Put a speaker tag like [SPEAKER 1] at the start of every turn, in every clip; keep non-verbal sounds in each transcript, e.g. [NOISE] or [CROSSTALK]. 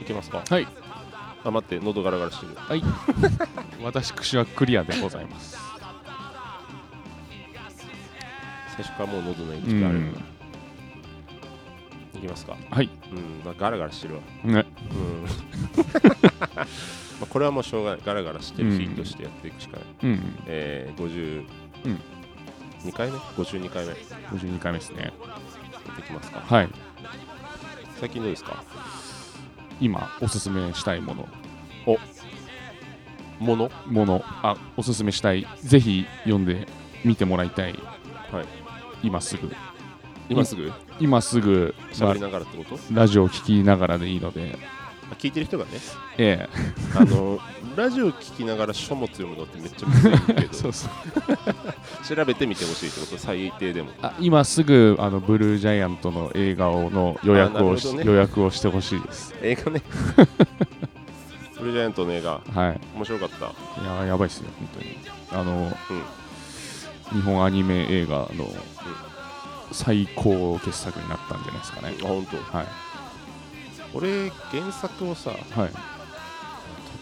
[SPEAKER 1] いきますか
[SPEAKER 2] はい
[SPEAKER 1] あ待って喉ガラガラしてる
[SPEAKER 2] はい私口はクリアでございます
[SPEAKER 1] 最初からもう喉の位
[SPEAKER 2] う
[SPEAKER 1] 置がある
[SPEAKER 2] ん
[SPEAKER 1] いきますか
[SPEAKER 2] はい
[SPEAKER 1] うん、まあ、ガラガラしてるわ
[SPEAKER 2] ね
[SPEAKER 1] うん [LAUGHS] まあこれはもうしょうがないガラガラしてるヒートしてやっていくしかない、
[SPEAKER 2] うん
[SPEAKER 1] えー、50、
[SPEAKER 2] うん
[SPEAKER 1] 2回目52回目や
[SPEAKER 2] 52回目ですね
[SPEAKER 1] っていきますか
[SPEAKER 2] はい
[SPEAKER 1] 最近どうですか
[SPEAKER 2] 今おすすめしたいもの
[SPEAKER 1] もの
[SPEAKER 2] ものあおすすめしたいぜひ読んでみてもらいたい、
[SPEAKER 1] はい、
[SPEAKER 2] 今すぐ
[SPEAKER 1] 今すぐ
[SPEAKER 2] 今すぐ、ま
[SPEAKER 1] 喋
[SPEAKER 2] あ
[SPEAKER 1] りながらってこと、
[SPEAKER 2] ラジオを聴きながらでいいので
[SPEAKER 1] あ聞いてる人がね
[SPEAKER 2] ええ
[SPEAKER 1] あのラジオ聞きながら書物読むのってめっちゃむずいけど
[SPEAKER 2] [LAUGHS] そうそう
[SPEAKER 1] 調べてみてほしいってこと最低でも
[SPEAKER 2] あ今すぐあのブルージャイアントの映画をの予約をし
[SPEAKER 1] あなるほどね
[SPEAKER 2] 予約をしてほしいです
[SPEAKER 1] 映画 [LAUGHS] ねブルージャイアントの映画
[SPEAKER 2] はい
[SPEAKER 1] 面白かった
[SPEAKER 2] いややばいっすよ本当にあの、
[SPEAKER 1] うん
[SPEAKER 2] 日本アニメ映画の最高傑作になったんじゃないですかね
[SPEAKER 1] あ本
[SPEAKER 2] はい
[SPEAKER 1] 当。俺原作をさ
[SPEAKER 2] はい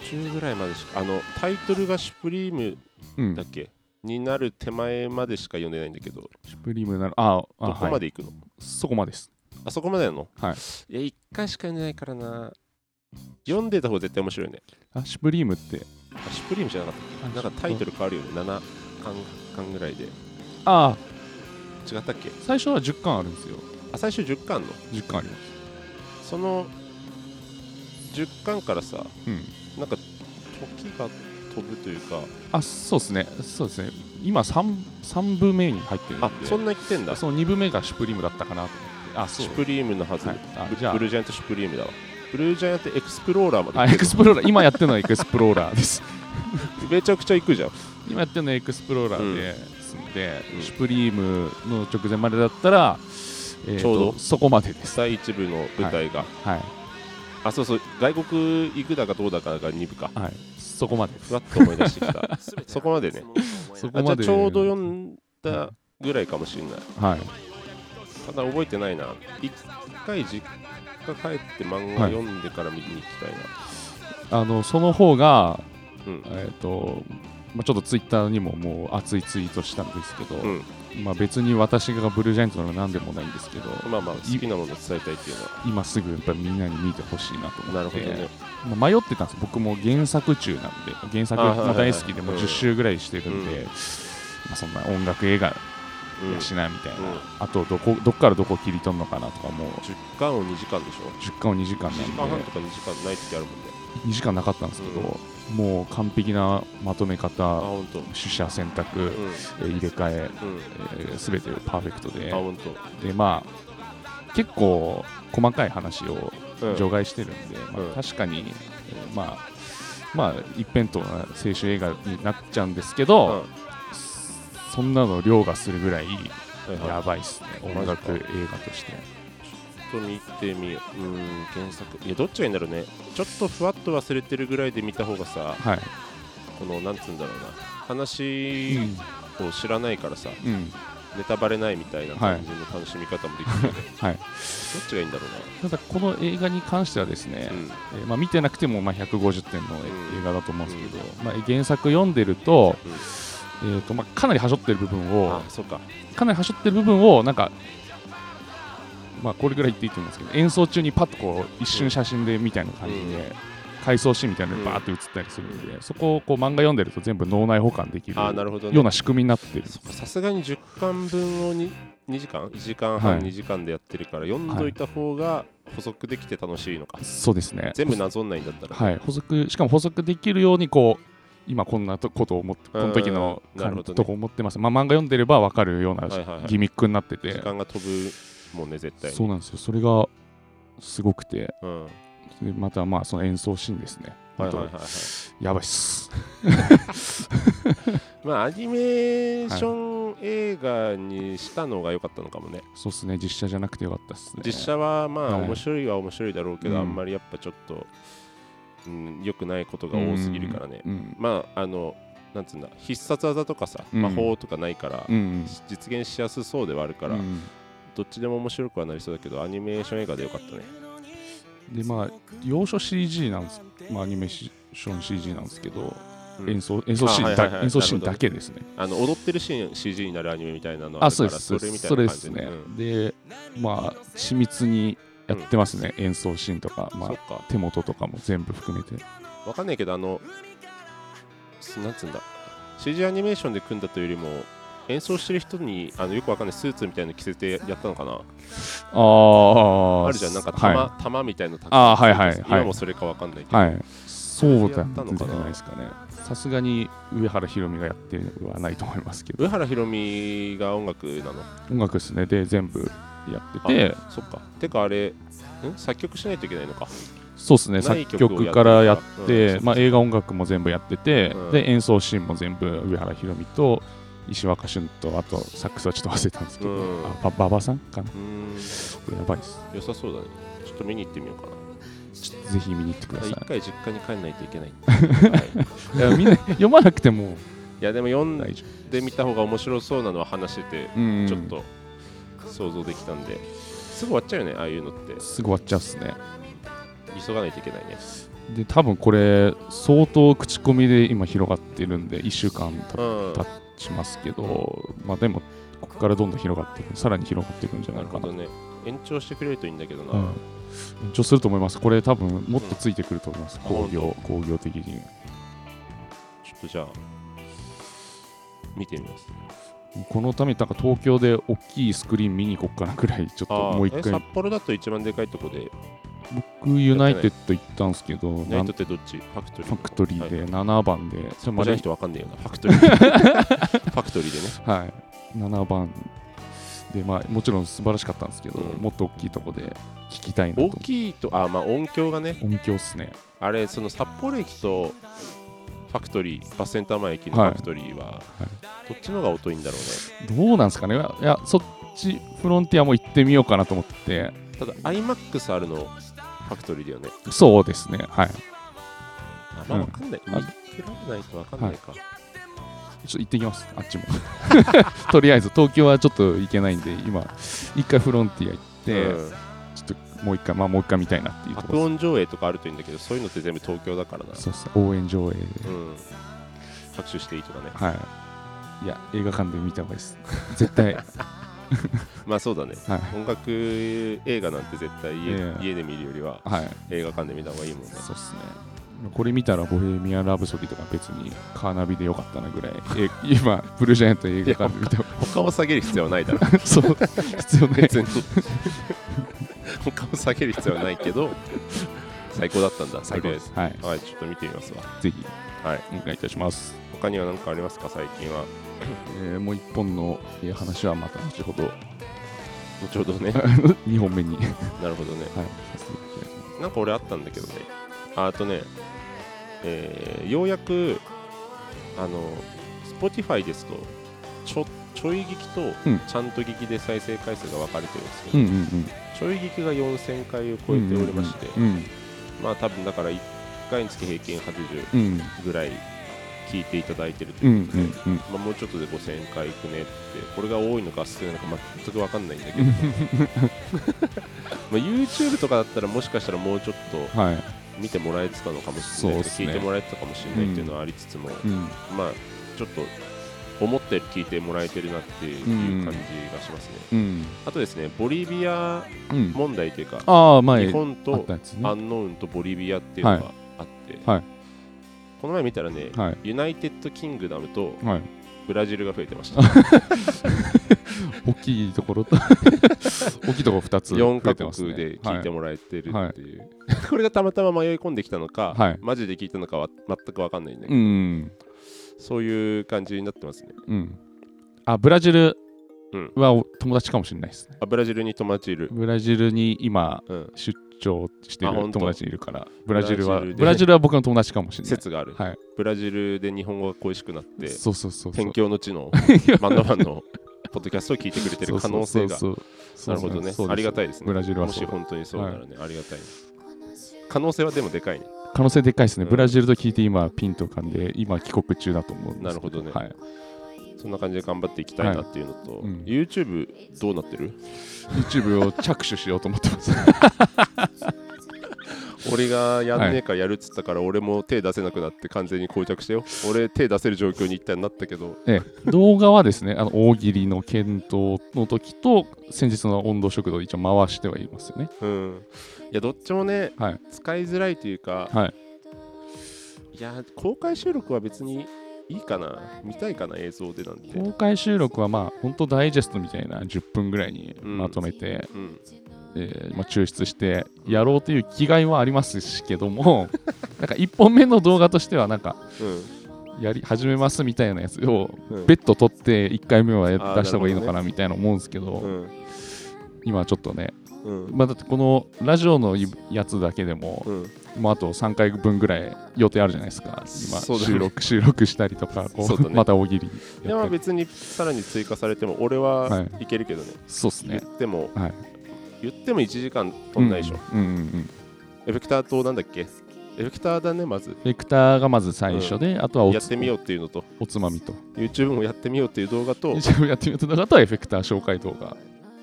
[SPEAKER 1] 途中ぐらいまでしかあのタイトルが「シュプリーム
[SPEAKER 2] うん」
[SPEAKER 1] だっけ、になる手前までしか読んでないんだけど
[SPEAKER 2] シュプリームならああ
[SPEAKER 1] どこま
[SPEAKER 2] はい、
[SPEAKER 1] で行くの、
[SPEAKER 2] そこまでです
[SPEAKER 1] あそこまでなの
[SPEAKER 2] はい
[SPEAKER 1] いや一回しか読んでないからな読んでた方が絶対面白いよね
[SPEAKER 2] あシュプリームって
[SPEAKER 1] あシュプリームじゃなかったっけなんかタイトル変わるよね7巻巻ぐらいで違
[SPEAKER 2] ああ
[SPEAKER 1] ったっけ
[SPEAKER 2] 最初は10巻あるんですよ
[SPEAKER 1] あ最初10巻の
[SPEAKER 2] 10巻あります
[SPEAKER 1] その10巻からさ
[SPEAKER 2] うん
[SPEAKER 1] なんか時が飛ぶというか
[SPEAKER 2] あそうですねそうですね今 3, 三部目に入ってるんで
[SPEAKER 1] あそんな言ってんだシ
[SPEAKER 2] そう2部目がシュプリームだったかなと思ってあそう
[SPEAKER 1] ュプリームのはず、
[SPEAKER 2] はいあ
[SPEAKER 1] ブ
[SPEAKER 2] じゃあ
[SPEAKER 1] ブルージャイアントシュプリームだわブルージャイアントエクスプローラーまで
[SPEAKER 2] あ
[SPEAKER 1] 行
[SPEAKER 2] エ
[SPEAKER 1] って
[SPEAKER 2] ク
[SPEAKER 1] る
[SPEAKER 2] スプローラー今やってるのはエクスプローラーです
[SPEAKER 1] めちゃくちゃ行くじゃん
[SPEAKER 2] 今やってるのはエクスプローラーで、すんで、
[SPEAKER 1] うん
[SPEAKER 2] シュプリームの直前までだったら、えーと
[SPEAKER 1] ちょうど
[SPEAKER 2] そこまでです。
[SPEAKER 1] 第1部の舞台が、
[SPEAKER 2] はい。
[SPEAKER 1] あそうそう外国行くだかどうだかが2部か
[SPEAKER 2] はい。そこまでで
[SPEAKER 1] ふ
[SPEAKER 2] す。
[SPEAKER 1] わっと思い出してきた [LAUGHS] そこまでね
[SPEAKER 2] そこ
[SPEAKER 1] あじゃ
[SPEAKER 2] ま
[SPEAKER 1] あ
[SPEAKER 2] で。
[SPEAKER 1] ちょうど読んだぐらいかもしれない
[SPEAKER 2] はい。
[SPEAKER 1] ただ覚えてないな一回実家帰って漫画読んでから見に行きたいな、
[SPEAKER 2] あの、その方が、
[SPEAKER 1] うん
[SPEAKER 2] えっ、と、まあ、ちょっとツイッターにももう熱いツイートしたんですけど、
[SPEAKER 1] うん
[SPEAKER 2] まあ、別に私がブルージャイアントなら何でもないんですけど、
[SPEAKER 1] まあまあ好きなものを伝えたいっていうのは
[SPEAKER 2] 今すぐやっぱりみんなに見てほしいなと思って。
[SPEAKER 1] なるほどね、
[SPEAKER 2] まあ、迷ってたんです僕も原作中なんで原作
[SPEAKER 1] あはいはい
[SPEAKER 2] も大好きで
[SPEAKER 1] うん
[SPEAKER 2] もう10周ぐらいしてるんで、
[SPEAKER 1] うん
[SPEAKER 2] まあ、そんな音楽映画
[SPEAKER 1] うん、
[SPEAKER 2] やしなみたいな、
[SPEAKER 1] うん
[SPEAKER 2] あとどこどっからどこ切り取るのかなとかもう
[SPEAKER 1] 10巻を2時間でしょ
[SPEAKER 2] 10巻を2時間
[SPEAKER 1] 1時
[SPEAKER 2] な
[SPEAKER 1] 間
[SPEAKER 2] ん
[SPEAKER 1] 半
[SPEAKER 2] で
[SPEAKER 1] とか2時間ない時あるもんね
[SPEAKER 2] 2時間なかったんですけど、もう完璧なまとめ
[SPEAKER 1] あ
[SPEAKER 2] 方
[SPEAKER 1] 本当。
[SPEAKER 2] 取捨選択、
[SPEAKER 1] うん
[SPEAKER 2] えー入れ替え
[SPEAKER 1] うん
[SPEAKER 2] えー全てパーフェクト
[SPEAKER 1] あ
[SPEAKER 2] で
[SPEAKER 1] 本
[SPEAKER 2] でまあ結構細かい話を
[SPEAKER 1] 当。うん
[SPEAKER 2] 除外してるんで、まあ
[SPEAKER 1] うん
[SPEAKER 2] 確かに、えーまあまあ一辺倒な青春映画になっちゃうんですけど、そんなの凌駕するぐらい
[SPEAKER 1] うん
[SPEAKER 2] やばいっすね、
[SPEAKER 1] はい
[SPEAKER 2] 音楽映画として
[SPEAKER 1] ちょっと見てみよううーん原作いやどっちがいいんだろうねちょっとふわっと忘れてるぐらいで見た方がさ
[SPEAKER 2] はい、
[SPEAKER 1] このなんつうんだろうな
[SPEAKER 2] う
[SPEAKER 1] 話
[SPEAKER 2] ん
[SPEAKER 1] を知らないからさ、
[SPEAKER 2] うん
[SPEAKER 1] ネタバレないみたいな感じの楽しみ方もできるよね、
[SPEAKER 2] はい、
[SPEAKER 1] どっちがいいんだろ
[SPEAKER 2] ただこの映画に関してはですね [LAUGHS]
[SPEAKER 1] うな、、うん
[SPEAKER 2] えーまあ、見てなくてもまあ150点の
[SPEAKER 1] うん
[SPEAKER 2] 映画だと思うんですけど、まあ、原作読んでると,、
[SPEAKER 1] うん
[SPEAKER 2] えーとまあ、かなり端折ってる部分を
[SPEAKER 1] あそうか
[SPEAKER 2] かなり端折ってる部分をなんか、まあ、これぐらい言っていいと思うんですけど演奏中にパッとこう一瞬写真でみたいな感じ
[SPEAKER 1] う
[SPEAKER 2] で回想シーンみたいなのがバーって映ったりするんでそこをこう漫画読んでると全部脳内保管できる
[SPEAKER 1] あなるほど
[SPEAKER 2] よう
[SPEAKER 1] ね
[SPEAKER 2] な仕組みになってる
[SPEAKER 1] そっかさすがに10巻分を 2, 2時間1時間半、
[SPEAKER 2] はい
[SPEAKER 1] 2時間でやってるから読んどいた方が補足できて楽しいのか、
[SPEAKER 2] そうですね
[SPEAKER 1] 全部なぞんないんだったら、
[SPEAKER 2] はい補足しかも補足できるようにこう今こんなとことを思ってこの時の
[SPEAKER 1] うんなるほ
[SPEAKER 2] 感
[SPEAKER 1] どね
[SPEAKER 2] とこ思ってます、まあ、漫画読んでれば分かるよう
[SPEAKER 1] は
[SPEAKER 2] な
[SPEAKER 1] いはいはい
[SPEAKER 2] ギミックになってて、
[SPEAKER 1] 時間が飛ぶもんね絶対に
[SPEAKER 2] そうなんですよそれがすごくて
[SPEAKER 1] うんは
[SPEAKER 2] でまたまあその演奏シーンですね、
[SPEAKER 1] いはいはい
[SPEAKER 2] あ
[SPEAKER 1] は
[SPEAKER 2] とやばいっす [LAUGHS]
[SPEAKER 1] いまあアニメーション映画にしたのが良かったのかもね、
[SPEAKER 2] そうですね、実写じゃなくてよかったですね。
[SPEAKER 1] 実写はまあ
[SPEAKER 2] はい
[SPEAKER 1] 面白いは面白いだろうけど、
[SPEAKER 2] うん
[SPEAKER 1] あんまりやっぱちょっと、うん、良くないことが多すぎるからね、
[SPEAKER 2] うん。
[SPEAKER 1] まああのなんつうんだ必殺技とかさ
[SPEAKER 2] うん
[SPEAKER 1] 魔法とかないから、
[SPEAKER 2] うん。
[SPEAKER 1] 実現しやすそうではあるから、
[SPEAKER 2] うん
[SPEAKER 1] どっちでも面白くはなりそうだけどアニメーション映画でよかったね
[SPEAKER 2] でまあ要所 CG なんです、まあ、アニメーション CG なんですけど、
[SPEAKER 1] うん
[SPEAKER 2] 演奏演奏シーン
[SPEAKER 1] あはいはいは
[SPEAKER 2] だ
[SPEAKER 1] い
[SPEAKER 2] 演奏シーンだけですね
[SPEAKER 1] あの踊ってるシーン CG になるアニメみたいなの
[SPEAKER 2] あ
[SPEAKER 1] ある
[SPEAKER 2] そ
[SPEAKER 1] か
[SPEAKER 2] う
[SPEAKER 1] ら
[SPEAKER 2] ですそう
[SPEAKER 1] れみ
[SPEAKER 2] です
[SPEAKER 1] た
[SPEAKER 2] そ
[SPEAKER 1] い
[SPEAKER 2] れ
[SPEAKER 1] な
[SPEAKER 2] で
[SPEAKER 1] 感じ
[SPEAKER 2] す
[SPEAKER 1] だ
[SPEAKER 2] ね
[SPEAKER 1] ね、うん
[SPEAKER 2] でまあ緻密にやってますね、演奏シーンとか、ま
[SPEAKER 1] そっ
[SPEAKER 2] あ、
[SPEAKER 1] か
[SPEAKER 2] 手元とかも全部含めて
[SPEAKER 1] わかんないけどあのすなんつうんだ CG アニメーションで組んだというよりも演奏してる人にあのよくわかんないスーツみたいなの着せてやったのかな
[SPEAKER 2] ああ
[SPEAKER 1] あるじゃんなんか
[SPEAKER 2] は
[SPEAKER 1] 玉,、
[SPEAKER 2] い
[SPEAKER 1] 玉みたいなのたくさん
[SPEAKER 2] あーはいはい
[SPEAKER 1] つてて
[SPEAKER 2] はい
[SPEAKER 1] 今もそれかわかんないけど、
[SPEAKER 2] はい、そうだ
[SPEAKER 1] やったのか
[SPEAKER 2] ん
[SPEAKER 1] な
[SPEAKER 2] じゃないですかね。さすがに上原ひろみがやってはないと思いますけど、
[SPEAKER 1] 上原ひろみが音楽なの
[SPEAKER 2] 音楽ですね、で全部やってて、
[SPEAKER 1] そっかてかあれん作曲しないといけないのか
[SPEAKER 2] そうですね、
[SPEAKER 1] ない
[SPEAKER 2] 作
[SPEAKER 1] 曲を
[SPEAKER 2] 曲からや
[SPEAKER 1] や
[SPEAKER 2] っ、
[SPEAKER 1] っててるからうん
[SPEAKER 2] まあ、映画音楽も全部やってて、
[SPEAKER 1] うん
[SPEAKER 2] で演奏シーンも全部上原ひろみと石若俊と、あとサックスはちょっと忘れたんですけど、
[SPEAKER 1] うん
[SPEAKER 2] あば馬場さんかな、
[SPEAKER 1] うーん
[SPEAKER 2] やばいです。
[SPEAKER 1] 良さそうだねちょっと見に行ってみようかな
[SPEAKER 2] ぜひ見に行ってくださ
[SPEAKER 1] 一
[SPEAKER 2] い。
[SPEAKER 1] 回実家に帰んないといけ
[SPEAKER 2] [LAUGHS]
[SPEAKER 1] ない、はい、
[SPEAKER 2] いやみんな読まなくても
[SPEAKER 1] いやでも読ん
[SPEAKER 2] 大丈
[SPEAKER 1] でみた方が面白そうなのは話してて
[SPEAKER 2] 夫、うん
[SPEAKER 1] ちょっと想像できたんで、すぐ終わっちゃうよね、ああいうのって。
[SPEAKER 2] すぐ終わっちゃうっすね。
[SPEAKER 1] 急がないといけないね。
[SPEAKER 2] で多分これ相当口コミで今広がってるんで1週間
[SPEAKER 1] う
[SPEAKER 2] 経
[SPEAKER 1] ん。
[SPEAKER 2] たちますけど、まあでもここからどんどん広がっていくさらに広がっていくんじゃな
[SPEAKER 1] ないる
[SPEAKER 2] か
[SPEAKER 1] ほ
[SPEAKER 2] な
[SPEAKER 1] どね。延長してくれるといいんだけどな。
[SPEAKER 2] うん延長すると思いますこれ多分もっとついてくると思います、
[SPEAKER 1] うん
[SPEAKER 2] 工業工業的に
[SPEAKER 1] ちょっとじゃあ、見てみます。
[SPEAKER 2] このためになんか東京で大きいスクリーン見に行こっかなぐらいちょっと
[SPEAKER 1] ああ
[SPEAKER 2] もう一
[SPEAKER 1] え札
[SPEAKER 2] 回
[SPEAKER 1] 幌だと一番でかいとこで、
[SPEAKER 2] 僕ユナイテッド行ったんですけど
[SPEAKER 1] ナ
[SPEAKER 2] な
[SPEAKER 1] イ
[SPEAKER 2] ん
[SPEAKER 1] ト
[SPEAKER 2] フ
[SPEAKER 1] ってどっちファクトリー。
[SPEAKER 2] ァクトリーで7番で、ちょ
[SPEAKER 1] マ
[SPEAKER 2] ま
[SPEAKER 1] ジ
[SPEAKER 2] だ
[SPEAKER 1] の人わかんねえよな。ファクトリ
[SPEAKER 2] [LAUGHS]
[SPEAKER 1] ー。ファクトリーでね。
[SPEAKER 2] はい、7番で、まあ、もちろん素晴らしかったんですけど、
[SPEAKER 1] うん
[SPEAKER 2] もっと大きいとこで聞きたいなと
[SPEAKER 1] 大
[SPEAKER 2] 思って
[SPEAKER 1] きいと、あ、まあ音響がね、
[SPEAKER 2] 音響っすね
[SPEAKER 1] あれ、その札幌駅と、ファクトリーバスセンター前駅のファクトリーは、どっちの方が音いいんだろうね。
[SPEAKER 2] どうなんですかねいやいやそっちフロンティアも行ってみようかなと思って
[SPEAKER 1] ただ iMAX あるのファクトリーだよね。
[SPEAKER 2] そうですねはいちょ
[SPEAKER 1] あまあ
[SPEAKER 2] うん
[SPEAKER 1] わかんない。見
[SPEAKER 2] あ
[SPEAKER 1] 比べないとわかんないか。
[SPEAKER 2] っと行ってきますあっ
[SPEAKER 1] [LAUGHS]
[SPEAKER 2] ちもとりあえず東京はちょっと行けないんで今一回フロンティア行って、
[SPEAKER 1] うん
[SPEAKER 2] ちょっともう一回まあもう一回見たいなっていうとこ
[SPEAKER 1] 爆
[SPEAKER 2] ろ
[SPEAKER 1] 音上映とかあるといいんだけど、そういうのって全部東京だからな。
[SPEAKER 2] ですそうそう応援上映
[SPEAKER 1] う
[SPEAKER 2] で、
[SPEAKER 1] ん。拍手していいとかね。
[SPEAKER 2] はいいや映画館で見た方がいいです絶対はい
[SPEAKER 1] まあそうだね。音楽映画なんて絶対家,、
[SPEAKER 2] ええ
[SPEAKER 1] 家で見るよりは
[SPEAKER 2] はい
[SPEAKER 1] 映画館で見た方がいいもんね。
[SPEAKER 2] そうっすね。これ見たらボヘミアン・ラブソディとか別にカーナビでよかったな [LAUGHS] ぐらい、え今、ブルージャイアント映画館で見た
[SPEAKER 1] 他を下げる必要はないだろ、
[SPEAKER 2] [LAUGHS] そう、必要ない
[SPEAKER 1] 別に。他を下げる必要はないけど、最高だったんだ、最
[SPEAKER 2] 最
[SPEAKER 1] 高
[SPEAKER 2] 高で
[SPEAKER 1] ですす。。
[SPEAKER 2] はい、
[SPEAKER 1] はい、ちょっと見てみますわ。
[SPEAKER 2] ぜひ、
[SPEAKER 1] はい、
[SPEAKER 2] お願いいたします。
[SPEAKER 1] 他には何かありますか、最近は。
[SPEAKER 2] えーもう一本の、えー話はま [LAUGHS] た後ほど、
[SPEAKER 1] 後ほど
[SPEAKER 2] [LAUGHS]
[SPEAKER 1] ね。
[SPEAKER 2] 2本目に、はい、
[SPEAKER 1] なるほどね。
[SPEAKER 2] させていただきま
[SPEAKER 1] なんか俺あったんだけどね。ああとね、えーようやく、あの、Spotify ですと、ちょちょい聞きと
[SPEAKER 2] うん
[SPEAKER 1] ちゃんと聞きで再生回数が分かれてるんですけ
[SPEAKER 2] す。
[SPEAKER 1] ど、
[SPEAKER 2] うんうんうん。
[SPEAKER 1] ちょい聞きが4000回を超えておりまして、
[SPEAKER 2] うんうん
[SPEAKER 1] まあ多分だから1回につき平均80
[SPEAKER 2] うん
[SPEAKER 1] ぐらい聞いていただいてるとい
[SPEAKER 2] うん
[SPEAKER 1] う、
[SPEAKER 2] うんうんうん。
[SPEAKER 1] まあ、もうちょっとで5000回いくねって、これが多いのか少ないのか全く分かんないんだ
[SPEAKER 2] [LAUGHS]
[SPEAKER 1] けど、まあ YouTube とかだったらもしかしたらもうちょっと。
[SPEAKER 2] はい。
[SPEAKER 1] 見てもらえてたのかもしれないけど、
[SPEAKER 2] そうっすね
[SPEAKER 1] 聞いてもらえてたかもしれないっていうのはありつつも、
[SPEAKER 2] うん。
[SPEAKER 1] まあちょっと思ったより聞いてもらえてるなっていう感じがしますね、
[SPEAKER 2] うん。
[SPEAKER 1] あとですねボリビア
[SPEAKER 2] うん。
[SPEAKER 1] 問題というか、
[SPEAKER 2] ああ、前、
[SPEAKER 1] 日本
[SPEAKER 2] あっ
[SPEAKER 1] と
[SPEAKER 2] たやつね。
[SPEAKER 1] ア
[SPEAKER 2] は
[SPEAKER 1] ンノウンとボリビアっていうのがあって、
[SPEAKER 2] はい
[SPEAKER 1] この前見たらね、
[SPEAKER 2] い。
[SPEAKER 1] ユナイテッドキングダムと [LAUGHS]
[SPEAKER 2] はい。
[SPEAKER 1] ブラジルが増えてま
[SPEAKER 2] [LAUGHS]
[SPEAKER 1] した
[SPEAKER 2] 大きいとこ
[SPEAKER 1] [LAUGHS]
[SPEAKER 2] ろと、大きいところ2つ
[SPEAKER 1] 4
[SPEAKER 2] 増え
[SPEAKER 1] カ
[SPEAKER 2] てます
[SPEAKER 1] 国
[SPEAKER 2] ね。
[SPEAKER 1] で聞いて
[SPEAKER 2] も
[SPEAKER 1] もらえてるっていう、 [LAUGHS] これがたまたま迷い込んできたのか、
[SPEAKER 2] はい
[SPEAKER 1] マジで聞いたのかは全く分かんないね、
[SPEAKER 2] うん。
[SPEAKER 1] そういう感じになってますね
[SPEAKER 2] うん。あ、ブラジル
[SPEAKER 1] うん
[SPEAKER 2] はお友達かもしれないですね。
[SPEAKER 1] あブラジルに友達いる
[SPEAKER 2] ブラジルに今
[SPEAKER 1] うん、
[SPEAKER 2] 出張してる
[SPEAKER 1] あ本当
[SPEAKER 2] 友達いるから、ブラジルは、
[SPEAKER 1] ブラジルで
[SPEAKER 2] ブラジルは僕の友達かもしれない。
[SPEAKER 1] 説がある、
[SPEAKER 2] はい
[SPEAKER 1] ブラジルで日本語が恋しくなって
[SPEAKER 2] そうそうそうそう。
[SPEAKER 1] 天教の地
[SPEAKER 2] [LAUGHS]
[SPEAKER 1] のバンドマンのポッドキャストを聞いてくれてる可能性が
[SPEAKER 2] そうそうそうそう
[SPEAKER 1] なるほどね
[SPEAKER 2] そうです
[SPEAKER 1] ありがたいですね
[SPEAKER 2] ブラジルは
[SPEAKER 1] も
[SPEAKER 2] そ
[SPEAKER 1] し
[SPEAKER 2] う。
[SPEAKER 1] 本当にそうならね、ありがたい可能性はでもでかいね
[SPEAKER 2] 可能性でっかいですね。
[SPEAKER 1] うん
[SPEAKER 2] ブラジルと聞いて今ピンとかんで、今帰国中だと思うんです
[SPEAKER 1] なるほどね
[SPEAKER 2] はい。
[SPEAKER 1] そそんな感じで頑張っていきたいなっていうのと、
[SPEAKER 2] いうん
[SPEAKER 1] YouTube どうなってる
[SPEAKER 2] YouTube を着手しようと思ってます [LAUGHS]
[SPEAKER 1] 俺がやんねえからやるっつったから、俺も手出せなくなって完全に膠着してよ俺手出せる状況に一旦なったけど
[SPEAKER 2] ええ動画はですねあの大喜利の検討の時と先日の温度食堂で一応回してはいますよね
[SPEAKER 1] うんいやどっちもね
[SPEAKER 2] はい
[SPEAKER 1] 使いづらいというか、
[SPEAKER 2] はい
[SPEAKER 1] いや公開収録は別にいいかな見たいかな映像でなんて
[SPEAKER 2] 公開収録はまあ本当ダイジェストみたいな10分ぐらいにまとめて、
[SPEAKER 1] うん
[SPEAKER 2] えーまあ、抽出してやろうという気概はありますしけど
[SPEAKER 1] [LAUGHS]
[SPEAKER 2] もなんか1本目の動画としてはなんかやり始めますみたいなやつを
[SPEAKER 1] うんうん
[SPEAKER 2] ベッド取って1回目はや
[SPEAKER 1] あー
[SPEAKER 2] 出した方がいいのかなみたいな思うんですけど
[SPEAKER 1] うん
[SPEAKER 2] 今ちょっとね、
[SPEAKER 1] うん
[SPEAKER 2] まあ、だってこのラジオのやつだけでも、
[SPEAKER 1] うん
[SPEAKER 2] もうあと3回分ぐらい予定あるじゃないですか今
[SPEAKER 1] そうだね
[SPEAKER 2] 収録 [LAUGHS] 収録したりとかこう
[SPEAKER 1] そうだね
[SPEAKER 2] また大喜利
[SPEAKER 1] いやまあ
[SPEAKER 2] やったり
[SPEAKER 1] 別にさらに追加されても俺
[SPEAKER 2] は
[SPEAKER 1] はいけるけどね、
[SPEAKER 2] そうっすね
[SPEAKER 1] 言っても、
[SPEAKER 2] はい
[SPEAKER 1] 言っても1時間飛んないでしょ、
[SPEAKER 2] うんうんうんうん
[SPEAKER 1] エフェクターとなんだっけエフェクターだねまず
[SPEAKER 2] ベクターがまず最初で、あとはおつ
[SPEAKER 1] やってみようっていうのと
[SPEAKER 2] おつまみと
[SPEAKER 1] YouTube もやってみようっていう動画と、
[SPEAKER 2] 一 [LAUGHS] 応やってみようとあとはエフェクター紹介動画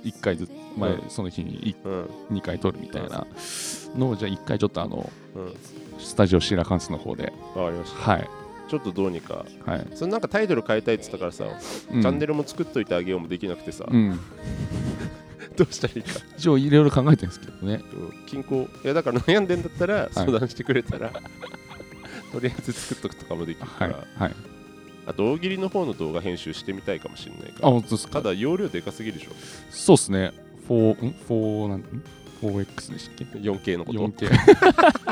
[SPEAKER 2] 1回ずつ前、
[SPEAKER 1] うん
[SPEAKER 2] その日に
[SPEAKER 1] うん
[SPEAKER 2] 2回撮るみたいなのをじゃあ1回ちょっとあの
[SPEAKER 1] うん、わ
[SPEAKER 2] スタジオシーラカンスの方で
[SPEAKER 1] かりました
[SPEAKER 2] はい
[SPEAKER 1] ちょっとどうにか
[SPEAKER 2] はい、
[SPEAKER 1] そのなんかタイトル変えたいっつったからさ、
[SPEAKER 2] うん
[SPEAKER 1] チャンネルも作っといてあげようもできなくてさ、
[SPEAKER 2] うん
[SPEAKER 1] どうしたらいいか、
[SPEAKER 2] 一応いろいろ考えてるんですけどね
[SPEAKER 1] うん、均衡いやだから悩んでんだったら相談してくれたら、とりあえず作っとくとかもできるか
[SPEAKER 2] はい
[SPEAKER 1] ら、
[SPEAKER 2] はい
[SPEAKER 1] あと大喜利の方の動画編集してみたいかもしれないか
[SPEAKER 2] あ
[SPEAKER 1] ら
[SPEAKER 2] 本当ですか
[SPEAKER 1] ただ容量でかすぎるでしょ
[SPEAKER 2] そうっすね。4、ん ?4 なん、ん 4X でしたっけ
[SPEAKER 1] 4K のこと
[SPEAKER 2] ?4K。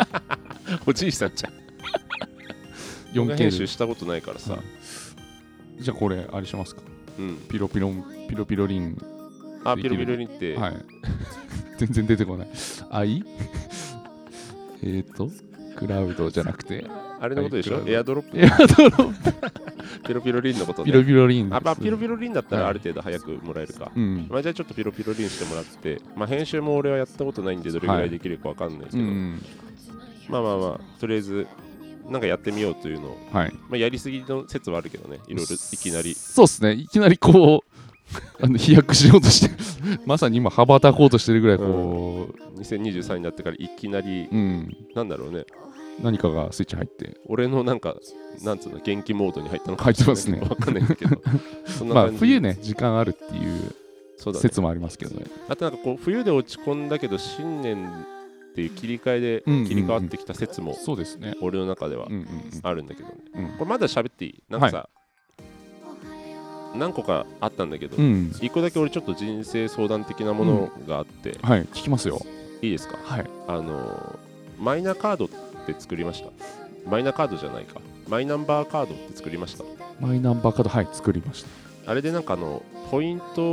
[SPEAKER 1] おじいさんじゃん動画
[SPEAKER 2] 4K
[SPEAKER 1] 編集
[SPEAKER 2] で
[SPEAKER 1] したことないからさ、
[SPEAKER 2] はいじゃあこれ、あれしますか
[SPEAKER 1] うん、
[SPEAKER 2] ピロピロン、ピロピロリン。
[SPEAKER 1] あピロピロリンって、
[SPEAKER 2] はい。 [LAUGHS] 全然出てこない。あい [LAUGHS] えーと、クラウドじゃなくて、
[SPEAKER 1] あれのことでしょ、
[SPEAKER 2] はい
[SPEAKER 1] エアドロップ
[SPEAKER 2] エアドロップ
[SPEAKER 1] [LAUGHS] ピロピロリンのこと
[SPEAKER 2] ピ
[SPEAKER 1] で、
[SPEAKER 2] ロピロリンです。
[SPEAKER 1] あまあピロピロリンだったら
[SPEAKER 2] はい
[SPEAKER 1] ある程度早くもらえるか、
[SPEAKER 2] うん。
[SPEAKER 1] まあ、じゃあちょっとピロピロリンしてもらって、まあ、編集も俺はやったことないんでどれぐらいできるかわかんないです
[SPEAKER 2] う
[SPEAKER 1] けど、
[SPEAKER 2] ん。
[SPEAKER 1] まあまあまあとりあえずなんかやってみようというのを、
[SPEAKER 2] はい。
[SPEAKER 1] まあ、やりすぎの説はあるけどねいろいろいきなり
[SPEAKER 2] そうっすね。いきなりこう、あの飛躍しようとして、 [LAUGHS] まさに今、羽ばたこうとしてるぐらい、こ
[SPEAKER 1] 2023になってからいきなり
[SPEAKER 2] う、うん。
[SPEAKER 1] なんだろうね
[SPEAKER 2] 何かがスイッチ入って、
[SPEAKER 1] 俺のなんかなんつうの元気モードに入ったのか
[SPEAKER 2] 入ってますね
[SPEAKER 1] わかんないんだけどそんな
[SPEAKER 2] まあ
[SPEAKER 1] 感じ
[SPEAKER 2] 冬ね時間あるっていう
[SPEAKER 1] そうだ、ね、
[SPEAKER 2] 説もありますけどね
[SPEAKER 1] あとなんかこう冬で落ち込んだけど新年っていう切り替えで
[SPEAKER 2] うんうんうん
[SPEAKER 1] 切り替わってきた説も
[SPEAKER 2] そうですね
[SPEAKER 1] 俺の中では
[SPEAKER 2] うんうん
[SPEAKER 1] あるんだけどね、
[SPEAKER 2] うん
[SPEAKER 1] これまだ喋っていいなんかさ、何個かあったんだけど、
[SPEAKER 2] うんうん
[SPEAKER 1] 一個だけ俺ちょっと人生相談的なものがあって、
[SPEAKER 2] はい聞きますよ
[SPEAKER 1] いいですか
[SPEAKER 2] はい
[SPEAKER 1] あのーマイナカードって作りましたマイナカードじゃないかマイナンバーカードって作りました
[SPEAKER 2] マイナンバーカードはい作りました
[SPEAKER 1] あれでなんかあのポイント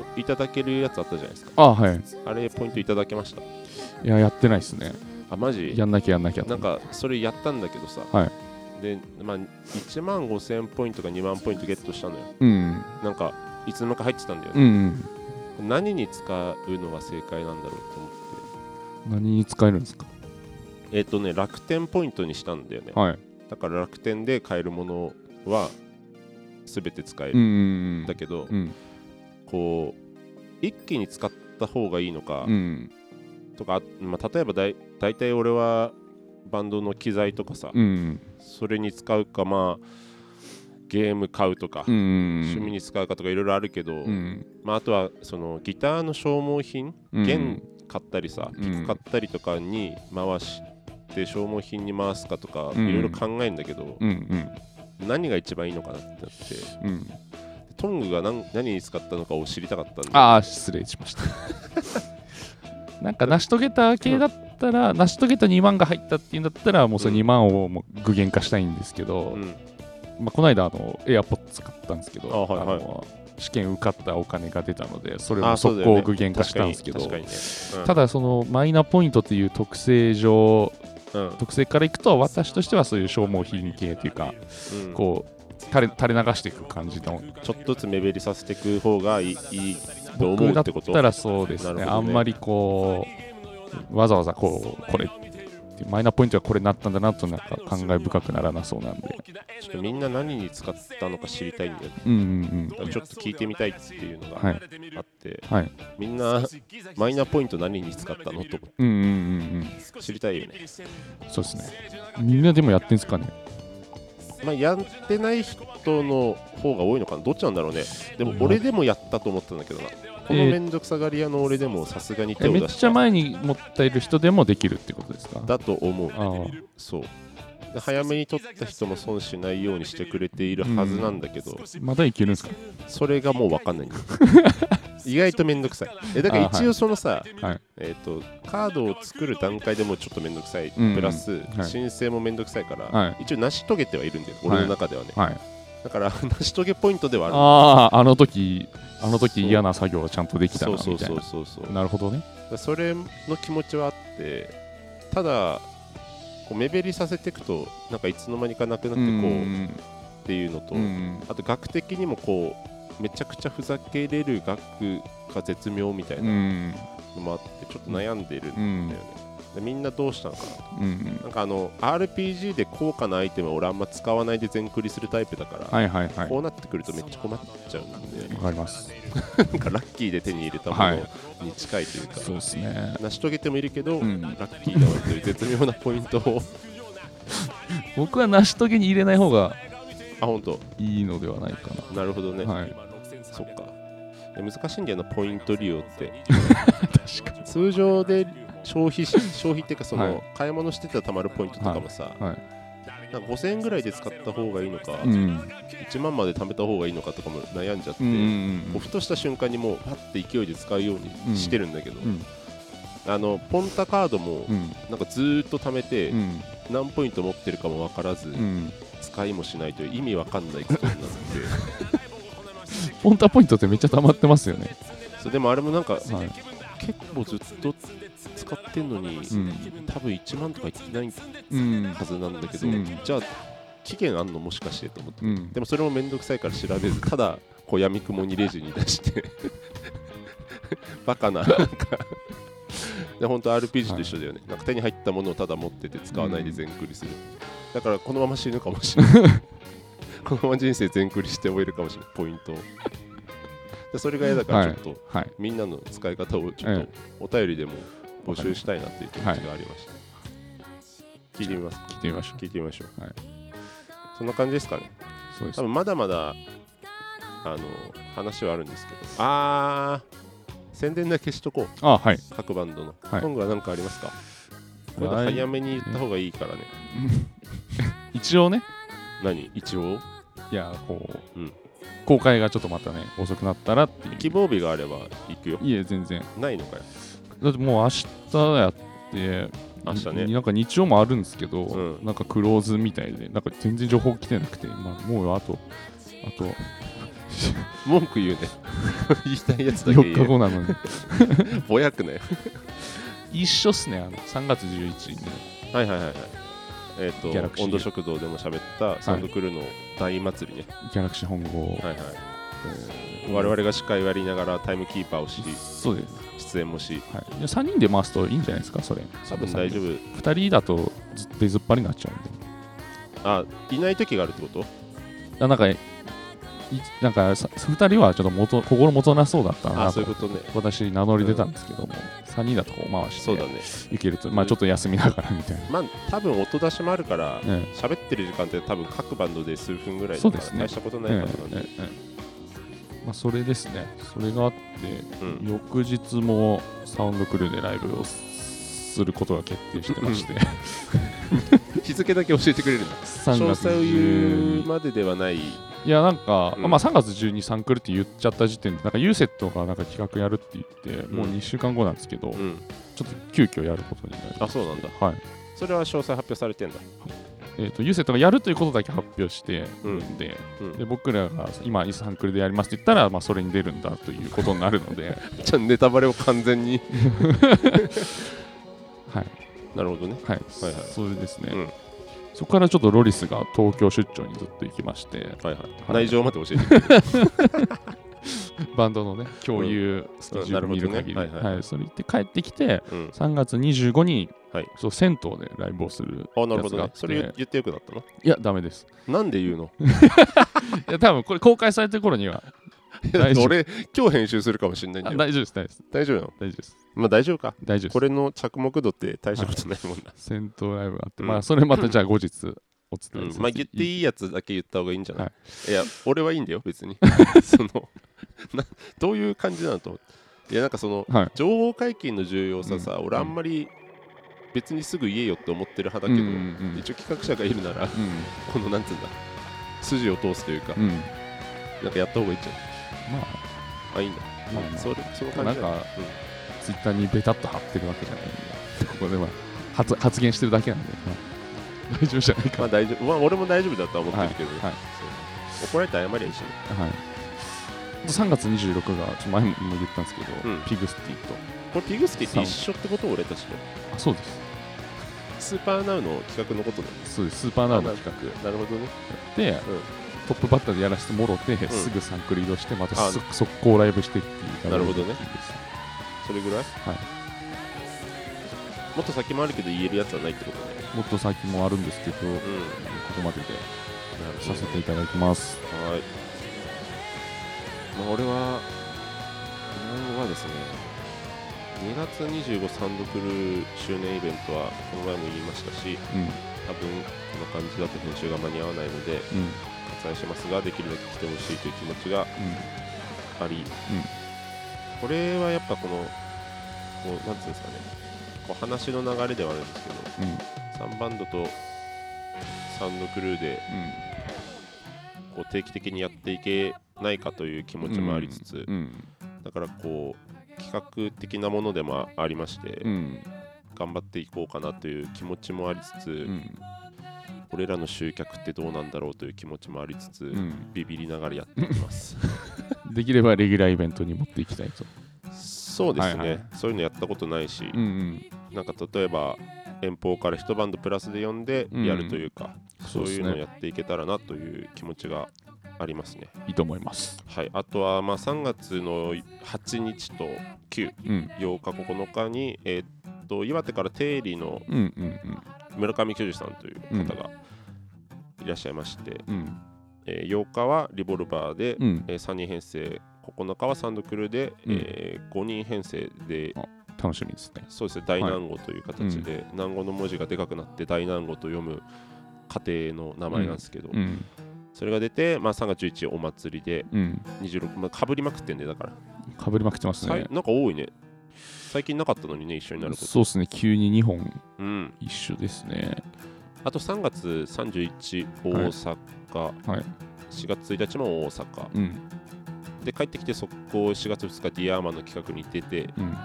[SPEAKER 1] をいただけるやつあったじゃないですか
[SPEAKER 2] あはい
[SPEAKER 1] あれポイントいただけました
[SPEAKER 2] いややってないですね
[SPEAKER 1] あマジ
[SPEAKER 2] やんなきゃやんなきゃ
[SPEAKER 1] なんかそれやったんだけどさ、
[SPEAKER 2] は
[SPEAKER 1] で、まあ、1万5000ポイントか2万ポイントゲットしたのよ
[SPEAKER 2] うん
[SPEAKER 1] なんかいつの間にか入ってたんだよ
[SPEAKER 2] う
[SPEAKER 1] ね、
[SPEAKER 2] ん
[SPEAKER 1] 何に使うのが正解なんだろうと思
[SPEAKER 2] 何に使えるんですか
[SPEAKER 1] ってえっ、とね楽天ポイントにしたんだよね
[SPEAKER 2] はい
[SPEAKER 1] だから楽天で買えるものは全て使え
[SPEAKER 2] う
[SPEAKER 1] る、
[SPEAKER 2] んうん
[SPEAKER 1] だけど、
[SPEAKER 2] うん
[SPEAKER 1] こう一気に使った方がいいのか、
[SPEAKER 2] うん
[SPEAKER 1] とか、あまあ、例えばだい大体俺はバンドの機材とかさ、
[SPEAKER 2] うん
[SPEAKER 1] それに使うかまあゲーム買うとか、
[SPEAKER 2] うん
[SPEAKER 1] 趣味に使うかとかいろいろあるけど、
[SPEAKER 2] うん
[SPEAKER 1] まあ、あとはそのギターの消耗品、
[SPEAKER 2] うん
[SPEAKER 1] 弦買ったりさ、
[SPEAKER 2] うん
[SPEAKER 1] ピック買ったりとかに回して消耗品に回すかとか
[SPEAKER 2] うん
[SPEAKER 1] いろいろ考えるんだけど、
[SPEAKER 2] うんうん
[SPEAKER 1] 何が一番いいのかなってなって
[SPEAKER 2] うん
[SPEAKER 1] トングが何何に使ったのかを知りたかったんで
[SPEAKER 2] ああ失礼しました [LAUGHS] なんか成し遂げた系だったら成し遂げた2万が入ったっていうんだったらもうその2万をもう具現化したいんですけど、
[SPEAKER 1] うん、
[SPEAKER 2] まあ、この間あの AirPods 買ったんですけど
[SPEAKER 1] あはいはい
[SPEAKER 2] の試験受かったお金が出たのでそれ
[SPEAKER 1] あ
[SPEAKER 2] を
[SPEAKER 1] そう
[SPEAKER 2] 速
[SPEAKER 1] だよね
[SPEAKER 2] 攻具現化したんですけど、
[SPEAKER 1] 確かに確かにね、うん
[SPEAKER 2] ただそのマイナポイントという特性上
[SPEAKER 1] うん
[SPEAKER 2] 特性からいくと私としてはそういう消耗品系というか
[SPEAKER 1] うん
[SPEAKER 2] こう垂れ垂れ流していく感じの
[SPEAKER 1] ちょっとずつ目減りさせていく方がいいいいと思う
[SPEAKER 2] 僕だ
[SPEAKER 1] っ
[SPEAKER 2] って
[SPEAKER 1] こと
[SPEAKER 2] たらそうですね
[SPEAKER 1] なるほ
[SPEAKER 2] あ
[SPEAKER 1] どね
[SPEAKER 2] んまりこうわざわざこうこれマイナポイントはこれになったんだなとなんか感慨深くならなそうなんで
[SPEAKER 1] ちょっとみんな何に使ったのか知りたいんだよね
[SPEAKER 2] うんうん
[SPEAKER 1] だからちょっと聞いてみたいっていうのが
[SPEAKER 2] はい
[SPEAKER 1] あって、
[SPEAKER 2] うんはい
[SPEAKER 1] みんなマイナポイント何に使ったのと
[SPEAKER 2] うんうんうんうん
[SPEAKER 1] 知りたいよね。
[SPEAKER 2] そうですねみんなでもやってんすかね
[SPEAKER 1] まあ、やってない人の方が多いのかな、どっちなんだろうね。でも俺でもやったと思ったんだけどな。この面倒くさがり屋の俺でもさすがに手
[SPEAKER 2] え
[SPEAKER 1] を
[SPEAKER 2] めっ
[SPEAKER 1] 出し
[SPEAKER 2] ちゃ
[SPEAKER 1] た
[SPEAKER 2] 前に持っている人でもできるってことですか
[SPEAKER 1] だと思う。
[SPEAKER 2] ああ
[SPEAKER 1] そうで早めに取った人も損しないようにしてくれているはずなんだけど、
[SPEAKER 2] まだいけるんですか
[SPEAKER 1] それがもう分かんないんだよ [LAUGHS] 意外とめんどくさいえだから
[SPEAKER 2] あはい
[SPEAKER 1] 一応そのさ、
[SPEAKER 2] はい
[SPEAKER 1] えー、とカードを作る段階でもうちょっとめんどくさい、
[SPEAKER 2] うん
[SPEAKER 1] プラス、
[SPEAKER 2] はい
[SPEAKER 1] 申請もめんどくさいから、
[SPEAKER 2] は
[SPEAKER 1] 一応成し遂げてはいるんだよ俺の中ではね、
[SPEAKER 2] はい
[SPEAKER 1] だから [LAUGHS] 成し遂げポイントではある
[SPEAKER 2] ああーあの時あの時嫌な作業をちゃんとできたな
[SPEAKER 1] そ
[SPEAKER 2] み
[SPEAKER 1] う
[SPEAKER 2] たい
[SPEAKER 1] そ
[SPEAKER 2] な
[SPEAKER 1] うそうそうそうだか
[SPEAKER 2] なるほどね
[SPEAKER 1] らそれの気持ちはあってただこう目減りさせていくとなんかいつの間にかなくなってこうっていうのと、
[SPEAKER 2] うんうん
[SPEAKER 1] あと額的にもこうめちゃくちゃふざけれる額が絶妙みたい
[SPEAKER 2] うんう
[SPEAKER 1] なんのもあってちょっと悩んでるんだよ
[SPEAKER 2] う
[SPEAKER 1] ね、
[SPEAKER 2] ん
[SPEAKER 1] でみんなどうしたのかな
[SPEAKER 2] うんうん
[SPEAKER 1] なんかあの RPG で高価なアイテムは俺あんま使わないで全クリするタイプだから、
[SPEAKER 2] はいはいはい
[SPEAKER 1] こうなってくるとめっちゃ困っちゃうんで
[SPEAKER 2] わかります
[SPEAKER 1] なんかラッキーで手に入れたも
[SPEAKER 2] は
[SPEAKER 1] の
[SPEAKER 2] い
[SPEAKER 1] に近いというか、
[SPEAKER 2] そうですね
[SPEAKER 1] 成し遂げてもいるけど、
[SPEAKER 2] うん
[SPEAKER 1] ラッキーだわという絶妙なポイントを [LAUGHS]
[SPEAKER 2] 僕は成し遂げに入れない方が
[SPEAKER 1] あ本当
[SPEAKER 2] いいのではないか
[SPEAKER 1] なるほどね、
[SPEAKER 2] なはい
[SPEAKER 1] そっかで難しいんだよなポイント利用って
[SPEAKER 2] 確か
[SPEAKER 1] 通常で消
[SPEAKER 2] [LAUGHS]
[SPEAKER 1] 費し消費っていうかその、
[SPEAKER 2] はい
[SPEAKER 1] 買い物してたらたまるポイントとかもさ、
[SPEAKER 2] にはい
[SPEAKER 1] なんか5000円ぐらいで使った方がいいのか、
[SPEAKER 2] うん
[SPEAKER 1] 1万まで貯めた方がいいのかとかも悩んじゃって、
[SPEAKER 2] うんうん
[SPEAKER 1] こうふとした瞬間にもうパッて勢いで使うようにしてるんだけど、
[SPEAKER 2] うん
[SPEAKER 1] あのポンタカードも
[SPEAKER 2] うん
[SPEAKER 1] なんかずーっと貯めて、
[SPEAKER 2] うん
[SPEAKER 1] 何ポイント持ってるかも分からず、
[SPEAKER 2] うん
[SPEAKER 1] 使いもしないという意味わかんないことになって
[SPEAKER 2] ポンタポイントってめっちゃ溜まってますよね [LAUGHS]
[SPEAKER 1] そうでもあれもなんか、
[SPEAKER 2] はい
[SPEAKER 1] 結構ずっと使ってんのに、
[SPEAKER 2] うん
[SPEAKER 1] 多分1万とかいってない
[SPEAKER 2] うん
[SPEAKER 1] はずなんだけど、
[SPEAKER 2] うん
[SPEAKER 1] じゃあ期限あんのもしかしてと思って、
[SPEAKER 2] うん
[SPEAKER 1] でもそれもめんどくさいから調べずただこうやみくもにレジに出して [LAUGHS] バカななんかで本当 RPG と一緒だよね、なんか手に入ったものをただ持ってて使わないで全クリする、だからこのまま死ぬかもしれない
[SPEAKER 2] [LAUGHS]
[SPEAKER 1] このまま人生全クリして終えるかもしれないポイントをでそれが嫌だからちょっと、
[SPEAKER 2] はい
[SPEAKER 1] みんなの使い方をちょっ
[SPEAKER 2] え
[SPEAKER 1] とお便りでも募集したいなっていう気持ちがありました、聞いてみます
[SPEAKER 2] 聞いてみましょう
[SPEAKER 1] 聞いてみましょう、
[SPEAKER 2] はい
[SPEAKER 1] そんな感じですかね
[SPEAKER 2] そうです
[SPEAKER 1] 多分まだまだあの話はあるんですけどあー宣伝だけしとこう
[SPEAKER 2] あはい
[SPEAKER 1] 各バンドの、
[SPEAKER 2] はい
[SPEAKER 1] 今後は何かありますかこれ
[SPEAKER 2] 来
[SPEAKER 1] 早めに言った方がいいからね
[SPEAKER 2] 一応ね
[SPEAKER 1] 何一応
[SPEAKER 2] いやこう、
[SPEAKER 1] うん
[SPEAKER 2] 公開がちょっとまたね遅くなったらってい
[SPEAKER 1] 希
[SPEAKER 2] う
[SPEAKER 1] 望日があれば行くよ
[SPEAKER 2] いえ全然
[SPEAKER 1] ないのかよ
[SPEAKER 2] だってもう明日やって
[SPEAKER 1] 明日ね
[SPEAKER 2] になんか日曜もあるんですけど、
[SPEAKER 1] うん
[SPEAKER 2] なんかクローズみたいでなんか全然情報来てなくて、まあ、もうあとあと
[SPEAKER 1] 文句言うね [LAUGHS] 言いたいやつだけ
[SPEAKER 2] 4日
[SPEAKER 1] 言
[SPEAKER 2] 後なのに
[SPEAKER 1] えぼやくね
[SPEAKER 2] 一緒っすねあの3月11日に
[SPEAKER 1] はいはいはいはい。えっ、
[SPEAKER 2] ギャラク
[SPEAKER 1] と、
[SPEAKER 2] シー
[SPEAKER 1] 温度食堂でも喋ったサウンドクルーの大祭りね。
[SPEAKER 2] ギャラクシー本郷、
[SPEAKER 1] はいはい。
[SPEAKER 2] えー
[SPEAKER 1] 我々が司会をやりながらタイムキーパーをし、
[SPEAKER 2] そうです、
[SPEAKER 1] 出演もし、
[SPEAKER 2] はい、いや3人で回すといいんじゃないですかそれ
[SPEAKER 1] 多分大丈
[SPEAKER 2] 夫
[SPEAKER 1] 夫。
[SPEAKER 2] 2人だとずっと出ずっぱりになっちゃうんで
[SPEAKER 1] あ、いない時があるってこと
[SPEAKER 2] だなんかいなんかさ2人はちょっと元心もとなそうだった
[SPEAKER 1] あ
[SPEAKER 2] な
[SPEAKER 1] そ
[SPEAKER 2] と
[SPEAKER 1] ういうことね。
[SPEAKER 2] 私名乗り出たんですけども、3人だとこう回し
[SPEAKER 1] そうだね
[SPEAKER 2] て。いけると、まあちょっと休みながらみたいな、
[SPEAKER 1] まあ、多分音出しもあるから、
[SPEAKER 2] え
[SPEAKER 1] 喋ってる時間って多分各バンドで数分ぐらい
[SPEAKER 2] そ
[SPEAKER 1] だか
[SPEAKER 2] うで
[SPEAKER 1] ら
[SPEAKER 2] すね
[SPEAKER 1] 大したこと
[SPEAKER 2] え
[SPEAKER 1] ないはずなんで、
[SPEAKER 2] ええええまあ、それですねそれがあって、
[SPEAKER 1] うん
[SPEAKER 2] 翌日もサウンドクルーでライブをすることが決定してまして、
[SPEAKER 1] 日付だけ教えてくれるんだ。
[SPEAKER 2] 3
[SPEAKER 1] 詳
[SPEAKER 2] 月
[SPEAKER 1] 細を言
[SPEAKER 2] 12
[SPEAKER 1] うまでではない。
[SPEAKER 2] いやなんか、
[SPEAKER 1] うん
[SPEAKER 2] まあ、3月12日サンクルって言っちゃった時点でなんかユーセットがなんか企画やるって言って、もう2週間後なんですけど、
[SPEAKER 1] うん。
[SPEAKER 2] ちょっと急遽やることになりま
[SPEAKER 1] あ、そうなんだ。
[SPEAKER 2] したはい
[SPEAKER 1] それは詳細発表されてんだ。
[SPEAKER 2] えー、とユーセットがやるということだけ発表して
[SPEAKER 1] う
[SPEAKER 2] る
[SPEAKER 1] ん
[SPEAKER 2] んで,、
[SPEAKER 1] うん
[SPEAKER 2] で僕らが今イサンクルでやりますって言ったら、まあ、それに出るんだということになるので、
[SPEAKER 1] じゃあ、ネタバレを完全に。
[SPEAKER 2] はい
[SPEAKER 1] なるほどね。
[SPEAKER 2] は
[SPEAKER 1] は
[SPEAKER 2] い
[SPEAKER 1] い
[SPEAKER 2] それですね、
[SPEAKER 1] うん
[SPEAKER 2] そこからちょっとロリスが東京出張にずっと行きまして
[SPEAKER 1] はいはい。 [LAUGHS]
[SPEAKER 2] はい
[SPEAKER 1] 内情まで教えてくれる
[SPEAKER 2] バンドのね共有スタジオ
[SPEAKER 1] うん
[SPEAKER 2] にいる限り、
[SPEAKER 1] なるほどねはいはい
[SPEAKER 2] はいそれ行って帰ってきて
[SPEAKER 1] うん
[SPEAKER 2] 3月25に、
[SPEAKER 1] はい
[SPEAKER 2] そう銭湯でライブをする
[SPEAKER 1] あなるほ
[SPEAKER 2] やつ
[SPEAKER 1] ど
[SPEAKER 2] があ
[SPEAKER 1] ね
[SPEAKER 2] っ。
[SPEAKER 1] そ
[SPEAKER 2] て、
[SPEAKER 1] れ言言ってよくなったの
[SPEAKER 2] いやダメです
[SPEAKER 1] なんで言う [LAUGHS] の
[SPEAKER 2] いや多分これ公開されてる頃には大丈夫
[SPEAKER 1] [LAUGHS] 俺、今日編集するかもしれないん
[SPEAKER 2] あ
[SPEAKER 1] だよ。
[SPEAKER 2] 大丈夫です大丈夫です
[SPEAKER 1] 大丈夫なの
[SPEAKER 2] 大丈夫です
[SPEAKER 1] まあ大丈夫か。
[SPEAKER 2] 大丈夫
[SPEAKER 1] こ
[SPEAKER 2] です
[SPEAKER 1] れの着目度って大したことないもんな。
[SPEAKER 2] 銭湯ライブがあって、
[SPEAKER 1] うん
[SPEAKER 2] まあそれまたじゃあ後日お
[SPEAKER 1] う
[SPEAKER 2] 伝え
[SPEAKER 1] ん
[SPEAKER 2] する、
[SPEAKER 1] まあ言っていいやつだけ言った方がいいんじゃない、、
[SPEAKER 2] はい
[SPEAKER 1] や、俺はいいんだよ、別
[SPEAKER 2] [LAUGHS]
[SPEAKER 1] に。そ [LAUGHS] のなどういう感じなのと思って。いや、なんかその、
[SPEAKER 2] はい
[SPEAKER 1] 情報解禁の重要ささ、
[SPEAKER 2] うん
[SPEAKER 1] 俺あんまり別にすぐ言えよって思ってる派だ
[SPEAKER 2] うん
[SPEAKER 1] け
[SPEAKER 2] う
[SPEAKER 1] ど、
[SPEAKER 2] んうん
[SPEAKER 1] 一応企画者がいるなら、このなんつうんだ、筋を通すというか、
[SPEAKER 2] うんうん
[SPEAKER 1] なんかやった方がいいんじゃない
[SPEAKER 2] ま
[SPEAKER 1] あ、いいんだ。
[SPEAKER 2] あまあ、まあ
[SPEAKER 1] それその感
[SPEAKER 2] なん
[SPEAKER 1] じ
[SPEAKER 2] か
[SPEAKER 1] だね、
[SPEAKER 2] ツイッターにベタっと貼ってるわけじゃないんで、ここでまあ発発言してるだけなんで、まあ、大丈夫じゃない
[SPEAKER 1] ま
[SPEAKER 2] か
[SPEAKER 1] あ大丈夫、まあ、俺も大丈夫だとは思ってるけどね、
[SPEAKER 2] はい
[SPEAKER 1] そう怒られたら謝りゃいいしね
[SPEAKER 2] な。はい3月26が、ちょっと前も言ったんですけど、
[SPEAKER 1] うん
[SPEAKER 2] ピグスティと、
[SPEAKER 1] これピグスケって一緒ってこと俺たちの
[SPEAKER 2] あそうです、
[SPEAKER 1] スーパーナウの企画のことだね
[SPEAKER 2] そうです、スーパーナウの企画や
[SPEAKER 1] なるほどね
[SPEAKER 2] って、トップバッターでやらせてもろて、すぐサンクル移動して、また
[SPEAKER 1] あ
[SPEAKER 2] 速速攻ライブしてっていう、
[SPEAKER 1] なるほどね
[SPEAKER 2] です
[SPEAKER 1] それぐらい
[SPEAKER 2] はい、
[SPEAKER 1] もっと先もあるけど言えるやつはないってことね
[SPEAKER 2] もっと先もあるんですけど、こ
[SPEAKER 1] うん
[SPEAKER 2] こまでで
[SPEAKER 1] なる
[SPEAKER 2] させていただきます。
[SPEAKER 1] はいまあ俺は俺はですね2月25サンドクル周年イベントはこの前も言いましたし
[SPEAKER 2] うん、うん、
[SPEAKER 1] 多分この感じだと編集が間に合わないので割愛しますができるだけ来てほしいという気持ちがあり、これはやっぱこのこうなんていうんですかねこう話の流れではあるんですけど
[SPEAKER 2] うん、うん、
[SPEAKER 1] 3バンドとサウンドクルーで
[SPEAKER 2] うん。
[SPEAKER 1] こう定期的にやっていけないかという気持ちもありつつ、
[SPEAKER 2] うん
[SPEAKER 1] だからこう企画的なものでもありまして、
[SPEAKER 2] うん
[SPEAKER 1] 頑張っていこうかなという気持ちもありつつ、
[SPEAKER 2] うん
[SPEAKER 1] 俺らの集客ってどうなんだろうという気持ちもありつつ、
[SPEAKER 2] うん
[SPEAKER 1] ビビりながらやっていきます。 [LAUGHS]
[SPEAKER 2] できればレギュラーイベントに持っていきたいと。
[SPEAKER 1] そうですね、
[SPEAKER 2] はいはい
[SPEAKER 1] そういうのやったことないし、
[SPEAKER 2] うんうん、
[SPEAKER 1] なんか例えば遠方から一バンドプラスで呼んでやるというか、そういうのをやっていけたらなという気持ちがありますね。
[SPEAKER 2] いいと思います。
[SPEAKER 1] はい、あとはまあ3月の8日と9、
[SPEAKER 2] うん
[SPEAKER 1] 8日、9日に、えーっと岩手から定理の
[SPEAKER 2] うんうん
[SPEAKER 1] 村上久司さんという
[SPEAKER 2] うん
[SPEAKER 1] 方がいらっしゃいまして、
[SPEAKER 2] うんうん
[SPEAKER 1] えー8日はリボルバーで、
[SPEAKER 2] うん
[SPEAKER 1] えー3人編成、9日はサンドクルーで、
[SPEAKER 2] うん
[SPEAKER 1] え5人編成で
[SPEAKER 2] 楽しみですね。
[SPEAKER 1] そうですね大南郷という形で、南郷の文字がでかくなって大南郷と読む家庭の名前なんですけど、
[SPEAKER 2] うん
[SPEAKER 1] それが出て、まあ、3月11お祭りで
[SPEAKER 2] うん
[SPEAKER 1] 26、まあ、かぶりまくってんでだから、
[SPEAKER 2] かぶりまくってます
[SPEAKER 1] さい
[SPEAKER 2] ね。
[SPEAKER 1] なんか多いね最近なかったのにね一緒になるこ
[SPEAKER 2] そうですね、急に2本
[SPEAKER 1] と、うん、
[SPEAKER 2] 一緒ですね。
[SPEAKER 1] あと3月31大阪、
[SPEAKER 2] はい
[SPEAKER 1] 4月1日も大阪
[SPEAKER 2] うん
[SPEAKER 1] で帰ってきて速攻4月2日ディアーマンの企画に出て、
[SPEAKER 2] うん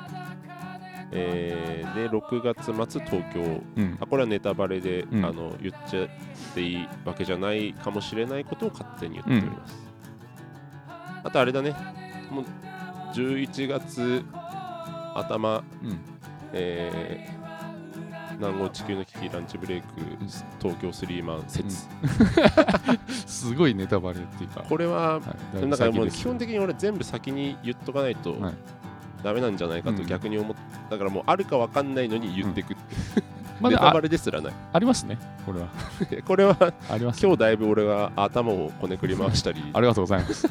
[SPEAKER 1] えーで6月末東京
[SPEAKER 2] うん
[SPEAKER 1] あこれはネタバレで、
[SPEAKER 2] うん
[SPEAKER 1] あの言っちゃっていいわけじゃないかもしれないことを勝手に言っております、あとあれだねもう11月頭、
[SPEAKER 2] うん
[SPEAKER 1] えー南郷地球の危機ランチブレイク東京スリーマン説、
[SPEAKER 2] すごいネタバレっていうか。
[SPEAKER 1] これは
[SPEAKER 2] はい
[SPEAKER 1] なんかもう
[SPEAKER 2] だいぶ先です
[SPEAKER 1] 基本的に俺全部先に言っとかないと
[SPEAKER 2] はい
[SPEAKER 1] ダメなんじゃないかと
[SPEAKER 2] うん
[SPEAKER 1] 逆に思っだからもうあるかわかんないのに言ってく、
[SPEAKER 2] ま
[SPEAKER 1] ネタ
[SPEAKER 2] だ
[SPEAKER 1] バ
[SPEAKER 2] あ
[SPEAKER 1] レですらない [LAUGHS]
[SPEAKER 2] ありますね、これは。
[SPEAKER 1] これは
[SPEAKER 2] あります。
[SPEAKER 1] 今日だいぶ俺が頭をこねくり回したり
[SPEAKER 2] [LAUGHS] ありがとうございます。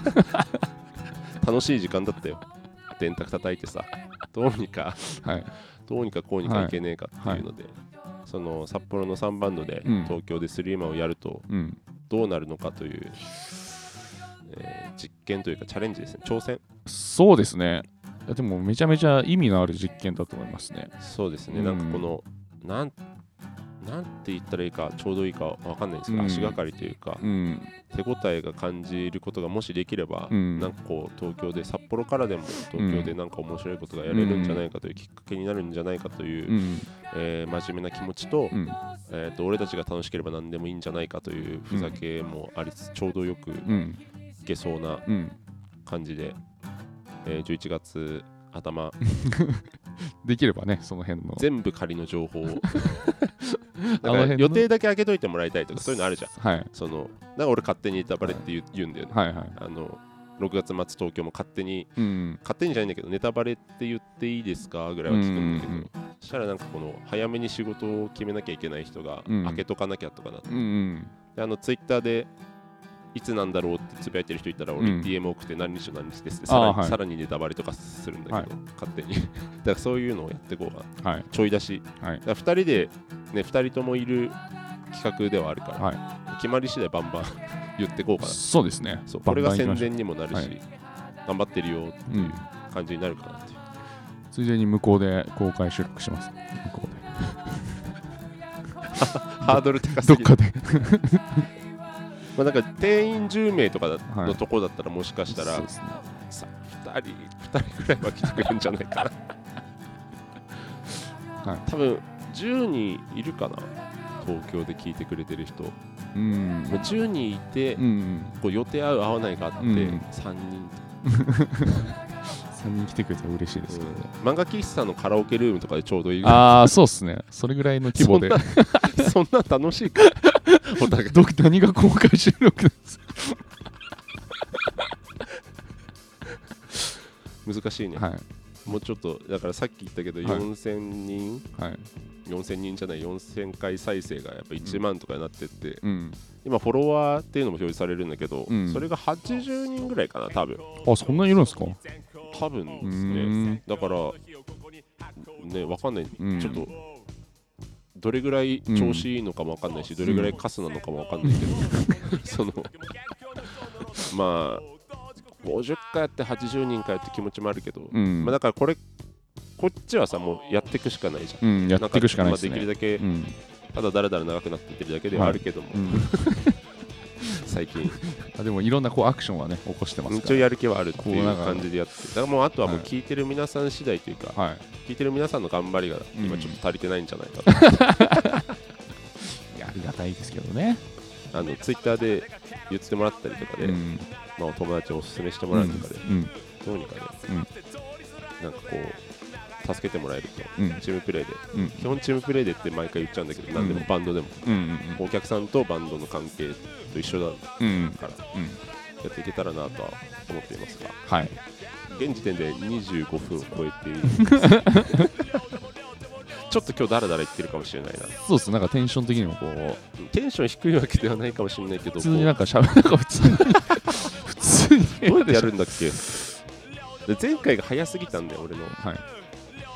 [SPEAKER 1] 楽しい時間だったよ電卓叩いてさどうにか
[SPEAKER 2] はい。
[SPEAKER 1] どうにかこうにかいけねえかっていうので、その札幌の3バンドで
[SPEAKER 2] うん
[SPEAKER 1] 東京でスリーマンをやると
[SPEAKER 2] うん
[SPEAKER 1] どうなるのかという、えー実験というかチャレンジですね挑戦
[SPEAKER 2] そうですね。いやでもめちゃめちゃ意味のある実験だと思いますね。
[SPEAKER 1] そうですね、
[SPEAKER 2] うん
[SPEAKER 1] なんかこのなんなんて言ったらいいかちょうどいいかわかんないですが、
[SPEAKER 2] うん
[SPEAKER 1] 足がかりというか
[SPEAKER 2] うん。
[SPEAKER 1] 手応えが感じることがもしできれば、
[SPEAKER 2] うん
[SPEAKER 1] なんかこう東京で札幌からでも東京でなんか面白いことがやれるんじゃないかというきっかけになるんじゃないかという、
[SPEAKER 2] うん。
[SPEAKER 1] えー真面目な気持ちと,、
[SPEAKER 2] うん。
[SPEAKER 1] えーと俺たちが楽しければ何でもいいんじゃないかというふざけもありつつ、ちょうどよくい
[SPEAKER 2] うん。
[SPEAKER 1] けそうな
[SPEAKER 2] うん。
[SPEAKER 1] 感じで、えー11月頭
[SPEAKER 2] できればね、その辺の。
[SPEAKER 1] 全部仮の情報
[SPEAKER 2] [LAUGHS]
[SPEAKER 1] をなん
[SPEAKER 2] あの辺
[SPEAKER 1] か
[SPEAKER 2] の
[SPEAKER 1] 予定だけ開けといてもらいたいとかそういうのあるじゃん
[SPEAKER 2] はい。
[SPEAKER 1] そのなんか俺勝手にネタバレって言う,、言うんだよね
[SPEAKER 2] はいはい。
[SPEAKER 1] あの6月末東京も勝手に
[SPEAKER 2] うん
[SPEAKER 1] 勝手にじゃないんだけどネタバレって言っていいですかぐらいは聞くんだけど、
[SPEAKER 2] うんうん
[SPEAKER 1] そしたらなんかこの早めに仕事を決めなきゃいけない人が
[SPEAKER 2] うん
[SPEAKER 1] 開けとかなきゃとかなって、
[SPEAKER 2] うんうん
[SPEAKER 1] であのツイッターでいつなんだろうってつぶやいてる人いたら俺
[SPEAKER 2] うん
[SPEAKER 1] DM 送って何日と何日ですってさら
[SPEAKER 2] あー
[SPEAKER 1] に,、
[SPEAKER 2] はい
[SPEAKER 1] さらにネタバレとかするんだけど、
[SPEAKER 2] はい
[SPEAKER 1] 勝手に [LAUGHS] だからそういうのをやっていこうかな
[SPEAKER 2] はい
[SPEAKER 1] ちょい出し、
[SPEAKER 2] は
[SPEAKER 1] だ
[SPEAKER 2] い
[SPEAKER 1] から2人で、ね、2人ともいる企画ではあるから、
[SPEAKER 2] は
[SPEAKER 1] 決まり次第バンバン [LAUGHS] 言ってこうか
[SPEAKER 2] い
[SPEAKER 1] な
[SPEAKER 2] そうですね
[SPEAKER 1] そうこれが
[SPEAKER 2] バンバ
[SPEAKER 1] 宣
[SPEAKER 2] ン行きましょ
[SPEAKER 1] 伝にもなるし、
[SPEAKER 2] は
[SPEAKER 1] 頑張ってるよ
[SPEAKER 2] ううん
[SPEAKER 1] 感じになるかなっていう
[SPEAKER 2] ついでに向こうで公開収録します向こうで
[SPEAKER 1] ハードル高す
[SPEAKER 2] どっ
[SPEAKER 1] ぎる
[SPEAKER 2] かで
[SPEAKER 1] まあなんか定員10名とかだ
[SPEAKER 2] はい
[SPEAKER 1] のとこだったらもしかしたら、
[SPEAKER 2] そうですね
[SPEAKER 1] さ2人2人くらいは来てくれるんじゃないかな、 [LAUGHS]
[SPEAKER 2] はい
[SPEAKER 1] 多分10人いるかな東京で聞いてくれてる人も
[SPEAKER 2] うん
[SPEAKER 1] う10人いて、
[SPEAKER 2] うんうん
[SPEAKER 1] こう予定合う合わないがあって、
[SPEAKER 2] うんうん
[SPEAKER 1] 3人
[SPEAKER 2] 3人来てくれたら嬉しいですけどね
[SPEAKER 1] 漫画喫茶のカラオケルームとかでちょうどいいぐら
[SPEAKER 2] ああそうですねそれぐらいの規模で
[SPEAKER 1] そんい
[SPEAKER 2] [LAUGHS]
[SPEAKER 1] そんな楽しいかお互い
[SPEAKER 2] ど何が公開収録ですか
[SPEAKER 1] 難しいね、
[SPEAKER 2] はい
[SPEAKER 1] もうちょっとだからさっき言ったけど
[SPEAKER 2] はい
[SPEAKER 1] 4000人、
[SPEAKER 2] はい
[SPEAKER 1] 4000人じゃない4000回再生がやっぱ1万とかになってって、
[SPEAKER 2] うん
[SPEAKER 1] 今フォロワーっていうのも表示されるんだけど、
[SPEAKER 2] うん
[SPEAKER 1] それが80人ぐらいかな多分
[SPEAKER 2] あそんなにいるんですか
[SPEAKER 1] 多分で
[SPEAKER 2] う
[SPEAKER 1] す
[SPEAKER 2] ー
[SPEAKER 1] ね
[SPEAKER 2] ん
[SPEAKER 1] だからねわかんない、
[SPEAKER 2] うん
[SPEAKER 1] ちょっとどれぐらい調子いいのかもわかんないし、どれぐらいカスなのかもわかんない [LAUGHS] けど、
[SPEAKER 2] [LAUGHS]
[SPEAKER 1] そのまあ50回やって80人かやって気持ちもあるけど、
[SPEAKER 2] うん
[SPEAKER 1] まあ、だからこれこっちはさもうやっていくしかないじゃん
[SPEAKER 2] うんやっていくしかないです
[SPEAKER 1] んかまあ、
[SPEAKER 2] ね
[SPEAKER 1] できるだけ、
[SPEAKER 2] うん
[SPEAKER 1] ただだらだら長くなっていってるだけではあるけども、
[SPEAKER 2] うん
[SPEAKER 1] [LAUGHS] 最近
[SPEAKER 2] あでもいろんなこうアクションはね起こしてます
[SPEAKER 1] 一
[SPEAKER 2] か
[SPEAKER 1] 応
[SPEAKER 2] ら
[SPEAKER 1] やる気はあるって
[SPEAKER 2] こ
[SPEAKER 1] いうう
[SPEAKER 2] なんか
[SPEAKER 1] 感じでやってだからもうあとはもう
[SPEAKER 2] はい
[SPEAKER 1] 聞いてる皆さん次第というか、
[SPEAKER 2] はい
[SPEAKER 1] 聞いてる皆さんの頑張りが
[SPEAKER 2] うん
[SPEAKER 1] 今ちょっと足りてないんじゃないか
[SPEAKER 2] [LAUGHS]
[SPEAKER 1] な、
[SPEAKER 2] いやありがたいですけどね
[SPEAKER 1] あのツイッターで言ってもらったりとかで、
[SPEAKER 2] うん
[SPEAKER 1] まあ、お友達におすすめしてもらうとかで、
[SPEAKER 2] うん
[SPEAKER 1] どうにかね、なんかこう助けてもらえると
[SPEAKER 2] うん
[SPEAKER 1] チームプレーで
[SPEAKER 2] うん
[SPEAKER 1] 基本チームプレーでって毎回言っちゃうんだけど、
[SPEAKER 2] ん
[SPEAKER 1] 何でもバンドでも
[SPEAKER 2] うんうん
[SPEAKER 1] お客さんとバンドの関係と一緒だ
[SPEAKER 2] うんうん
[SPEAKER 1] からやっていけたらなとは思っていますが
[SPEAKER 2] はい
[SPEAKER 1] 現時点で25分を超えている
[SPEAKER 2] [LAUGHS]
[SPEAKER 1] ちょっと今日ダラダラ言ってるかもしれないな
[SPEAKER 2] そうですねなんかテンション的にもこう
[SPEAKER 1] テンション低いわけではないかもしれないけど
[SPEAKER 2] 普通になんかしゃべなんか
[SPEAKER 1] [LAUGHS]
[SPEAKER 2] 普通に普通に
[SPEAKER 1] こうどうやってやるんだっ
[SPEAKER 2] [LAUGHS]
[SPEAKER 1] けで前回が早すぎたんだよ俺の
[SPEAKER 2] はい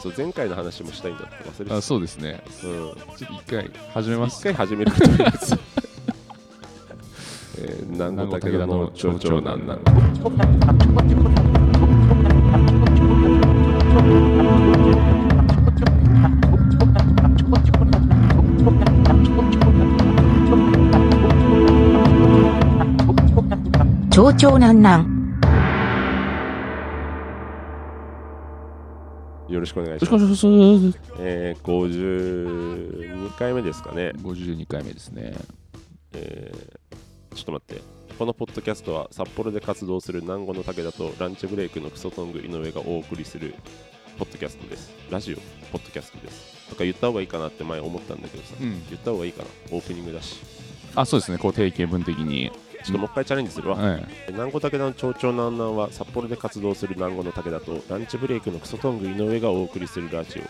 [SPEAKER 1] そう前回の話もしたいんだって忘れ
[SPEAKER 2] あ
[SPEAKER 1] て
[SPEAKER 2] そうですね
[SPEAKER 1] たうん
[SPEAKER 2] ちょっと一回始めま
[SPEAKER 1] 一
[SPEAKER 2] す
[SPEAKER 1] 回始めるとりあえ
[SPEAKER 2] [LAUGHS]
[SPEAKER 1] ずえー南郷武田の町長なんなん
[SPEAKER 3] 蝶々なんなん。
[SPEAKER 1] よろしくお願いし
[SPEAKER 2] よろ
[SPEAKER 1] ます
[SPEAKER 2] しくお願いします
[SPEAKER 1] えー、52回目ですかね
[SPEAKER 2] 52回目ですね
[SPEAKER 1] えーちょっと待って。このポッドキャストは札幌で活動する南郷の武田とランチブレイクのクソトング井上がお送りするポッドキャストです。ラジオ、ポッドキャストです。とか言った方がいいかなって前思ったんだけどさ、
[SPEAKER 2] うん
[SPEAKER 1] 言った方がいいかな、オープニングだし。
[SPEAKER 2] あそうですねこう定型文的に
[SPEAKER 1] ちょっともう一回チャレンジするわ。
[SPEAKER 2] はい
[SPEAKER 1] 南郷武田の町長の南南は札幌で活動する南郷の武田とランチブレイクのクソトング井上がお送りするラジ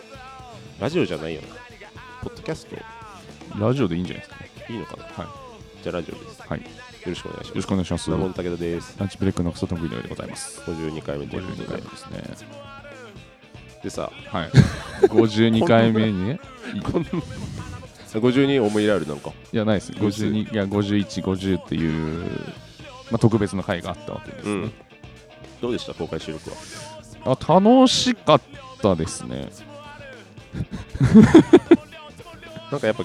[SPEAKER 1] オ。ラジオじゃないよな。ポッドキャスト
[SPEAKER 2] ラジオでいいんじゃないですか
[SPEAKER 1] いいのかな
[SPEAKER 2] はい
[SPEAKER 1] じゃあラジオです。よ
[SPEAKER 2] はいよ
[SPEAKER 1] ろしくお願いし
[SPEAKER 2] ろ
[SPEAKER 1] ま
[SPEAKER 2] し
[SPEAKER 1] す。
[SPEAKER 2] くお願いします
[SPEAKER 1] 南郷の
[SPEAKER 2] ラ
[SPEAKER 1] 武田です。
[SPEAKER 2] ンチブレイクのクソトングイノでございます
[SPEAKER 1] 52回目というこ
[SPEAKER 2] 52
[SPEAKER 1] と
[SPEAKER 2] 回
[SPEAKER 1] で
[SPEAKER 2] 目。ですね
[SPEAKER 1] でさ、
[SPEAKER 2] [LAUGHS] はい52回目にね
[SPEAKER 1] 52思い入れあるなんか
[SPEAKER 2] いやないです52いや5150っていうまあ特別な回があったわけですね
[SPEAKER 1] どうでした公開収録は
[SPEAKER 2] あ楽しかったですね
[SPEAKER 1] なんかやっぱ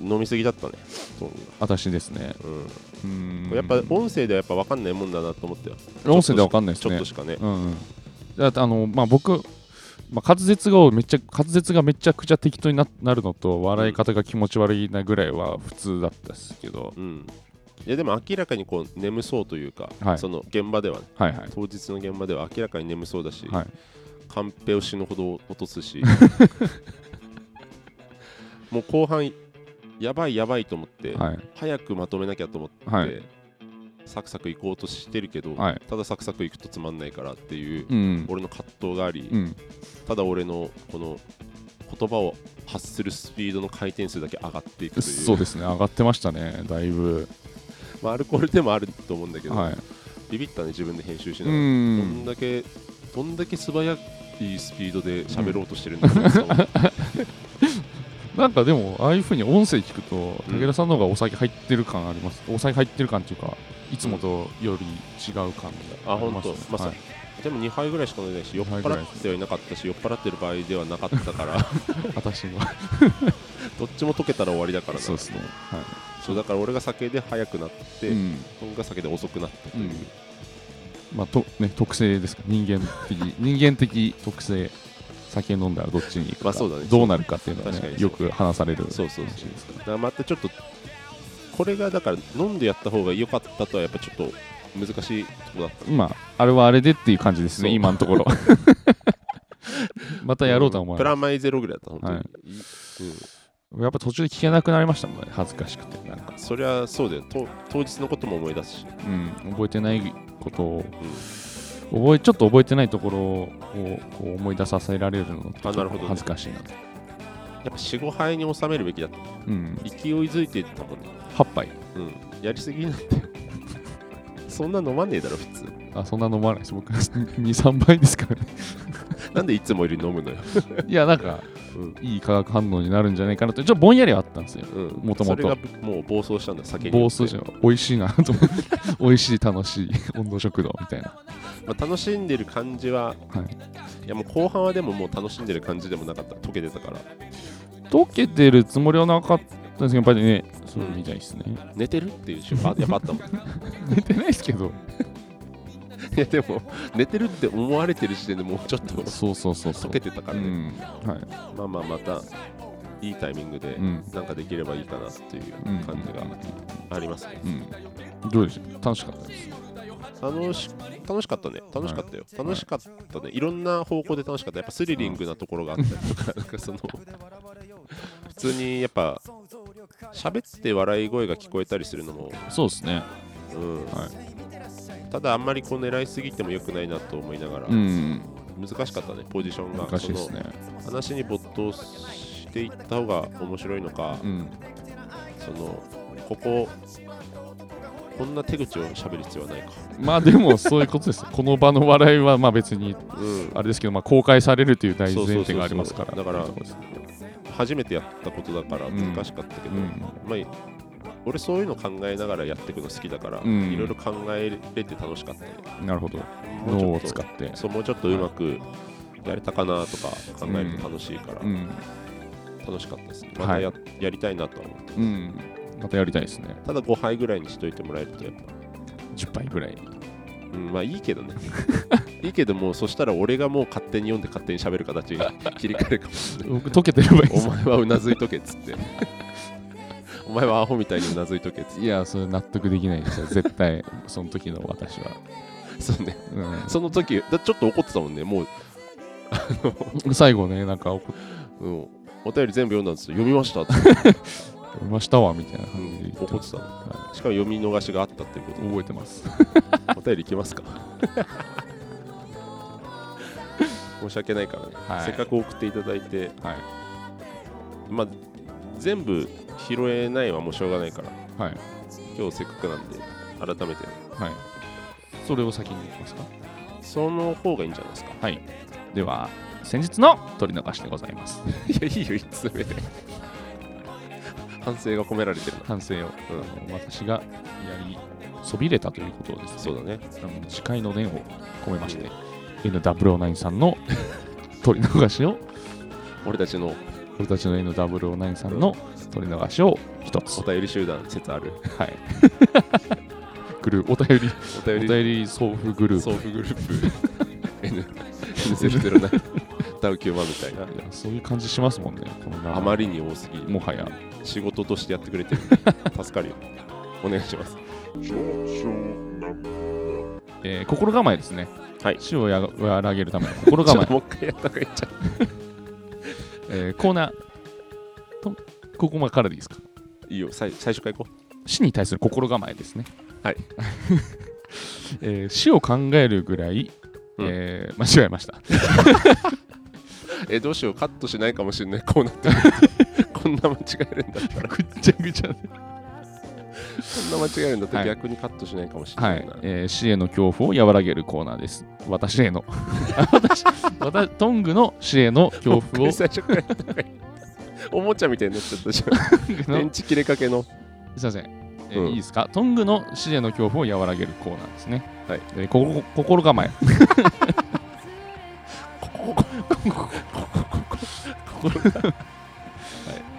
[SPEAKER 1] 飲みすぎだったねそう
[SPEAKER 2] 私ですね
[SPEAKER 1] う
[SPEAKER 2] うーん
[SPEAKER 1] ん、やっぱ音声ではやっぱ分かんないもんだなと思ったよ
[SPEAKER 2] 音声でわかんないで
[SPEAKER 1] ち
[SPEAKER 2] す
[SPEAKER 1] ょっ
[SPEAKER 2] ね
[SPEAKER 1] としかね
[SPEAKER 2] うんうん、だってあのまあ僕、まあ、滑舌がめっちゃ滑舌がめちゃくちゃ適当にななるのと笑い方が気持ち悪いなぐらいは普通だったですけど、
[SPEAKER 1] うんいやでも明らかにこう眠そうというか、
[SPEAKER 2] はい
[SPEAKER 1] その現場ではね
[SPEAKER 2] はいはい
[SPEAKER 1] 当日の現場では明らかに眠そうだし、
[SPEAKER 2] はい
[SPEAKER 1] カンペを死ぬほど落とす [LAUGHS] しもう後半やばいやばいと思って、
[SPEAKER 2] はい
[SPEAKER 1] 早くまとめなきゃと思って、
[SPEAKER 2] はい
[SPEAKER 1] サクサク行こうとしてるけど、
[SPEAKER 2] はい
[SPEAKER 1] ただサクサク行くとつまんないからっていう、
[SPEAKER 2] うん
[SPEAKER 1] 俺の葛藤があり、
[SPEAKER 2] うん
[SPEAKER 1] ただ俺のこの言葉を発するスピードの回転数だけ上がっていくとい
[SPEAKER 2] そううですね上がってましたねだいぶ
[SPEAKER 1] まあ、アルコールでもあると思うんだけど、
[SPEAKER 2] はい
[SPEAKER 1] ビビったね自分で編集し
[SPEAKER 2] う
[SPEAKER 1] ながら、どん
[SPEAKER 2] ん
[SPEAKER 1] だけどんだけ素早いスピードで喋ろうとしてるんだろうと思
[SPEAKER 2] [LAUGHS]
[SPEAKER 1] って
[SPEAKER 2] なんかでもああいうふうに音声聞くと
[SPEAKER 1] うん
[SPEAKER 2] 武田さんの方がお酒入ってる感ありますお酒入ってる感っていうかいつもとより違う感が
[SPEAKER 1] あ
[SPEAKER 2] り
[SPEAKER 1] 本
[SPEAKER 2] ます
[SPEAKER 1] 当、
[SPEAKER 2] ね
[SPEAKER 1] まあさ、
[SPEAKER 2] はい
[SPEAKER 1] でも2杯ぐらいしか飲んでないし酔っ
[SPEAKER 2] 二杯ぐら
[SPEAKER 1] 払
[SPEAKER 2] い
[SPEAKER 1] ってはいなかったし酔っ払ってる場合ではなかったから
[SPEAKER 2] [LAUGHS] 私は
[SPEAKER 1] どっちも溶けたら終わりだからな
[SPEAKER 2] そ
[SPEAKER 1] [LAUGHS] そうう
[SPEAKER 2] ですねはい
[SPEAKER 1] だから俺が酒で早くなって、
[SPEAKER 2] うん
[SPEAKER 1] トンが酒で遅くなったという、
[SPEAKER 2] うんまあとね、特性ですか人間的 [LAUGHS] 人間的特性酒飲んだらどっちに行くか、
[SPEAKER 1] まあそうだね
[SPEAKER 2] どうなるかっていうのは、
[SPEAKER 1] 確か
[SPEAKER 2] ね
[SPEAKER 1] に、そう
[SPEAKER 2] よく話される
[SPEAKER 1] そうそうそう
[SPEAKER 2] 話ですから
[SPEAKER 1] だからまたちょっとこれがだから飲んでやった方が良かったとはやっぱちょっと難しいとこだったね
[SPEAKER 2] まああれはあれでっていう感じですね
[SPEAKER 1] そう
[SPEAKER 2] 今
[SPEAKER 1] [LAUGHS]
[SPEAKER 2] のところまたやろうとは思い
[SPEAKER 1] プ
[SPEAKER 2] ま
[SPEAKER 1] ラマイゼロぐらいだった本当に、
[SPEAKER 2] はい
[SPEAKER 1] い
[SPEAKER 2] すやっぱ途中で聞けなくなりましたもんね恥ずかしくてなんか
[SPEAKER 1] うん、そりゃそうだよと当日のことも思い出すし、
[SPEAKER 2] うん、覚えてないことを
[SPEAKER 1] うん
[SPEAKER 2] 覚えちょっと覚えてないところをこう思い出させられるのってちょ
[SPEAKER 1] あ
[SPEAKER 2] っ
[SPEAKER 1] なるほど
[SPEAKER 2] と
[SPEAKER 1] ね
[SPEAKER 2] 恥ずかしいなと、
[SPEAKER 1] やっぱ45杯に収めるべきだった
[SPEAKER 2] うん、
[SPEAKER 1] 勢いづいてたもんね
[SPEAKER 2] 8杯
[SPEAKER 1] うん、やりすぎなんだよ。 [LAUGHS] そんな飲まねえだろ、普通。
[SPEAKER 2] あそんな飲まないです僕23 [LAUGHS] 杯ですからね
[SPEAKER 1] [LAUGHS] なんでいつもより飲むのよ。
[SPEAKER 2] いやなんか、
[SPEAKER 1] うん
[SPEAKER 2] いい化学反応になるんじゃないかなとちょっとぼんやりはあったんですよ
[SPEAKER 1] うん、
[SPEAKER 2] もともと
[SPEAKER 1] それがもう暴走したんだ、酒に。
[SPEAKER 2] 暴走じゃん美味しいなと思って [LAUGHS] 美味しい楽しい温度食堂みたいな
[SPEAKER 1] まあ、楽しんでる感じは、
[SPEAKER 2] はい
[SPEAKER 1] いやもう後半はでももう楽しんでる感じでもなかった、溶けてたから。
[SPEAKER 2] 溶けてるつもりはなかったんですけどやっぱりねそう
[SPEAKER 1] うん
[SPEAKER 2] みたいですね、
[SPEAKER 1] 寝てるっていう
[SPEAKER 2] [LAUGHS]
[SPEAKER 1] 瞬間、やっぱあったもん。 [LAUGHS] い
[SPEAKER 2] 寝てないですけど
[SPEAKER 1] や、でも、寝てるって思われてる時点でもうちょっと
[SPEAKER 2] そうそうそうそ
[SPEAKER 1] 溶
[SPEAKER 2] う
[SPEAKER 1] けてたか
[SPEAKER 2] う
[SPEAKER 1] らね。
[SPEAKER 2] んはい
[SPEAKER 1] まあまあ、またいいタイミングで
[SPEAKER 2] う。ん
[SPEAKER 1] なんかできればいいかなっていう
[SPEAKER 2] うん
[SPEAKER 1] 感じがありますね。
[SPEAKER 2] うんどうでした楽しかったです
[SPEAKER 1] 楽し楽しかったね楽しかったよ、楽しかったねいろんな方向で楽しかったやっぱスリリングなところがあったりとかなんかその普通にやっぱ喋って笑い声が聞こえたりするのも、
[SPEAKER 2] そうですね
[SPEAKER 1] うん
[SPEAKER 2] は
[SPEAKER 1] ただあんまりこう狙いすぎても良くないなと思いながら、
[SPEAKER 2] うん
[SPEAKER 1] 難しかったねポジションが
[SPEAKER 2] 難しいですね
[SPEAKER 1] その話に没頭していった方が面白いのか、
[SPEAKER 2] うん
[SPEAKER 1] そのこここんな手口を喋る必要はないか、
[SPEAKER 2] まあでもそういうことですこの場の笑いはまあ別に
[SPEAKER 1] うん、
[SPEAKER 2] あれですけど、まあ、公開されるという大前提がありますから。
[SPEAKER 1] そうそうそうそうだから
[SPEAKER 2] っていうところですね
[SPEAKER 1] 初めてやったことだから
[SPEAKER 2] うん
[SPEAKER 1] 難しかったけど、
[SPEAKER 2] うん
[SPEAKER 1] まあ、俺そういうの考えながらやっていくの好きだから、
[SPEAKER 2] うん
[SPEAKER 1] いろいろ考えれて楽しかったね
[SPEAKER 2] なるほど。
[SPEAKER 1] もうち
[SPEAKER 2] 脳
[SPEAKER 1] ょ
[SPEAKER 2] を
[SPEAKER 1] っと
[SPEAKER 2] 使って。
[SPEAKER 1] そうもうちょっとうまくやれたかなとか考えると楽しいから、
[SPEAKER 2] うん。
[SPEAKER 1] 楽しかったですね
[SPEAKER 2] は
[SPEAKER 1] また
[SPEAKER 2] い
[SPEAKER 1] や,、やりたいなとは思って
[SPEAKER 2] うん。またやりたいですね。
[SPEAKER 1] ただ5杯ぐらいにしといてもらえるとやっぱ、
[SPEAKER 2] 10杯ぐらい。
[SPEAKER 1] うん、まあいいけ
[SPEAKER 2] [LAUGHS]
[SPEAKER 1] どねいいけどもうそしたら俺がもう勝手に読んで勝手に喋る形に [LAUGHS] 切り替えるかもしれない
[SPEAKER 2] 僕、溶けてればいいで
[SPEAKER 1] お
[SPEAKER 2] す。
[SPEAKER 1] 前はうなずいとけっつって
[SPEAKER 2] [LAUGHS]
[SPEAKER 1] お前はアホみたいにうなずいとけっつって
[SPEAKER 2] いや、それ納得できないですよ。絶対、その時の私は。
[SPEAKER 1] そうね
[SPEAKER 2] う
[SPEAKER 1] その時だちょっと怒ってたもんね、もう、
[SPEAKER 2] ん、最後ね、なんか怒っ
[SPEAKER 1] うん、お便り全部読んだんですよ、読みましたって、
[SPEAKER 2] てましたわみたいな
[SPEAKER 1] う
[SPEAKER 2] 感じで
[SPEAKER 1] ん
[SPEAKER 2] 言って
[SPEAKER 1] 怒
[SPEAKER 2] ま
[SPEAKER 1] って
[SPEAKER 2] す、
[SPEAKER 1] たの。
[SPEAKER 2] は
[SPEAKER 1] しかも読み逃しがあったっていうこ
[SPEAKER 2] い覚えてます。
[SPEAKER 1] と、お便りいき
[SPEAKER 2] [LAUGHS]
[SPEAKER 1] ますか。申し訳ないからね、
[SPEAKER 2] はい
[SPEAKER 1] せっかく送っていただいて、
[SPEAKER 2] はい。
[SPEAKER 1] まあ、全部拾えないはもうしょうがないから、
[SPEAKER 2] はい。
[SPEAKER 1] 今日せっかくなんで、改めて、
[SPEAKER 2] はい。それを先にいきますか。
[SPEAKER 1] その方がいいんじゃないですか。
[SPEAKER 2] はい。では、先日の取り逃しでございます。
[SPEAKER 1] [LAUGHS] いや、いいよ、1つ目で。 [LAUGHS] 反省が込められてるな。
[SPEAKER 2] 反省を、あの私がやりそびれたということをですね
[SPEAKER 1] そうだね。
[SPEAKER 2] あの次回の念を込めまして、N009 さん [LAUGHS] の取り逃しを
[SPEAKER 1] 俺たちの
[SPEAKER 2] 俺たちの N009 さんの取り逃しを一つ
[SPEAKER 1] お、便り集団、説ある。
[SPEAKER 2] はい、 [LAUGHS] グループお便り
[SPEAKER 1] お便
[SPEAKER 2] お便り送付グルー
[SPEAKER 1] 送
[SPEAKER 2] プ
[SPEAKER 1] 付グループ [LAUGHS] N [LAUGHS] N009 ダウキューマみたいない
[SPEAKER 2] やそういう感じしますもんねこの名前
[SPEAKER 1] あまりに多すぎ
[SPEAKER 2] もはや
[SPEAKER 1] 仕事としてやってくれ [LAUGHS] てる助かるよお願いします
[SPEAKER 2] えー心構えですね、
[SPEAKER 1] はい
[SPEAKER 2] 死をや和らげるための心構
[SPEAKER 1] [LAUGHS] ちょ
[SPEAKER 2] え
[SPEAKER 1] っともう一回やった方がいいんちゃう
[SPEAKER 2] えーコーナーとここまでからでいいですか
[SPEAKER 1] いいよ最最初から行こ
[SPEAKER 2] 死に対する心構えですね
[SPEAKER 1] うはい。
[SPEAKER 2] [LAUGHS] えー死を考えるぐらい、
[SPEAKER 1] うん
[SPEAKER 2] えー間違えま
[SPEAKER 1] [LAUGHS]
[SPEAKER 2] した。
[SPEAKER 1] え、どうしよう、カットしないかもしれない、こうなってるこんな間違えるんだったら、
[SPEAKER 2] ぐっちゃぐちゃで。
[SPEAKER 1] こんな間違えるんだったら
[SPEAKER 2] はい
[SPEAKER 1] 逆にカットしないかもしれ
[SPEAKER 2] は
[SPEAKER 1] ない
[SPEAKER 2] い
[SPEAKER 1] な。、
[SPEAKER 2] えー死への恐怖を和らげるコーナーです。私
[SPEAKER 1] [LAUGHS]
[SPEAKER 2] への。私、私、トングの死への恐怖を
[SPEAKER 1] これ最初からやった方がいい [LAUGHS] おもちゃみたいになっちゃったじゃん。電
[SPEAKER 2] [LAUGHS] の
[SPEAKER 1] 池切れかけの。
[SPEAKER 2] すいません、えー
[SPEAKER 1] うん
[SPEAKER 2] いいですかトングの死への恐怖を和らげるコーナーですね、
[SPEAKER 1] はい
[SPEAKER 2] えーここ心構えはい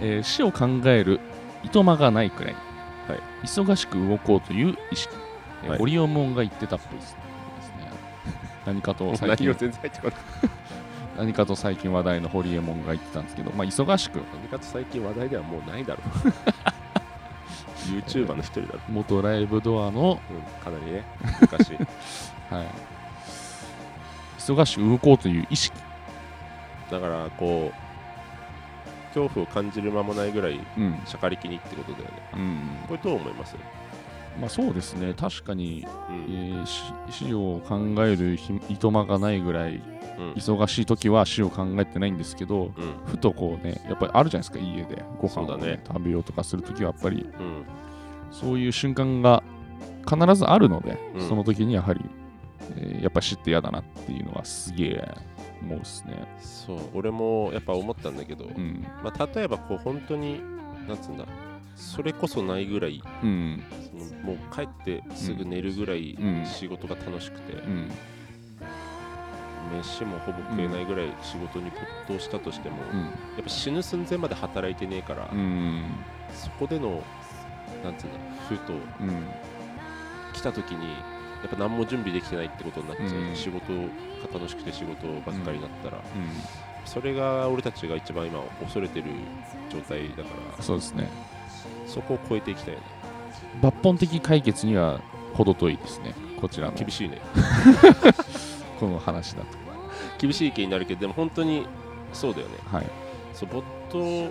[SPEAKER 2] えー死を考えるいとまがないくらい、
[SPEAKER 1] はい
[SPEAKER 2] 忙しく動こうという意識、えー
[SPEAKER 1] はい
[SPEAKER 2] オリオンモンが言ってたっぽいですね何かと [LAUGHS]
[SPEAKER 1] [LAUGHS]
[SPEAKER 2] 最
[SPEAKER 1] 内容全
[SPEAKER 2] 近
[SPEAKER 1] 然入ってこない。
[SPEAKER 2] 何かと最近話題のホリエモンが言ってたんですけど、まあ、忙しく
[SPEAKER 1] 何かと最近話題ではもうないだ
[SPEAKER 2] [LAUGHS]
[SPEAKER 1] ろう。YouTuber の一人だろ。
[SPEAKER 2] 元ライブドアの
[SPEAKER 1] うん、かなりね、昔。
[SPEAKER 2] はい、忙しく動こうという意識、
[SPEAKER 1] だから、こう、恐怖を感じる間もないぐらい、
[SPEAKER 2] うん
[SPEAKER 1] しゃかりきにってことだよね。
[SPEAKER 2] うん
[SPEAKER 1] これどう思います
[SPEAKER 2] まあ、そうですね確かに、
[SPEAKER 1] う
[SPEAKER 2] え
[SPEAKER 1] ん。
[SPEAKER 2] ーし死を考えるひいとまがないぐらい
[SPEAKER 1] うん。
[SPEAKER 2] 忙しい時は死を考えてないんですけど
[SPEAKER 1] うん。
[SPEAKER 2] ふとこうねやっぱりあるじゃないですか家でご飯
[SPEAKER 1] そ
[SPEAKER 2] を、
[SPEAKER 1] うだね
[SPEAKER 2] ね、食べようとかする時はやっぱり
[SPEAKER 1] うん。
[SPEAKER 2] そういう瞬間が必ずあるので、
[SPEAKER 1] うん
[SPEAKER 2] その時にやはり、えーやっぱ死って嫌だなっていうのはすげえ思うですね。
[SPEAKER 1] そう、俺もやっぱ思ったんだけど、
[SPEAKER 2] うん、
[SPEAKER 1] まあ、例えばこう本当になんつうんだそれこそないぐらい
[SPEAKER 2] うん、
[SPEAKER 1] そのもう帰ってすぐ寝るぐらい
[SPEAKER 2] うん
[SPEAKER 1] 仕事が楽しくて、
[SPEAKER 2] うん、
[SPEAKER 1] 飯もほぼ食えないぐらい仕事に没頭したとしても、
[SPEAKER 2] う
[SPEAKER 1] や
[SPEAKER 2] ん、
[SPEAKER 1] っぱ死ぬ寸前まで働いてねえから、
[SPEAKER 2] うん、
[SPEAKER 1] そこでのなんつうんだふと
[SPEAKER 2] うん、
[SPEAKER 1] 来た時にやっぱ何も準備できてないってことになっちゃう、
[SPEAKER 2] うん
[SPEAKER 1] 仕事が楽しくて仕事ばっかりだったら、
[SPEAKER 2] うん。
[SPEAKER 1] それが俺たちが一番今恐れてる状態だか
[SPEAKER 2] そうですね
[SPEAKER 1] らそこを超えていきたいよね
[SPEAKER 2] 抜本的解決には程遠いですねこちらの
[SPEAKER 1] 厳しいね
[SPEAKER 2] この話だと
[SPEAKER 1] 厳しい意見になるけどでも本当にそうだよね
[SPEAKER 2] はい
[SPEAKER 1] そう没頭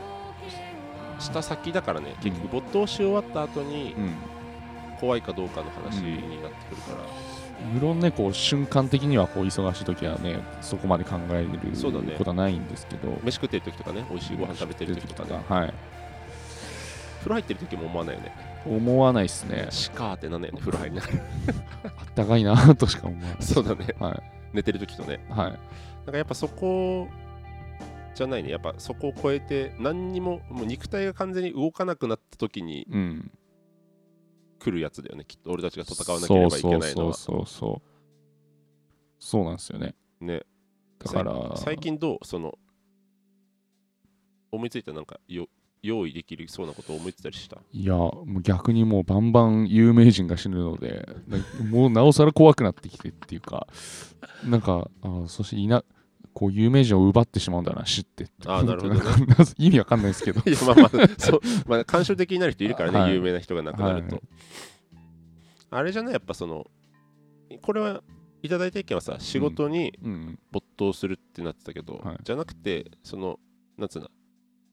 [SPEAKER 1] した先だからね結局没頭し終わった後に
[SPEAKER 2] うん
[SPEAKER 1] 怖いかどうかの話になってくるから、
[SPEAKER 2] 無論ねこう瞬間的にはこう忙しい時はねそこまで考え
[SPEAKER 1] そうだ
[SPEAKER 2] る
[SPEAKER 1] ね
[SPEAKER 2] ことはないんですけど
[SPEAKER 1] 飯食ってる時とかね美味しいご飯食べてる時とかね
[SPEAKER 2] はい
[SPEAKER 1] 風呂入ってる時も思わないよね
[SPEAKER 2] 思わないですね
[SPEAKER 1] しかーってなんないよね風呂入りながら
[SPEAKER 2] あったかいなとしか思わない
[SPEAKER 1] そうだね
[SPEAKER 2] は
[SPEAKER 1] 寝てる時とね
[SPEAKER 2] いは
[SPEAKER 1] な
[SPEAKER 2] い
[SPEAKER 1] んかやっぱそこじゃないねやっぱそこを超えて何にももう肉体が完全に動かなくなった時に
[SPEAKER 2] うん
[SPEAKER 1] 来るやつだよねきっと俺たちが戦わなけ
[SPEAKER 2] そ
[SPEAKER 1] れ
[SPEAKER 2] う
[SPEAKER 1] ばいけないの
[SPEAKER 2] そう
[SPEAKER 1] は
[SPEAKER 2] そうそうそうそうなんですよね
[SPEAKER 1] ね
[SPEAKER 2] だから
[SPEAKER 1] さい最近どうその思いついたなんかよ用意できるそうなことを思いついたり
[SPEAKER 2] [LAUGHS]
[SPEAKER 1] した
[SPEAKER 2] いやもう逆にもうバンバン有名人が死ぬのでなもうなおさら怖くなってきてっていうかなんかあそしていなこう有名人を奪ってしまうんだな死ってって
[SPEAKER 1] あーなるほどね [LAUGHS]
[SPEAKER 2] なんか意味わかんないですけど
[SPEAKER 1] いやまあまあそうまあ感傷的になる人いるからね、
[SPEAKER 2] はい
[SPEAKER 1] 有名な人が亡くなると、
[SPEAKER 2] はい
[SPEAKER 1] あれじゃないやっぱそのこれはいただいた意見はさ仕事に
[SPEAKER 2] うん
[SPEAKER 1] 没頭するってなってたけど、
[SPEAKER 2] はい
[SPEAKER 1] じゃなくてそのなんつうの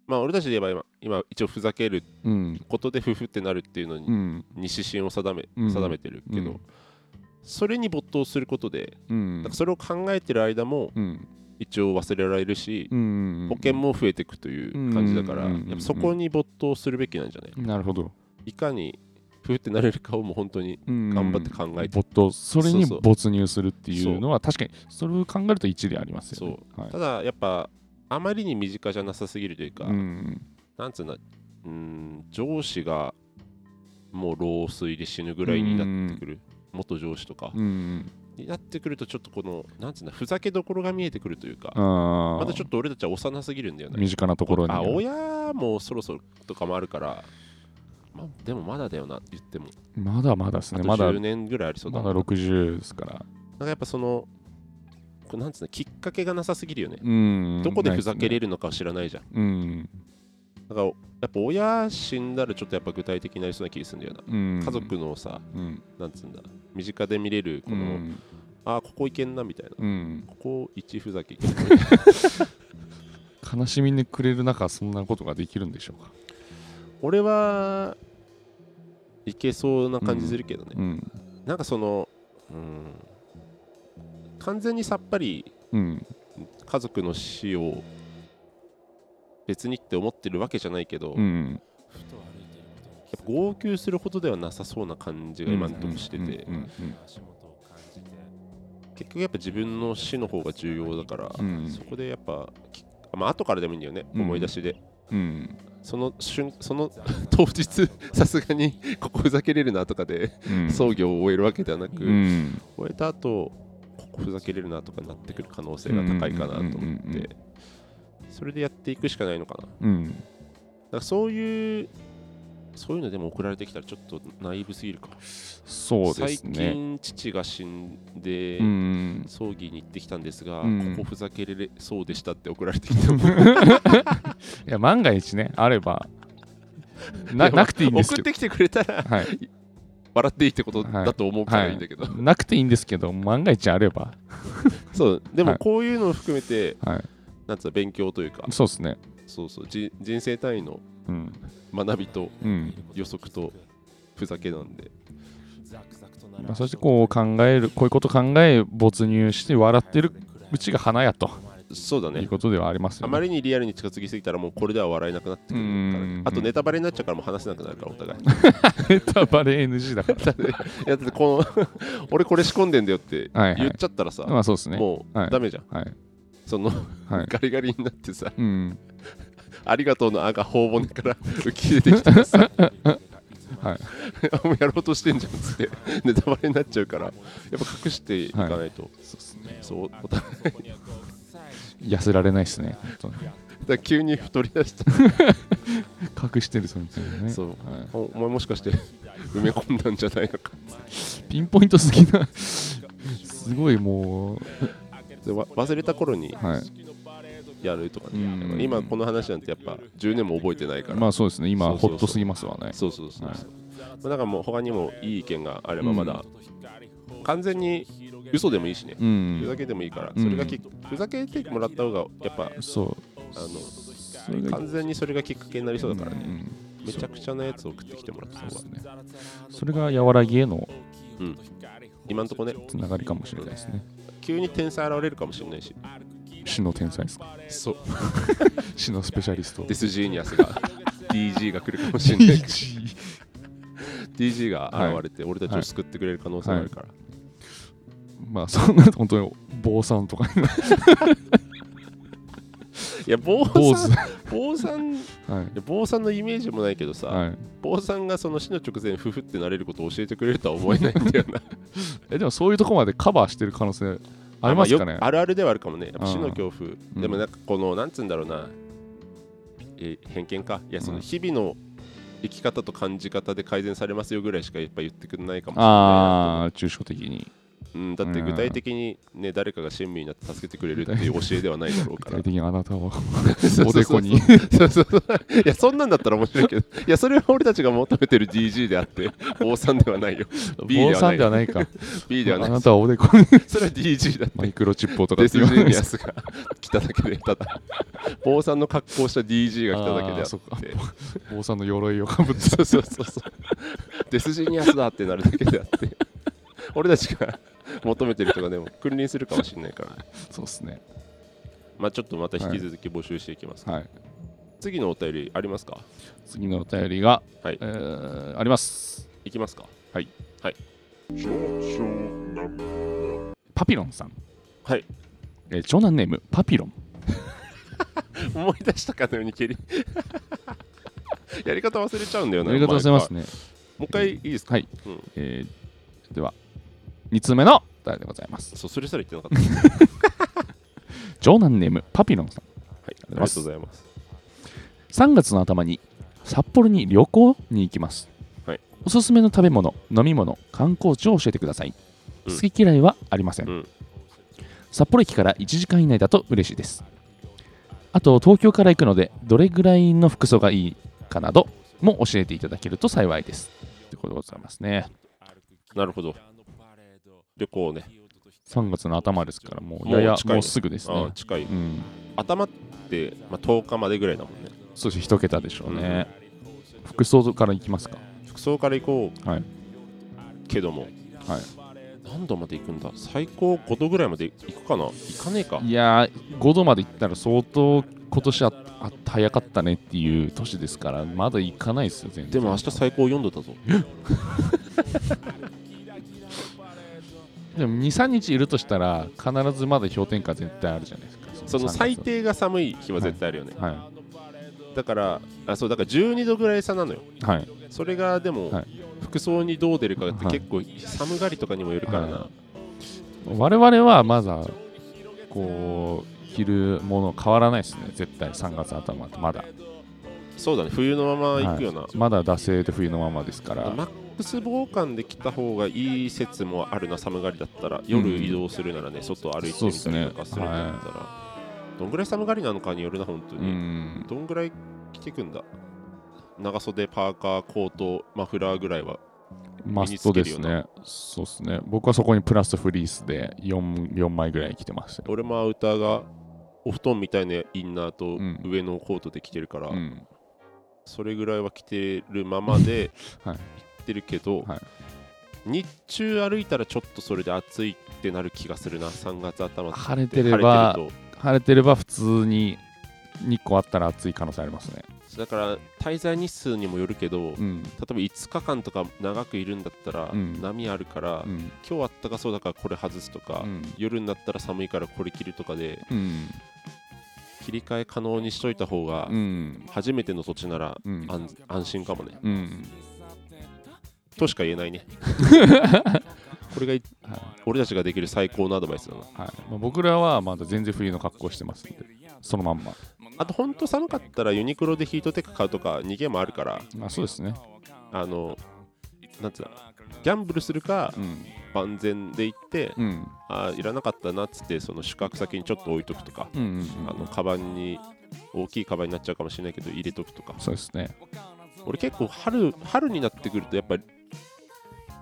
[SPEAKER 1] まあ俺たちで言えば今今一応ふざける
[SPEAKER 2] うん
[SPEAKER 1] ことで夫婦ってなるっていうのに,、
[SPEAKER 2] うん
[SPEAKER 1] に指針を定め
[SPEAKER 2] うん
[SPEAKER 1] 定めてるけど、
[SPEAKER 2] うん
[SPEAKER 1] それに没頭することで
[SPEAKER 2] うん
[SPEAKER 1] なんかそれを考えてる間も
[SPEAKER 2] うん一
[SPEAKER 1] 一応忘れられるし、
[SPEAKER 2] うん
[SPEAKER 1] 保険も増えていくという感じだから、
[SPEAKER 2] うんうんうんうん
[SPEAKER 1] やっぱそこに没頭するべきなんじゃない、
[SPEAKER 2] なるほど、
[SPEAKER 1] いかにふうってなれるかをもう本当に
[SPEAKER 2] うん
[SPEAKER 1] 頑張って考えて、
[SPEAKER 2] 没頭それに
[SPEAKER 1] そうそう
[SPEAKER 2] 没入するっていうのは確かにそれを考えると一理ありますよねはい
[SPEAKER 1] ただやっぱあまりに身近じゃなさすぎるというか、
[SPEAKER 2] うん
[SPEAKER 1] なんつうのうん上司がもう老衰で死ぬぐらいになってくる、元上司とか、
[SPEAKER 2] うん
[SPEAKER 1] になってくるとちょっとこのなんつうのふざけどころが見えてくるというか、
[SPEAKER 2] あ
[SPEAKER 1] またち
[SPEAKER 2] ょ
[SPEAKER 1] ょっと俺たちは幼すぎるんだよね
[SPEAKER 2] 身近なところに
[SPEAKER 1] あ親もそろそろとかもあるから、まあ、でもまだだよなって言っても
[SPEAKER 2] まだまだです
[SPEAKER 1] あ
[SPEAKER 2] ね
[SPEAKER 1] と
[SPEAKER 2] まだ
[SPEAKER 1] 10年ぐらいありそうだ
[SPEAKER 2] ま
[SPEAKER 1] な,、
[SPEAKER 2] だ60ですから
[SPEAKER 1] なんかやっぱそのこうなんつうのきっかけがなさすぎるよね、
[SPEAKER 2] うん、
[SPEAKER 1] どこでふざけれ
[SPEAKER 2] る、
[SPEAKER 1] るのかを知らないじゃん、
[SPEAKER 2] うん
[SPEAKER 1] だからやっぱ親死んだらちょっとやっぱ具体的になりそうな気がするんだよな、
[SPEAKER 2] うん、
[SPEAKER 1] 家族のさ
[SPEAKER 2] うん、
[SPEAKER 1] なんつうんだ身近で見れるこ
[SPEAKER 2] う
[SPEAKER 1] の、
[SPEAKER 2] ん
[SPEAKER 1] ああここ行けんなみたいな
[SPEAKER 2] うん、
[SPEAKER 1] ここ一ふざけいけんなみたいな
[SPEAKER 2] 悲しみにくれる中そんなことができるんでしょうか
[SPEAKER 1] 俺はいけそうな感じするけどね、
[SPEAKER 2] うん
[SPEAKER 1] なんかその、うん、完全にさっぱり
[SPEAKER 2] うん
[SPEAKER 1] 家族の死を別にって思ってるわけじゃないけど、
[SPEAKER 2] う
[SPEAKER 1] や
[SPEAKER 2] ん
[SPEAKER 3] ふと歩いてることに気
[SPEAKER 1] っぱ号泣するほどではなさそうな感じが今のとこしてて、
[SPEAKER 2] うんうん
[SPEAKER 3] づく足元を感じて
[SPEAKER 1] 結局やっぱ自分の死の方が重要だから、
[SPEAKER 2] うん
[SPEAKER 1] そこでやっぱ、きまあ後からでもいいんだよね、
[SPEAKER 2] うん
[SPEAKER 1] 思い出しで
[SPEAKER 2] うん
[SPEAKER 1] その瞬その [LAUGHS] 当日さすがにここふざけれるなとかで
[SPEAKER 2] うん
[SPEAKER 1] 葬儀を終えるわけではなく、
[SPEAKER 2] うん
[SPEAKER 1] 終えた後ここふざけれるなとかなってくる可能性が高いかなと
[SPEAKER 2] うんうん
[SPEAKER 1] 思
[SPEAKER 2] うん
[SPEAKER 1] っ
[SPEAKER 2] うんうん
[SPEAKER 1] てそれでやっていくしかないのかなだか
[SPEAKER 2] うん
[SPEAKER 1] らそういうそういうのでも送られてきたらちょっとナイーブすぎるか、
[SPEAKER 2] そうで
[SPEAKER 1] 最
[SPEAKER 2] すね
[SPEAKER 1] 近父が死んで、
[SPEAKER 2] うん
[SPEAKER 1] 葬儀に行ってきたんですが、
[SPEAKER 2] うん
[SPEAKER 1] ここふざけれそうでしたって送られてきても
[SPEAKER 2] いや万が一ねあれば [LAUGHS] ななくていいんです
[SPEAKER 1] 送
[SPEAKER 2] け
[SPEAKER 1] っ
[SPEAKER 2] ど
[SPEAKER 1] てきてくれたら
[SPEAKER 2] はい
[SPEAKER 1] 笑っていいってことだと思うからいいんだけど、
[SPEAKER 2] なくていいんですけど万が一あれば
[SPEAKER 1] [LAUGHS] そうで
[SPEAKER 2] は
[SPEAKER 1] も
[SPEAKER 2] い
[SPEAKER 1] こういうのを含めて、
[SPEAKER 2] は
[SPEAKER 1] なんつうの勉強というか
[SPEAKER 2] いそうですね
[SPEAKER 1] そうそうじ人生単位の
[SPEAKER 2] うん
[SPEAKER 1] 学びと
[SPEAKER 2] うん
[SPEAKER 1] 予測とふざけなんで
[SPEAKER 3] ザクザクと
[SPEAKER 2] まあ、そしてこう考えるこういうこと考え没入して笑ってるうちが花やと
[SPEAKER 1] そうだ
[SPEAKER 2] いう
[SPEAKER 1] ね
[SPEAKER 2] ことではあります
[SPEAKER 1] あ
[SPEAKER 2] よ
[SPEAKER 1] ま
[SPEAKER 2] ね。
[SPEAKER 1] りにリアルに近づきすぎたらもうこれでは笑えなくなってくる
[SPEAKER 2] う
[SPEAKER 1] から、
[SPEAKER 2] ん
[SPEAKER 1] あとネタバレになっちゃうからもう話せなくなるからお [LAUGHS] 互いい
[SPEAKER 2] [LAUGHS] ネタバレ NG だか
[SPEAKER 1] [LAUGHS] やだってこの [LAUGHS] 俺これ仕込んでんだよって
[SPEAKER 2] ら。はいは
[SPEAKER 1] 言っ
[SPEAKER 2] い。
[SPEAKER 1] ちゃったらさ、
[SPEAKER 2] まあそうですね。
[SPEAKER 1] も
[SPEAKER 2] はいう
[SPEAKER 1] ダメじゃん、
[SPEAKER 2] はい
[SPEAKER 1] その
[SPEAKER 2] はい。
[SPEAKER 1] ガリガリになってさ
[SPEAKER 2] うん。
[SPEAKER 1] ありがとうのあが頬骨から [LAUGHS] 浮き出てきたら [LAUGHS] さ
[SPEAKER 2] はい。
[SPEAKER 1] もうやろうとしてんじゃんっつってネタバレになっちゃうからやっぱ隠していかないと、
[SPEAKER 2] そうっすね
[SPEAKER 1] そうお互い
[SPEAKER 2] 痩せられないですね。本
[SPEAKER 1] だから急に太り出した
[SPEAKER 2] 当に隠してるぞみたいなね。
[SPEAKER 1] そう
[SPEAKER 2] は
[SPEAKER 1] おお前もしかして埋め込んだんじゃないのか
[SPEAKER 2] いピンポイントすぎな。すごいも
[SPEAKER 1] でわ忘れた頃に
[SPEAKER 2] う、は
[SPEAKER 1] やるとかね
[SPEAKER 2] うん
[SPEAKER 1] 今この話なんてやっぱ10年も覚えてないか
[SPEAKER 2] い。
[SPEAKER 1] ら、
[SPEAKER 2] まあそうですね。今、
[SPEAKER 1] そうそうそう
[SPEAKER 2] ホッとすぎますわね。
[SPEAKER 1] そうそうそう
[SPEAKER 2] はい
[SPEAKER 1] そう、まあだからもう他にもいい意見があれば
[SPEAKER 2] うん
[SPEAKER 1] まだ完全に嘘でもいいしね、
[SPEAKER 2] う
[SPEAKER 1] ふざ
[SPEAKER 2] ん。
[SPEAKER 1] けてもいいから、
[SPEAKER 2] うん
[SPEAKER 1] それがきふざけてもらった方がやっぱ
[SPEAKER 2] そう。
[SPEAKER 1] あ
[SPEAKER 2] それ
[SPEAKER 1] の
[SPEAKER 2] が
[SPEAKER 1] 完全にそれがきっかけになりそうだから
[SPEAKER 2] う
[SPEAKER 1] ね、
[SPEAKER 2] ん
[SPEAKER 1] めちゃくちゃなやつを送ってきてもらった
[SPEAKER 2] そうで
[SPEAKER 1] 方が
[SPEAKER 2] すね。それが和らぎへの
[SPEAKER 1] うん今んとこね
[SPEAKER 2] つながりかもしれないですね。
[SPEAKER 1] 急に天才現れるかもしれないし
[SPEAKER 2] 死の天才ですか。
[SPEAKER 1] そう
[SPEAKER 2] [LAUGHS] 死のスペシャリスト。
[SPEAKER 1] デスジーニアス [LAUGHS] が DG が来るかもしれない
[SPEAKER 2] DG
[SPEAKER 1] DG が現れて俺たちを救ってくれる可能性があるから、
[SPEAKER 2] [LAUGHS] まあそんな本当に坊さんとか
[SPEAKER 1] いや坊
[SPEAKER 2] 坊
[SPEAKER 1] さん
[SPEAKER 2] 主
[SPEAKER 1] 坊さんい
[SPEAKER 2] はい
[SPEAKER 1] や坊さんのイメージもないけどさ、
[SPEAKER 2] はい
[SPEAKER 1] 坊さんがその死の直前ふふってなれることを教えてくれるとは思えないんだよな
[SPEAKER 2] えでもそういうとこまでカバーしてる可能性 [LAUGHS] ありますかね
[SPEAKER 1] あよあるあるではあるかもねやっぱ死
[SPEAKER 2] う
[SPEAKER 1] の
[SPEAKER 2] ん
[SPEAKER 1] 恐怖、
[SPEAKER 2] うん
[SPEAKER 1] でもなんかこのなんつうんだろうなえ偏見かいやその日々の生き方と感じ方で改善されますよぐらいしかやっぱ言ってくれないかもしれないなと
[SPEAKER 2] ああ抽象的に
[SPEAKER 1] うん、だって具体的に、ね誰かが親身になって助けてくれるっていう教えではないだろう
[SPEAKER 2] 具
[SPEAKER 1] か
[SPEAKER 2] 体
[SPEAKER 1] ら。
[SPEAKER 2] [LAUGHS] 的にあなたは
[SPEAKER 1] そうそ
[SPEAKER 2] お
[SPEAKER 1] う
[SPEAKER 2] で
[SPEAKER 1] そ
[SPEAKER 2] こ
[SPEAKER 1] う
[SPEAKER 2] に
[SPEAKER 1] そうそうそういやそんなんだったら面白いけどいやそれは俺たちが求めてる DG であって坊さんではないよ B で
[SPEAKER 2] 坊さ
[SPEAKER 1] はなんい
[SPEAKER 2] ではないか
[SPEAKER 1] B では
[SPEAKER 2] あ
[SPEAKER 1] ない
[SPEAKER 2] なたはおでこに
[SPEAKER 1] それは DG だって
[SPEAKER 2] マイクロチップをとか
[SPEAKER 1] デ
[SPEAKER 2] っ
[SPEAKER 1] ス
[SPEAKER 2] て言
[SPEAKER 1] ジー
[SPEAKER 2] わないで
[SPEAKER 1] ニア
[SPEAKER 2] す
[SPEAKER 1] スが来ただけでただ坊さんの格好した DG が来ただけであっ
[SPEAKER 2] あー
[SPEAKER 1] て
[SPEAKER 2] そ
[SPEAKER 1] そ
[SPEAKER 2] っか坊さんの鎧をかぶって
[SPEAKER 1] うそうそうそうデスジーニアスだってなるだけであって俺たちが求めてる人がでも君臨するかもしれないから
[SPEAKER 2] そうですね
[SPEAKER 1] まあちょっとまた引き続き募集していきます、
[SPEAKER 2] はい
[SPEAKER 1] 次のお便りありますか
[SPEAKER 2] 次のお便りが、
[SPEAKER 1] はい
[SPEAKER 2] えーあります
[SPEAKER 1] いきますか
[SPEAKER 2] パピロンさん、
[SPEAKER 1] はい
[SPEAKER 2] えー長男ネームパピロン
[SPEAKER 1] 思い出したかのように蹴り [LAUGHS] やり方忘れちゃうんだよな
[SPEAKER 2] ありがとうございます
[SPEAKER 1] 毎
[SPEAKER 2] ね
[SPEAKER 1] 回もう一回いいですか
[SPEAKER 2] はい、
[SPEAKER 1] うん
[SPEAKER 2] えーでは2通目のお便りでございます
[SPEAKER 1] そうそれすら言ってなかった
[SPEAKER 2] 長男ネームパピロンさん
[SPEAKER 1] はいありがとうございます
[SPEAKER 2] 3月の頭に札幌に旅行に行きます、
[SPEAKER 1] はい
[SPEAKER 2] おすすめの食べ物飲み物観光地を教えてください、
[SPEAKER 1] うん
[SPEAKER 2] 好き嫌いはありません、
[SPEAKER 1] うん
[SPEAKER 2] 札幌駅から1時間以内だと嬉しいですあと東京から行くのでどれぐらいの服装がいいかなども教えていただけると幸いですということでございますね
[SPEAKER 1] なるほど旅行ね
[SPEAKER 2] 3月の頭ですからもう
[SPEAKER 1] もう
[SPEAKER 2] やや
[SPEAKER 1] 近い
[SPEAKER 2] もうすぐです
[SPEAKER 1] ああ
[SPEAKER 2] ね
[SPEAKER 1] 近い
[SPEAKER 2] うん
[SPEAKER 1] 頭って、まあ、10日までぐらいだもんね
[SPEAKER 2] そうです1桁でしょうね、服装から行きますか
[SPEAKER 1] 服装から行こう、
[SPEAKER 2] はい
[SPEAKER 1] けども
[SPEAKER 2] はい
[SPEAKER 1] 何度まで行くんだ最高5度ぐらいまで行くかな行かねえか
[SPEAKER 2] いやー、5度まで行ったら相当今年はあ早かったねっていう年ですから、まだ行かないですよ、全然。
[SPEAKER 1] でも明日最高4度だぞ
[SPEAKER 2] でも2、3日いるとしたら、必ずまだ氷点下絶対あるじゃないですか。
[SPEAKER 1] その
[SPEAKER 2] 3
[SPEAKER 1] 最。低が寒い日は絶対あるよね、
[SPEAKER 2] は
[SPEAKER 1] だからあそうだから12度ぐらい差なのよ
[SPEAKER 2] い。はい。
[SPEAKER 1] それがでも、
[SPEAKER 2] はい
[SPEAKER 1] 服装にどう出るかって
[SPEAKER 2] はい
[SPEAKER 1] 結構寒がりとかにもよるからな、
[SPEAKER 2] は我々はまだ、こう、着るもの変わらないですね、絶対3月頭ってまだ。
[SPEAKER 1] そうだね冬のまま行くよな、
[SPEAKER 2] はいまだ惰性で冬のままですから。
[SPEAKER 1] マックス防寒で来た方がいい説もあるな寒がりだったら夜移動するならね、外歩いてみたりとかするんだったら、どんぐらい寒がりなのかによるな本当
[SPEAKER 2] う
[SPEAKER 1] に、
[SPEAKER 2] ん。
[SPEAKER 1] どんぐらい着てくんだ長袖パーカーコートマフラーぐらいは
[SPEAKER 2] マストです
[SPEAKER 1] 身に
[SPEAKER 2] ね。そうですね。僕はそこにプラスフリースで 4, 4枚ぐらい着てますよ。
[SPEAKER 1] 俺もアウターがお布団みたいなインナーと
[SPEAKER 2] うん
[SPEAKER 1] 上のコートで着てるから、
[SPEAKER 2] うん
[SPEAKER 1] それぐらいは着てるままで
[SPEAKER 2] [LAUGHS] はい
[SPEAKER 1] 行ってるけど、
[SPEAKER 2] はい
[SPEAKER 1] 日中歩いたらちょっとそれで暑いってなる気がするな3月頭って
[SPEAKER 2] 晴れてれば
[SPEAKER 1] 晴れてる
[SPEAKER 2] 晴れてれば普通に日光あったら暑い可能性ありますね。
[SPEAKER 1] とだから滞在日数にもよるけど、例え
[SPEAKER 2] うん。
[SPEAKER 1] ば5日間とか長くいるんだったら、
[SPEAKER 2] うん
[SPEAKER 1] 波あるから、
[SPEAKER 2] うん。
[SPEAKER 1] 今日あったかそうだからこれ外すとか、
[SPEAKER 2] うん。
[SPEAKER 1] 夜になったら寒いからこれ着るとかで
[SPEAKER 2] うん。
[SPEAKER 1] 切り替え可能にしといた方が、
[SPEAKER 2] うん。
[SPEAKER 1] 初めての土地なら
[SPEAKER 2] うん。
[SPEAKER 1] 安安心かもね
[SPEAKER 2] うん。
[SPEAKER 1] としか言えない
[SPEAKER 2] [LAUGHS]
[SPEAKER 1] ねこれがい
[SPEAKER 2] はい
[SPEAKER 1] 俺たちができる最高のアドバイスだな
[SPEAKER 2] はいまあ、僕らはまだ全然冬の格好してますんで、そのまんま。
[SPEAKER 1] あとほんと寒かったらユニクロでヒートテック買うとか逃げもあるから
[SPEAKER 2] まあ、そうですね。
[SPEAKER 1] あのなんつうのギャンブルするか
[SPEAKER 2] うん。
[SPEAKER 1] 万全で行って、
[SPEAKER 2] うん。
[SPEAKER 1] あーいらなかったなっつってその宿泊先にちょっと置いとくとか、
[SPEAKER 2] うん、うん。
[SPEAKER 1] あのカバンに大きいカバンになっちゃうかもしれないけど入れとくとか
[SPEAKER 2] そうですね。
[SPEAKER 1] 俺結構春春になってくるとやっぱり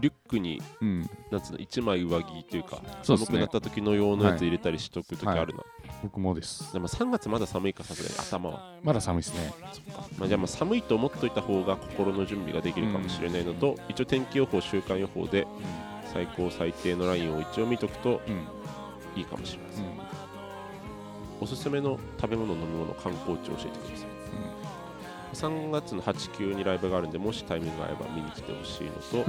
[SPEAKER 1] リュックに
[SPEAKER 2] うん。
[SPEAKER 1] なんつうの1枚上着というか
[SPEAKER 2] そう
[SPEAKER 1] 寒
[SPEAKER 2] です
[SPEAKER 1] くな
[SPEAKER 2] ね
[SPEAKER 1] っ。た時の用のやつ入れたりしとく時あるな、
[SPEAKER 2] 僕もです。
[SPEAKER 1] でも3月まだ寒いかさすがに頭は、
[SPEAKER 2] まだ寒いですね。
[SPEAKER 1] まあ、じゃあまあ寒いと思っといた方が心の準備ができるかもしれないのと、一応天気予報週間予報で最高最低のラインを一応見とくと
[SPEAKER 2] うん。
[SPEAKER 1] いいかもしれませ、
[SPEAKER 2] うんん。
[SPEAKER 1] おすすめの食べ物飲み物観光地を教えてください、3月の89にライブがあるんでもしタイミングが合えば見に来てほしいの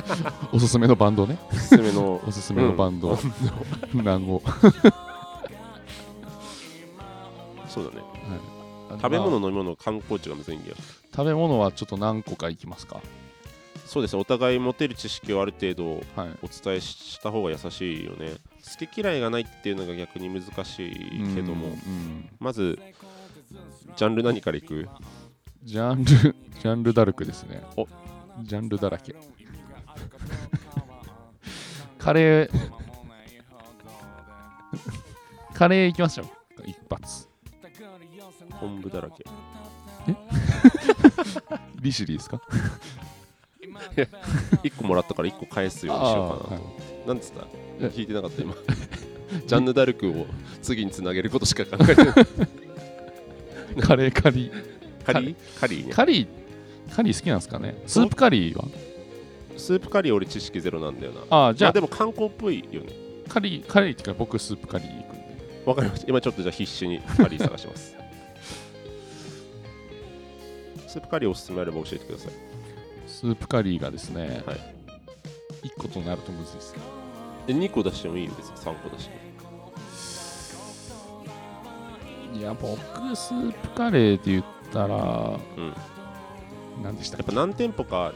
[SPEAKER 2] [LAUGHS]
[SPEAKER 1] と
[SPEAKER 2] おすすめのバンドね。
[SPEAKER 1] おすすめの
[SPEAKER 2] おすすめのバンド。 [LAUGHS] なん
[SPEAKER 1] そうだね食べ物飲み物観光地がむずいんだよ
[SPEAKER 2] 食べ物はちょっと何個かいきますか。
[SPEAKER 1] そうですねお互い持てる知識をある程度
[SPEAKER 2] はい。
[SPEAKER 1] お伝えした方が優しいよね好き嫌いがないっていうのが逆に難しいけども、
[SPEAKER 2] うん
[SPEAKER 1] まずジャンル何からいく
[SPEAKER 2] ジャンル、ジャンルだるくですね。
[SPEAKER 1] お
[SPEAKER 2] ジャンルだらけ。 [LAUGHS] カレー、 [LAUGHS] カレーいきましょう。一発。
[SPEAKER 1] 昆布だ
[SPEAKER 2] [LAUGHS]
[SPEAKER 1] らけ
[SPEAKER 2] 利尻ですか
[SPEAKER 1] 1個もらったから1個返すようにしようかなと、なんつった
[SPEAKER 2] え
[SPEAKER 1] 聞いてなかった今 [LAUGHS] ジャンヌ・ダルクを次につなげることしか考えて
[SPEAKER 2] [LAUGHS]
[SPEAKER 1] ない
[SPEAKER 2] いカレーカリー。
[SPEAKER 1] カリーカリーね
[SPEAKER 2] カリー、カリー好きなんですかねスープカリーは
[SPEAKER 1] スープカリー俺知識ゼロなんだよな
[SPEAKER 2] ああ、じ
[SPEAKER 1] じゃ
[SPEAKER 2] ゃ
[SPEAKER 1] あ
[SPEAKER 2] あ
[SPEAKER 1] で、も観光っぽいよね
[SPEAKER 2] カリー、カリーっていうか僕スープカリー行くんで。
[SPEAKER 1] わかりました今ちょっとじゃあ必死にカリー探しますスープカリーおすすめあれば教えてください
[SPEAKER 2] スープカリーがですね、
[SPEAKER 1] は
[SPEAKER 2] 一個となるとむずいですね。
[SPEAKER 1] で2個出してもいいよ別に3個出しても
[SPEAKER 2] いや、僕、スープカレーって言ったら、
[SPEAKER 1] うん
[SPEAKER 2] 何でした
[SPEAKER 1] や
[SPEAKER 2] っ
[SPEAKER 1] っ
[SPEAKER 2] け
[SPEAKER 1] ぱ何店舗か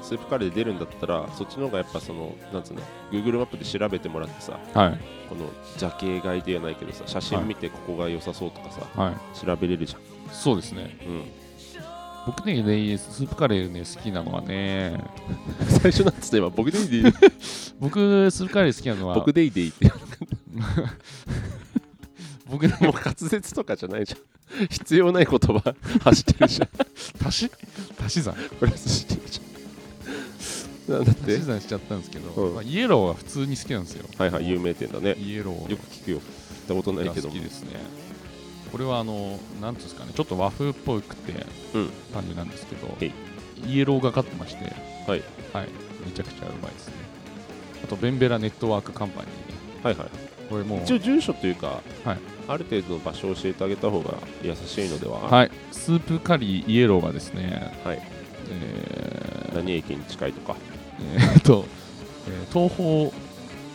[SPEAKER 1] スープカレーで出るんだったらそっちの方がやっぱそのなんつうの Google マップで調べてもらってさ
[SPEAKER 2] はい、
[SPEAKER 1] このジャケ買いではないけどさ写真見てここが良さそうとかさ、
[SPEAKER 2] はい。
[SPEAKER 1] 調べれるじゃん
[SPEAKER 2] そうですね。
[SPEAKER 1] うん、 [LAUGHS]
[SPEAKER 2] 僕ね、ねスープカレーね、好きなのはね、
[SPEAKER 1] 最初なんつって今僕でいい
[SPEAKER 2] [LAUGHS]
[SPEAKER 1] でいい
[SPEAKER 2] 僕、スープカレー好きなのは、
[SPEAKER 1] 僕でいいでいいって
[SPEAKER 2] 僕
[SPEAKER 1] もう滑舌とかじゃないじゃん必要ない言
[SPEAKER 2] [LAUGHS]
[SPEAKER 1] 葉走ってるじゃん
[SPEAKER 2] 足し、足し算、
[SPEAKER 1] プラスしてるじゃんなんだっ
[SPEAKER 2] 足
[SPEAKER 1] て
[SPEAKER 2] し算しちゃったんですけど、
[SPEAKER 1] うん
[SPEAKER 2] まあ、イエローは普通に好きなんですよ。
[SPEAKER 1] はいはい有名店だね
[SPEAKER 2] イエロー
[SPEAKER 1] よく聞くよ聞いたことない
[SPEAKER 2] が
[SPEAKER 1] けど
[SPEAKER 2] 好
[SPEAKER 1] も
[SPEAKER 2] きですね。これはあの、なんていうんですかね、ちょっと和風っぽくて
[SPEAKER 1] うん、
[SPEAKER 2] 感じなんですけど、
[SPEAKER 1] へい
[SPEAKER 2] イエローがかってまして、
[SPEAKER 1] はい、
[SPEAKER 2] はい、めちゃくちゃうまいですね。あと、ベンベラネットワークカンパニー、
[SPEAKER 1] はいはい
[SPEAKER 2] これもう、
[SPEAKER 1] 一応住所というか、
[SPEAKER 2] はい
[SPEAKER 1] ある程度の場所を教えてあげた方が優しいのでは、
[SPEAKER 2] はい、スープカリーイエローがですね、
[SPEAKER 1] はい
[SPEAKER 2] えー
[SPEAKER 1] 何駅に近いとか
[SPEAKER 2] えーっと、えー東方、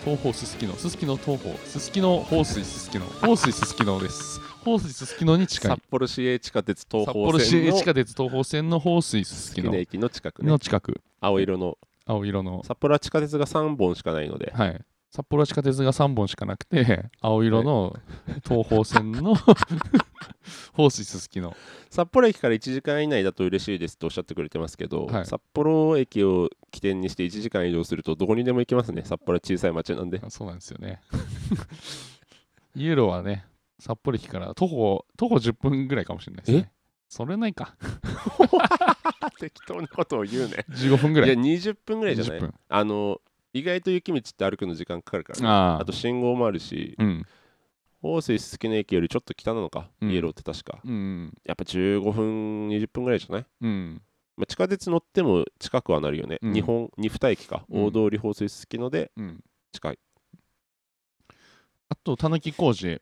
[SPEAKER 2] 東方すすきの、すすきの東方、すすきの放水すすきの、放水すすきのです。放水すすきのに近い
[SPEAKER 1] 札。幌市営地下鉄東
[SPEAKER 2] 札
[SPEAKER 1] 方
[SPEAKER 2] 幌市
[SPEAKER 1] 線
[SPEAKER 2] 営
[SPEAKER 1] の
[SPEAKER 2] 地下鉄東方線の放水すすき
[SPEAKER 1] 月
[SPEAKER 2] の
[SPEAKER 1] 根駅の近くね
[SPEAKER 2] の近く、
[SPEAKER 1] 青色の
[SPEAKER 2] 青色の、
[SPEAKER 1] 札幌は地下鉄が3本しかないので
[SPEAKER 2] はい、札幌地下鉄が3本しかなくて、青色の東方
[SPEAKER 1] [LAUGHS]
[SPEAKER 2] 線の放水すすきの、
[SPEAKER 1] 札幌駅から1時間以内だと嬉しいですとおっしゃってくれてますけど、
[SPEAKER 2] はい
[SPEAKER 1] 札幌駅を起点にして1時間移動するとどこにでも行けますね札幌は小さい町なんで
[SPEAKER 2] あそうなんですよね。イエローはね、札幌駅から徒歩徒歩10分ぐらいかもしれないですね。それないか、
[SPEAKER 1] [LAUGHS] 適当なことを言うね
[SPEAKER 2] 15分ぐ
[SPEAKER 1] い
[SPEAKER 2] ら
[SPEAKER 1] や
[SPEAKER 2] い。
[SPEAKER 1] 20分ぐらいじゃな
[SPEAKER 2] 20
[SPEAKER 1] い
[SPEAKER 2] 分。
[SPEAKER 1] あの意外と雪道って歩くの時間かかるから、ね、
[SPEAKER 2] あ
[SPEAKER 1] あ
[SPEAKER 2] あ
[SPEAKER 1] と信号もあるし
[SPEAKER 2] うん、
[SPEAKER 1] 大水すすきの駅よりちょっと北なのか、
[SPEAKER 2] うん
[SPEAKER 1] イエローって確か
[SPEAKER 2] うん、
[SPEAKER 1] やっぱ15分20分ぐらいじゃない、
[SPEAKER 2] うん、
[SPEAKER 1] まあ、地下鉄乗っても近くはなるよね、
[SPEAKER 2] うん
[SPEAKER 1] 日本二二駅か、
[SPEAKER 2] うん
[SPEAKER 1] 大通り放水すすきので
[SPEAKER 2] うん。
[SPEAKER 1] 近い
[SPEAKER 2] あと、たぬき工事、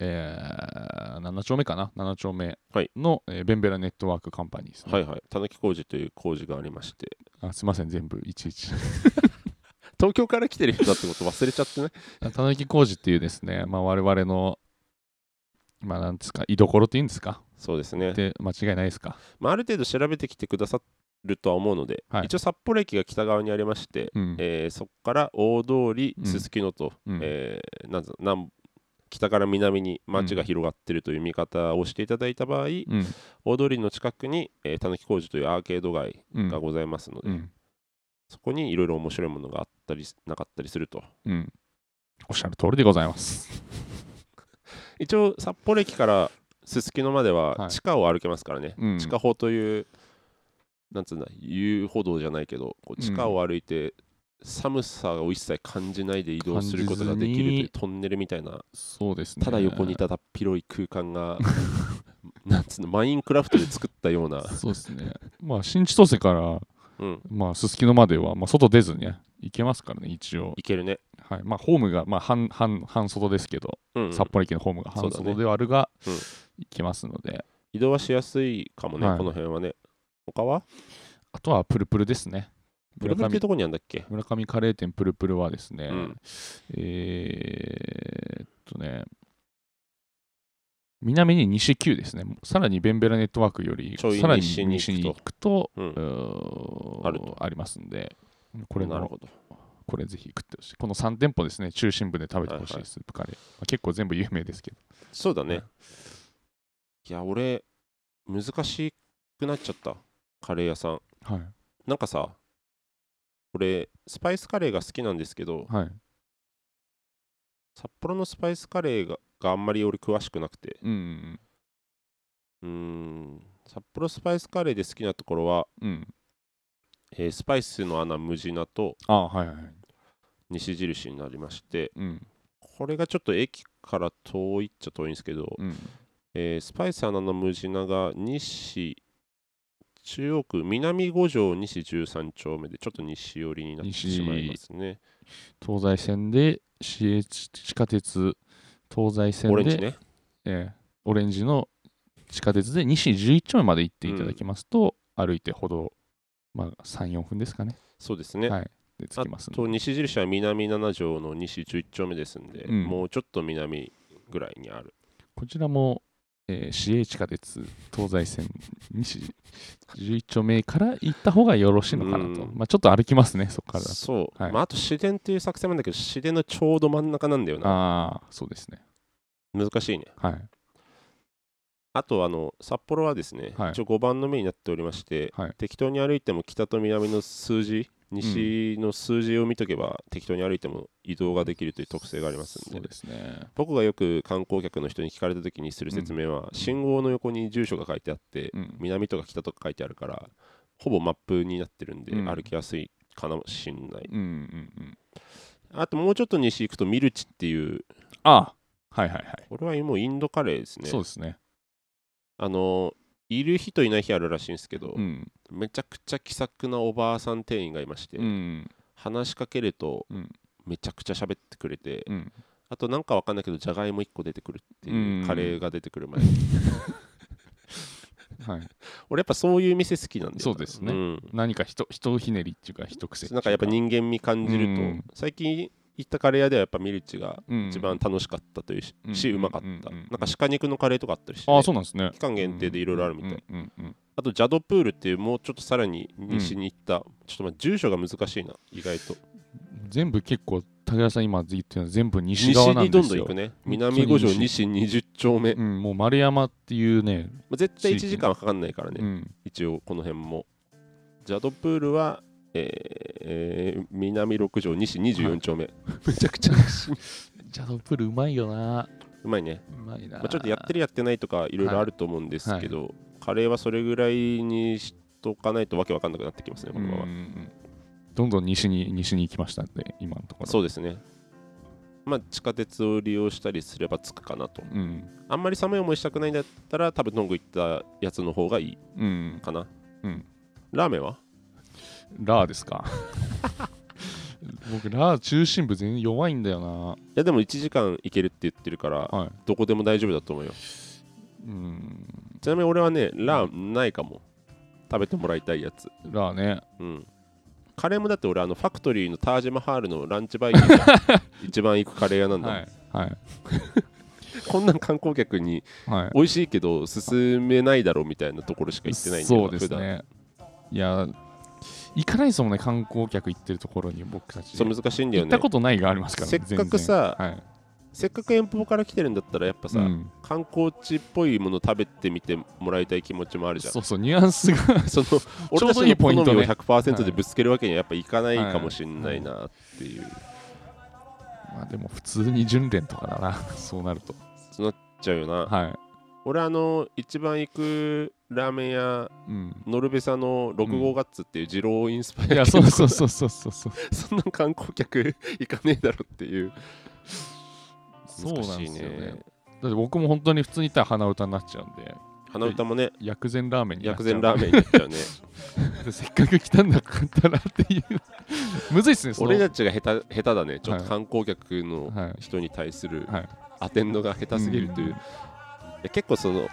[SPEAKER 2] えー、7丁目かな、7丁目
[SPEAKER 1] はい
[SPEAKER 2] の、えーベンベラネットワークカンパニーですね。
[SPEAKER 1] はいはいたぬき工事という工事がありまして
[SPEAKER 2] あすいません、全部いちいち。
[SPEAKER 1] 東京から来てる人だってこと忘れちゃって
[SPEAKER 2] [LAUGHS]
[SPEAKER 1] ね
[SPEAKER 2] たぬき工事っていうですね、まあ、我々の、まあ、なんですか、居所っていうんですか、
[SPEAKER 1] そうですね
[SPEAKER 2] っ、て間違いないですか。
[SPEAKER 1] まあ、ある程度調べてきてくださるとは思うので、
[SPEAKER 2] はい
[SPEAKER 1] 一応札幌駅が北側にありまして、
[SPEAKER 2] うん、
[SPEAKER 1] えーそこから大通りすすきのと、
[SPEAKER 2] うん
[SPEAKER 1] えーなんぞ南北から南に町が広がってるという見方をしていただいた場合、
[SPEAKER 2] うん
[SPEAKER 1] 大通りの近くにえーたぬき工事というアーケード街
[SPEAKER 2] うん
[SPEAKER 1] がございますので、
[SPEAKER 2] うん
[SPEAKER 1] そこにいろいろ面白いものがあったりなかったりすると
[SPEAKER 2] うんおっしゃる通りでございます。
[SPEAKER 1] 一応札幌駅からすすきのまでは
[SPEAKER 2] はい
[SPEAKER 1] 地下を歩けますからね、
[SPEAKER 2] うん
[SPEAKER 1] 地下歩というなんつうんだ遊歩道じゃないけどこう
[SPEAKER 2] うん
[SPEAKER 1] 地下を歩いて寒さを一切感じないで移動することができるとい
[SPEAKER 2] 感じず
[SPEAKER 1] う
[SPEAKER 2] に
[SPEAKER 1] トンネルみたいな
[SPEAKER 2] そうですね。
[SPEAKER 1] ただ横にただ広い空間がなんつうのマインクラフトで作ったような、
[SPEAKER 2] そうですね。まあ、新千歳から、
[SPEAKER 1] うん、
[SPEAKER 2] まあ、すすきのまでは、まあ、外出ずにね行けますからね、一応。
[SPEAKER 1] いけるね、
[SPEAKER 2] はいまあ、ホームが、まあ、半半半外ですけど、
[SPEAKER 1] うんうん
[SPEAKER 2] 札幌駅のホームが
[SPEAKER 1] そう
[SPEAKER 2] 半
[SPEAKER 1] だね
[SPEAKER 2] 外ではあるが、
[SPEAKER 1] うん
[SPEAKER 2] 行けますので、
[SPEAKER 1] 移動はしやすいかもね、
[SPEAKER 2] はい
[SPEAKER 1] この辺はね他は
[SPEAKER 2] あとはプルプルですね。
[SPEAKER 1] ブルブルっていう
[SPEAKER 2] 村上
[SPEAKER 1] とこにあるんだっけ
[SPEAKER 2] 村上カレー店プルプルはですね、
[SPEAKER 1] うん
[SPEAKER 2] えーっとね、南に西9ですね、さらにベンベラネットワークより、
[SPEAKER 1] ちょい
[SPEAKER 2] さらに
[SPEAKER 1] 西に行くと
[SPEAKER 2] 西に行くと、
[SPEAKER 1] うん
[SPEAKER 2] うー
[SPEAKER 1] あると
[SPEAKER 2] ありますんで、これ
[SPEAKER 1] なる
[SPEAKER 2] も
[SPEAKER 1] ほど
[SPEAKER 2] これぜひ食ってほしい。この3店舗ですね、中心部で食べてほしいスープカレー。まあ結構全部有名ですけど。
[SPEAKER 1] そうだね、
[SPEAKER 2] はい
[SPEAKER 1] いや俺難しくなっちゃったカレー屋さん
[SPEAKER 2] はい。
[SPEAKER 1] なんかさ俺スパイスカレーが好きなんですけど
[SPEAKER 2] はい。
[SPEAKER 1] 札幌のスパイスカレーががあんまり俺詳しくなくて
[SPEAKER 2] うん。
[SPEAKER 1] うーん札幌スパイスカレーで好きなところは、
[SPEAKER 2] うん。
[SPEAKER 1] えースパイスの穴ムジナと
[SPEAKER 2] ああ、はいはいはい。
[SPEAKER 1] 西印になりまして
[SPEAKER 2] うん。
[SPEAKER 1] これがちょっと駅から遠いっちゃ遠いんですけど、
[SPEAKER 2] うん。
[SPEAKER 1] えースパイス穴のムジナが西中央区南五条西13丁目でちょっと西寄りになってしまいますね
[SPEAKER 2] 東西線で、市営地下鉄、東西線で、
[SPEAKER 1] オレンジね
[SPEAKER 2] ええオレンジの地下鉄で西11丁目まで行っていただきますと、歩いて歩道、まあ、3、4分ですかね。
[SPEAKER 1] そうですね、
[SPEAKER 2] はい。で、着きますんで
[SPEAKER 1] と西印は南7条の西11丁目ですんで、
[SPEAKER 2] うん
[SPEAKER 1] もうちょっと南ぐらいにある
[SPEAKER 2] こちらも、えー、市営地下鉄東西線西11丁目から行った方がよろしいのかなと、
[SPEAKER 1] うん
[SPEAKER 2] まあ、ちょっと歩きますね、そこからだと。
[SPEAKER 1] そう、
[SPEAKER 2] はい
[SPEAKER 1] まあ、あと市電っていう作戦なんだけど市電のちょうど真ん中なんだよな
[SPEAKER 2] ああ、そうですね。
[SPEAKER 1] 難しいね
[SPEAKER 2] はい。
[SPEAKER 1] あとあの札幌はですね、
[SPEAKER 2] はい
[SPEAKER 1] 一応5番の目になっておりまして、
[SPEAKER 2] はい
[SPEAKER 1] 適当に歩いても北と南の数字西の数字を見とけば、適当に歩いても移動ができるという特性がありますん
[SPEAKER 2] そ
[SPEAKER 1] で
[SPEAKER 2] うですね。
[SPEAKER 1] 僕がよく観光客の人に聞かれた時にする説明は、信号の横に住所が書いてあって、
[SPEAKER 2] うん
[SPEAKER 1] 南とか北とか書いてあるからほぼマップになってるんで、
[SPEAKER 2] うん
[SPEAKER 1] 歩きやすいかもしんない
[SPEAKER 2] うんうんうん。
[SPEAKER 1] あともうちょっと西行くとミルチっていう
[SPEAKER 2] ああ、はいはいはい。
[SPEAKER 1] これはもうインドカレーですね
[SPEAKER 2] そうですね。
[SPEAKER 1] あのいる日といない日あるらしいんですけど、
[SPEAKER 2] うん。
[SPEAKER 1] めちゃくちゃ気さくなおばあさん店員がいまして、
[SPEAKER 2] うん。
[SPEAKER 1] 話しかけると
[SPEAKER 2] うん
[SPEAKER 1] めちゃくちゃ喋ってくれて、
[SPEAKER 2] うん。
[SPEAKER 1] あとなんかわかんないけどじゃがいも1個出てくるって
[SPEAKER 2] う
[SPEAKER 1] い
[SPEAKER 2] ん
[SPEAKER 1] うカレーが出てくる前
[SPEAKER 2] はい。
[SPEAKER 1] 俺やっぱそういう店好きなんだよな
[SPEAKER 2] そうですね
[SPEAKER 1] ん
[SPEAKER 2] 何かひとひとひねりっていうか、ひと癖ていう。
[SPEAKER 1] なんかやっぱ人間味感じると、
[SPEAKER 2] うん
[SPEAKER 1] 最近行ったカレー屋ではやっぱミルチが
[SPEAKER 2] うん
[SPEAKER 1] 一番楽しかったというし、
[SPEAKER 2] うん
[SPEAKER 1] しうまかった、
[SPEAKER 2] うんうんうん
[SPEAKER 1] なんか鹿肉のカレーとかあったりして、
[SPEAKER 2] ああ、そうなんですね。
[SPEAKER 1] 期間限定でいろいろあるみたい、
[SPEAKER 2] うんうんうんうん
[SPEAKER 1] あとジャドプールっていうもうちょっとさらに西に行った、ちょっとまあ住所が難しいな意外と
[SPEAKER 2] 全部結構、武田さん今言ってるのは全部西
[SPEAKER 1] 西
[SPEAKER 2] 側なん
[SPEAKER 1] に
[SPEAKER 2] ですよ。
[SPEAKER 1] どんどん行くね
[SPEAKER 2] 本当に
[SPEAKER 1] 南五条西20丁目、ま
[SPEAKER 2] うん、もう丸山っていうね、
[SPEAKER 1] あ絶対1時間はかかんないからね、
[SPEAKER 2] うん、
[SPEAKER 1] 一応この辺もジャドプールはえーえー南六条西24丁目、めちゃくちゃ
[SPEAKER 2] ジャドプールうまいよな。
[SPEAKER 1] うまいね
[SPEAKER 2] うまいな。
[SPEAKER 1] まあ、ちょっとやってるやってないとかいろいろあると思うんですけど、カレーはそれぐらいにしとかないとわけわかんなくなってきますね、このまま
[SPEAKER 2] うんうんうんどんどん西に西に行きましたんで、今のところ。
[SPEAKER 1] そうですね。まあ、地下鉄を利用したりすれば着くかなと。
[SPEAKER 2] うん。
[SPEAKER 1] あんまり寒い思いしたくないんだったら、多分トング行ったやつの方がいい
[SPEAKER 2] うん。
[SPEAKER 1] かな。
[SPEAKER 2] うん
[SPEAKER 1] ラーメンは
[SPEAKER 2] ラーですか。僕、ラー中心部全然弱いんだよ
[SPEAKER 1] いや、でも1時間行けるって言ってるから
[SPEAKER 2] な。、はい。
[SPEAKER 1] どこでも大丈夫だと思うよ。
[SPEAKER 2] うん。
[SPEAKER 1] ちなみに俺はね、ラーないかも。食べてもらいたいやつ。
[SPEAKER 2] ラーね。
[SPEAKER 1] うん。カレーもだって俺、あの、ファクトリーのタージマハールのランチバイキン
[SPEAKER 2] [LAUGHS]
[SPEAKER 1] グが一番行くカレー屋なんだもん、
[SPEAKER 2] はい。はい。
[SPEAKER 1] こんなん観光客に
[SPEAKER 2] はい。
[SPEAKER 1] 美味しいけど進めないだろうみたいなところしか行ってないんだよ
[SPEAKER 2] そうですね。いや、行かないですもんね、観光客行ってるところに僕たち。
[SPEAKER 1] 普段そう難しいんだ
[SPEAKER 2] 行
[SPEAKER 1] よ
[SPEAKER 2] っ
[SPEAKER 1] ね
[SPEAKER 2] たことないがありますから
[SPEAKER 1] せ
[SPEAKER 2] ね
[SPEAKER 1] っかく、さ、
[SPEAKER 2] 全然はい
[SPEAKER 1] せっかく遠方から来てるんだったらやっぱさ、
[SPEAKER 2] うん
[SPEAKER 1] 観光地っぽいもの食べてみてもらいたい気持ちもあるじゃん
[SPEAKER 2] そうそう、ニュアンス
[SPEAKER 1] [LAUGHS]
[SPEAKER 2] が
[SPEAKER 1] その俺たち
[SPEAKER 2] ちょうどいい
[SPEAKER 1] の
[SPEAKER 2] ポ
[SPEAKER 1] 好
[SPEAKER 2] イ
[SPEAKER 1] み
[SPEAKER 2] ン
[SPEAKER 1] を
[SPEAKER 2] トね
[SPEAKER 1] 100%でぶつけるわけにはやっぱいかないかもしれないなっていう、
[SPEAKER 2] まあでも普通に純連とかだな、そうなると。
[SPEAKER 1] そうなっちゃうよな、
[SPEAKER 2] は
[SPEAKER 1] 俺あの一番行くラーメン屋
[SPEAKER 2] い。
[SPEAKER 1] [LAUGHS]
[SPEAKER 2] うん。
[SPEAKER 1] ノルベサの6号ガッツっていう二郎インスパイア
[SPEAKER 2] いや、
[SPEAKER 1] 系
[SPEAKER 2] そ
[SPEAKER 1] の
[SPEAKER 2] うそうそうそうそうそう。
[SPEAKER 1] [LAUGHS] そんな観光客行かねえだろっていう
[SPEAKER 2] そうなんですよ
[SPEAKER 1] 難しい
[SPEAKER 2] ね
[SPEAKER 1] ね。
[SPEAKER 2] だって僕も本当に普通に言ったら鼻歌になっちゃうんで、
[SPEAKER 1] 鼻歌もね
[SPEAKER 2] 薬膳ラーメンになっ
[SPEAKER 1] 薬
[SPEAKER 2] ちゃう
[SPEAKER 1] 膳ラーメンになっちゃうね
[SPEAKER 2] でせっかく来たんだったらっていう。 [LAUGHS] むずいっす [LAUGHS] ね、その
[SPEAKER 1] 俺たちが下手下手だねちょっ
[SPEAKER 2] は
[SPEAKER 1] と
[SPEAKER 2] い
[SPEAKER 1] 観光客の、
[SPEAKER 2] はい。
[SPEAKER 1] 人に対する
[SPEAKER 2] はい
[SPEAKER 1] アテンドが下手すぎるという、
[SPEAKER 2] うん
[SPEAKER 1] いや結構その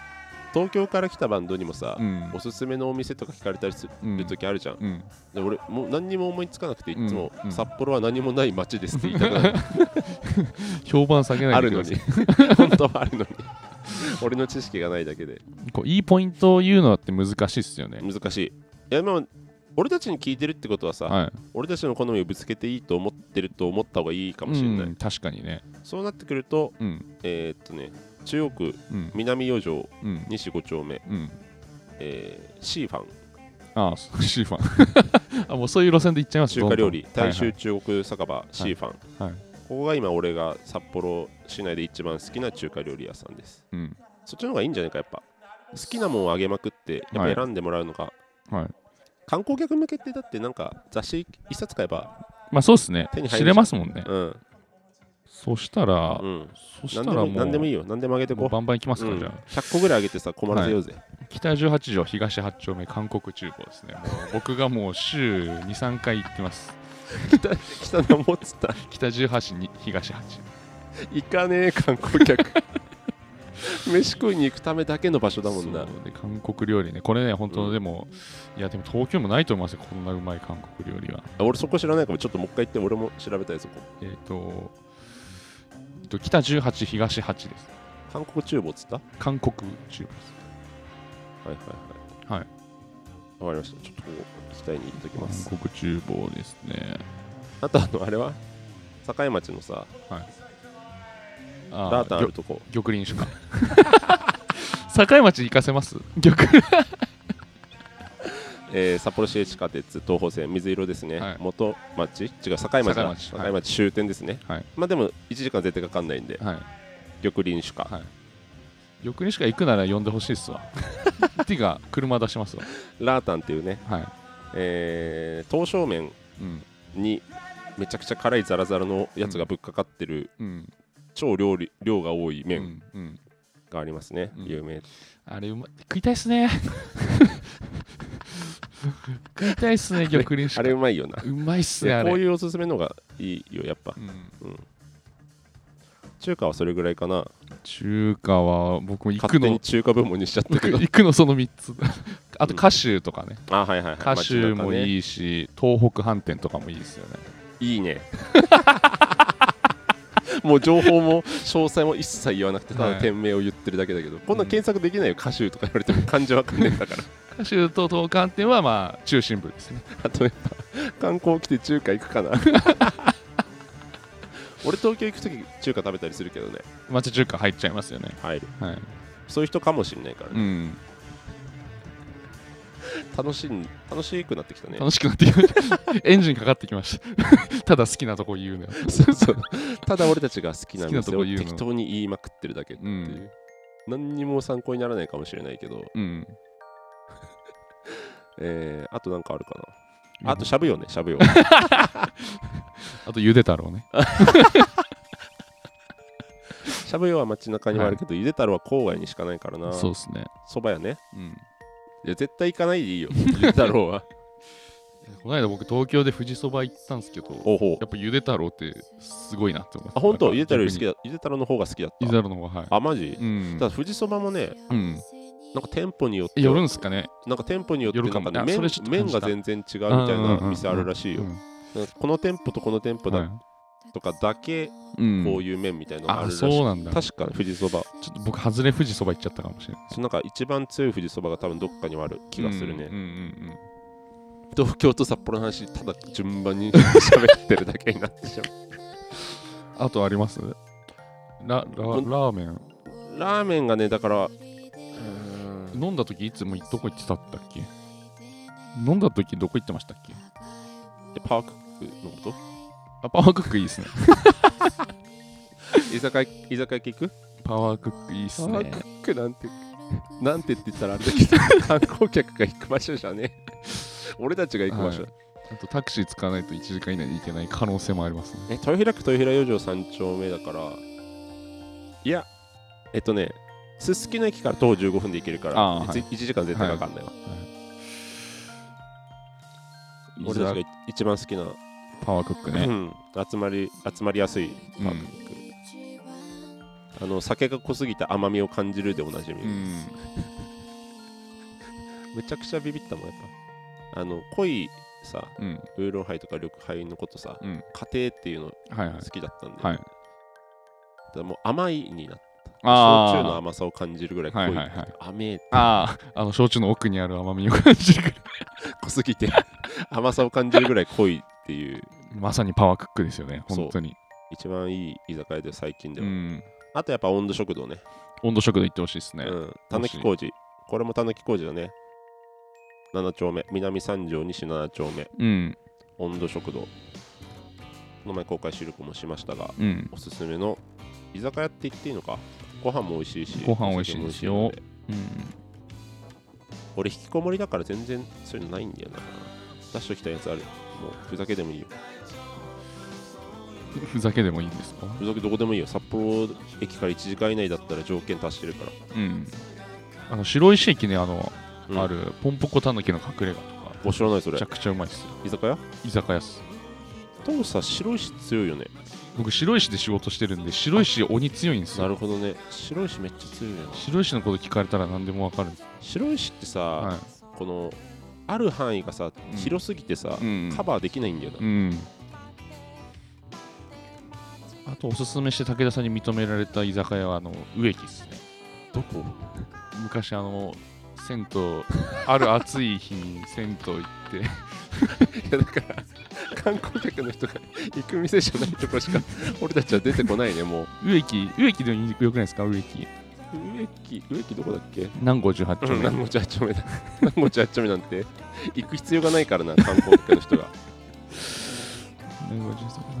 [SPEAKER 1] 東京から来たバンドにもさ、
[SPEAKER 2] うん
[SPEAKER 1] おすすめのお店とか聞かれたりす
[SPEAKER 2] うん
[SPEAKER 1] る時あるじゃん、
[SPEAKER 2] うん。
[SPEAKER 1] で俺もう何にも思いつかなくていつも、
[SPEAKER 2] うんうん
[SPEAKER 1] 札幌は何もない街です
[SPEAKER 2] [LAUGHS]
[SPEAKER 1] って言いたくなる
[SPEAKER 2] 評判下げな
[SPEAKER 1] あ
[SPEAKER 2] いで
[SPEAKER 1] る
[SPEAKER 2] く
[SPEAKER 1] の
[SPEAKER 2] ださい
[SPEAKER 1] に [LAUGHS] 本当はあるのに俺の知識がないだけで
[SPEAKER 2] こういいポイントを言うのって難しいっすよね。
[SPEAKER 1] 難しいいやまあ俺たちに聞いてるってことはさ、
[SPEAKER 2] はい。
[SPEAKER 1] 俺たちの好みをぶつけていいと思ってると思った方がいいか
[SPEAKER 2] か
[SPEAKER 1] もしれない、
[SPEAKER 2] 確かにね。
[SPEAKER 1] そうなってくると
[SPEAKER 2] うん。
[SPEAKER 1] えーっとね中央区
[SPEAKER 2] うん。
[SPEAKER 1] 南四条
[SPEAKER 2] うん。
[SPEAKER 1] 西5丁目
[SPEAKER 2] うん。
[SPEAKER 1] えー、シーファン
[SPEAKER 2] ああ、そうシーファ
[SPEAKER 1] [LAUGHS]
[SPEAKER 2] ン。あもうそういう路線で行っちゃいます
[SPEAKER 1] 中華料理
[SPEAKER 2] どんどん
[SPEAKER 1] 大衆中国酒場シーファン、
[SPEAKER 2] はいはい
[SPEAKER 1] ここが今俺が札幌市内で一番好きな中華料理屋さんです
[SPEAKER 2] うん。
[SPEAKER 1] そっちの方がいいんじゃないかやっぱ好きなもんをあげまくってやっ
[SPEAKER 2] はい
[SPEAKER 1] ぱ選んでもらうのが、
[SPEAKER 2] はい。
[SPEAKER 1] 観光客向けってだってなんか雑誌一冊買えば
[SPEAKER 2] まあそうですね
[SPEAKER 1] 手に。入るじゃん
[SPEAKER 2] 知れますもんね。
[SPEAKER 1] うん
[SPEAKER 2] そしたら
[SPEAKER 1] う、ん
[SPEAKER 2] そした
[SPEAKER 1] 何
[SPEAKER 2] ら
[SPEAKER 1] でも
[SPEAKER 2] もう、
[SPEAKER 1] いい何でもいいよ何でもあげて
[SPEAKER 2] もう
[SPEAKER 1] こ
[SPEAKER 2] バンバン行きま
[SPEAKER 1] う、
[SPEAKER 2] す
[SPEAKER 1] う
[SPEAKER 2] から、
[SPEAKER 1] ん、
[SPEAKER 2] じゃあ。
[SPEAKER 1] 100個ぐらいあげてさ困らせようぜ、
[SPEAKER 2] 北18条、東8丁目、韓国中古ですね。もう僕がもう週2、3回行ってます。
[SPEAKER 1] 北北の持つた
[SPEAKER 2] 北18に東8。
[SPEAKER 1] 行かねえ観光客 [LAUGHS] 飯食いに行くためだけの場所だもんな
[SPEAKER 2] そうで韓国料理ね。これね、本当、
[SPEAKER 1] うん
[SPEAKER 2] でも、いや、でも東京もないと思いますよ。こんなうまい韓国料理は。
[SPEAKER 1] 俺そこ知らないからちょっともう一回言って俺も調べたいそこ
[SPEAKER 2] えっ、と、えっと北18、東8です。
[SPEAKER 1] 韓国厨房っつったは
[SPEAKER 2] 韓国中古です。
[SPEAKER 1] いはいはい
[SPEAKER 2] はい
[SPEAKER 1] わかりましたちょっとここ行きたいに行っときます
[SPEAKER 2] 韓国厨房ですね。
[SPEAKER 1] あとあのあれは境町のさ
[SPEAKER 2] あ
[SPEAKER 1] ラータンあるとこ
[SPEAKER 2] 玉林酒か [LAUGHS] 境町行かせます玉
[SPEAKER 1] えー札幌市営地下鉄東方線水色ですね、
[SPEAKER 2] はい
[SPEAKER 1] 元町違う境町だ境
[SPEAKER 2] 境町
[SPEAKER 1] 町,、
[SPEAKER 2] はい
[SPEAKER 1] 終点ですね、
[SPEAKER 2] はい
[SPEAKER 1] まあでも1時間絶対かかんないんで
[SPEAKER 2] はい
[SPEAKER 1] 玉林酒か、
[SPEAKER 2] はい玉林酒か行くなら呼んでほしいっすわ [LAUGHS] っていうか車出しますわ
[SPEAKER 1] ラータンっていうね、
[SPEAKER 2] はい
[SPEAKER 1] えー刀削麺
[SPEAKER 2] うん
[SPEAKER 1] にめちゃくちゃ辛いザラザラのやつがぶっかかってる
[SPEAKER 2] うん
[SPEAKER 1] 超料理量が多い
[SPEAKER 2] うん
[SPEAKER 1] 麺、
[SPEAKER 2] うん
[SPEAKER 1] がありますね、
[SPEAKER 2] うん
[SPEAKER 1] 有名
[SPEAKER 2] あれうま食いたいっ
[SPEAKER 1] [LAUGHS]
[SPEAKER 2] すね食いたいっすね玉林
[SPEAKER 1] あれうまいよな
[SPEAKER 2] うまいっすねあれ
[SPEAKER 1] こういうおすすめのがいいよやっぱ
[SPEAKER 2] うん
[SPEAKER 1] 中華はそれぐらいかな
[SPEAKER 2] 中華は僕も行く
[SPEAKER 1] 勝手
[SPEAKER 2] の
[SPEAKER 1] に中華部門にしちゃったけ
[SPEAKER 2] 僕
[SPEAKER 1] ど
[SPEAKER 2] 行くのその3つあと歌手とかね、
[SPEAKER 1] [LAUGHS] あはいはいはい
[SPEAKER 2] 歌手も
[SPEAKER 1] い
[SPEAKER 2] いいし、東北飯店とかもいいですよね
[SPEAKER 1] いいね [LAUGHS] もう情報も詳細も一切言わなくてた
[SPEAKER 2] は
[SPEAKER 1] だ
[SPEAKER 2] い
[SPEAKER 1] 店名を言ってるだけだけど、こんなん検索できないよ歌手とか言われて
[SPEAKER 2] [LAUGHS]
[SPEAKER 1] も漢字わかんねえんだから
[SPEAKER 2] 歌手と東北飯店はまあ中心部ですね
[SPEAKER 1] あとやっぱ観光来て中華行くかな [LAUGHS] 俺東京行く時中華食べたりするけどね
[SPEAKER 2] 町中華入っちゃいますよね
[SPEAKER 1] はい
[SPEAKER 2] はい、
[SPEAKER 1] そういう人かもしれないから
[SPEAKER 2] う
[SPEAKER 1] ね、
[SPEAKER 2] ん、
[SPEAKER 1] 楽しん楽しくなってきたね
[SPEAKER 2] 楽しくなってきました [LAUGHS] エンジンかかってきましたただ [LAUGHS] 好きなとこ言うのよ
[SPEAKER 1] そうそう [LAUGHS] ただ俺たちが好きな
[SPEAKER 2] 好きなと
[SPEAKER 1] 店
[SPEAKER 2] こ
[SPEAKER 1] を
[SPEAKER 2] 言うの
[SPEAKER 1] 適当に言いまくってるだけっていう、
[SPEAKER 2] うん
[SPEAKER 1] 何にも参考にならないかもしれないけど、
[SPEAKER 2] うん
[SPEAKER 1] えー、あとなんかあるかなあとしゃぶよねしゃぶよ
[SPEAKER 2] [LAUGHS] あとゆで太郎ね
[SPEAKER 1] しゃぶよは街中にはあるけど、ゆで太郎は郊外にしかないからな
[SPEAKER 2] そうですね
[SPEAKER 1] そば屋ね
[SPEAKER 2] うん
[SPEAKER 1] いや絶対行かないで
[SPEAKER 2] [LAUGHS]
[SPEAKER 1] いいよゆで太郎は
[SPEAKER 2] この間僕東京で富士そば行ったんですけど
[SPEAKER 1] おうほう
[SPEAKER 2] やっぱゆで太郎ってすごいなって思って
[SPEAKER 1] あ本当ゆで太郎より好き
[SPEAKER 2] だ
[SPEAKER 1] だゆで太郎の方が好きだっ
[SPEAKER 2] ゆで
[SPEAKER 1] た
[SPEAKER 2] 太郎の方がはい
[SPEAKER 1] あマジ、
[SPEAKER 2] うん
[SPEAKER 1] ただ富士そばもね
[SPEAKER 2] うん
[SPEAKER 1] なんか店舗によって
[SPEAKER 2] 寄るんすかね
[SPEAKER 1] なんか店舗によって
[SPEAKER 2] 夜
[SPEAKER 1] な
[SPEAKER 2] か
[SPEAKER 1] ん
[SPEAKER 2] も
[SPEAKER 1] か、ね、
[SPEAKER 2] あそ
[SPEAKER 1] 麺
[SPEAKER 2] れちょっと感
[SPEAKER 1] 麺
[SPEAKER 2] じた
[SPEAKER 1] が全然違うみたいな店あるらしいよ
[SPEAKER 2] う。ん
[SPEAKER 1] なんかこの店舗とこの店舗だとかだけ
[SPEAKER 2] うん
[SPEAKER 1] こういう麺みたいなのがある
[SPEAKER 2] あ
[SPEAKER 1] らしい。
[SPEAKER 2] そうなんだちょ
[SPEAKER 1] 確かに富士そば。
[SPEAKER 2] っと僕外れ富士そば行っちゃったかもしれない
[SPEAKER 1] そうなんか一番強い富士そばが多分どっかにはある気がするね。
[SPEAKER 2] うんうんうんうん
[SPEAKER 1] 東京と札幌の話、ただ順番に喋ってるだけになってしま
[SPEAKER 2] あとありますラララーメン
[SPEAKER 1] う。ラーメンがね、だから、うーん
[SPEAKER 2] 飲んだ時いつもどこ行ってたったっけ飲んだ時どこ行ってましたっけ
[SPEAKER 1] パークのこと
[SPEAKER 2] あパワークックいい
[SPEAKER 1] [LAUGHS]
[SPEAKER 2] ですね
[SPEAKER 1] 居酒屋居酒屋行く
[SPEAKER 2] パワークックいいっす
[SPEAKER 1] パワ
[SPEAKER 2] ね
[SPEAKER 1] ークックなんて、なんてって言ったらあれだけど、観光客が行く場所じゃねえ。俺たちが行く場所。
[SPEAKER 2] はいあとタクシー使わないと1時間以内に行けない可能性もありますね
[SPEAKER 1] え豊平区豊平四条三丁目だからいやえっとねすすきの駅から徒歩15分で行けるから
[SPEAKER 2] あーはい
[SPEAKER 1] 1, 時間絶対かかんないわ、俺たちが一番好きな、
[SPEAKER 2] パワークック
[SPEAKER 1] う
[SPEAKER 2] ね、
[SPEAKER 1] ん集まり集まりやすいパークに行く、あの酒が濃すぎた甘みを感じるでおなじみ、
[SPEAKER 2] うん、
[SPEAKER 1] めちゃくちゃビビったもんやっぱあの濃いさ
[SPEAKER 2] うん、
[SPEAKER 1] ウーロンハイとか緑ハイのことさ、
[SPEAKER 2] うん
[SPEAKER 1] 家庭っていうの
[SPEAKER 2] はいはい
[SPEAKER 1] 好きだったんで、
[SPEAKER 2] はい
[SPEAKER 1] だからもう甘いになった
[SPEAKER 2] あー
[SPEAKER 1] 焼酎の甘さを感じるぐらい濃い、
[SPEAKER 2] はいはいはい
[SPEAKER 1] 甘え
[SPEAKER 2] あああの焼酎の奥にある甘みを感じるから
[SPEAKER 1] 濃すぎて甘さを感じるぐらい濃いっていう
[SPEAKER 2] [LAUGHS] まさにパワークックですよね
[SPEAKER 1] そう
[SPEAKER 2] 本当に
[SPEAKER 1] 一番いい居酒屋で最近で
[SPEAKER 2] う
[SPEAKER 1] は、
[SPEAKER 2] ん
[SPEAKER 1] あとやっぱ温度食堂ね
[SPEAKER 2] 温度食堂行ってほしいですね、
[SPEAKER 1] うんたぬき工事これもたぬき工事だね7丁目南三条西7丁目
[SPEAKER 2] うん
[SPEAKER 1] 温度食堂この前公開収録もしましたが
[SPEAKER 2] うん
[SPEAKER 1] おすすめの居酒屋って言っていいのかご飯も美味しいし
[SPEAKER 2] ご飯美味しいですよ
[SPEAKER 1] お酒も美味しいので
[SPEAKER 2] うん
[SPEAKER 1] 俺引きこもりだから全然そういうのないんだよな出しときたいやつあるもうふざけでもいいよ
[SPEAKER 2] ふざけでもいいんですか
[SPEAKER 1] ふざけどこでもいいよ札幌駅から1時間以内だったら条件達してるから
[SPEAKER 2] うんあの白石駅ねあの、
[SPEAKER 1] うん
[SPEAKER 2] あるポンポコたぬきの隠れ家とか
[SPEAKER 1] お知らないそ
[SPEAKER 2] め
[SPEAKER 1] れ
[SPEAKER 2] ちゃくちゃうまいっすよ
[SPEAKER 1] 居酒屋
[SPEAKER 2] 居酒屋っす
[SPEAKER 1] トムさ白石強いよね
[SPEAKER 2] 僕白石で仕事してるんで白石鬼強いんです
[SPEAKER 1] な
[SPEAKER 2] よ
[SPEAKER 1] るほどね白石めっちゃ強いよね
[SPEAKER 2] 白石のこと聞かれたら何でもわかるんです
[SPEAKER 1] 白石ってさ、
[SPEAKER 2] は
[SPEAKER 1] このある範囲がさ
[SPEAKER 2] うん
[SPEAKER 1] 広すぎてさ、
[SPEAKER 2] い、うん
[SPEAKER 1] カバーできないんだよな、
[SPEAKER 2] うんあとおすすめして武田さんに認められた居酒屋はあの植木ですね
[SPEAKER 1] どこ
[SPEAKER 2] 昔あの銭湯ある暑い日に銭湯行って [LAUGHS]
[SPEAKER 1] いやだから観光客の人が行く店じゃないとこ
[SPEAKER 2] [LAUGHS]
[SPEAKER 1] しか俺たちは出てこないねもう
[SPEAKER 2] 植木植木でもよくないですか植木
[SPEAKER 1] 植木植木どこだっけ
[SPEAKER 2] 南郷18丁目、
[SPEAKER 1] 南国八丁目だ [LAUGHS] 南国八丁目なんて行く必要がないからな観光客の
[SPEAKER 2] [LAUGHS]
[SPEAKER 1] 人が
[SPEAKER 2] 南郷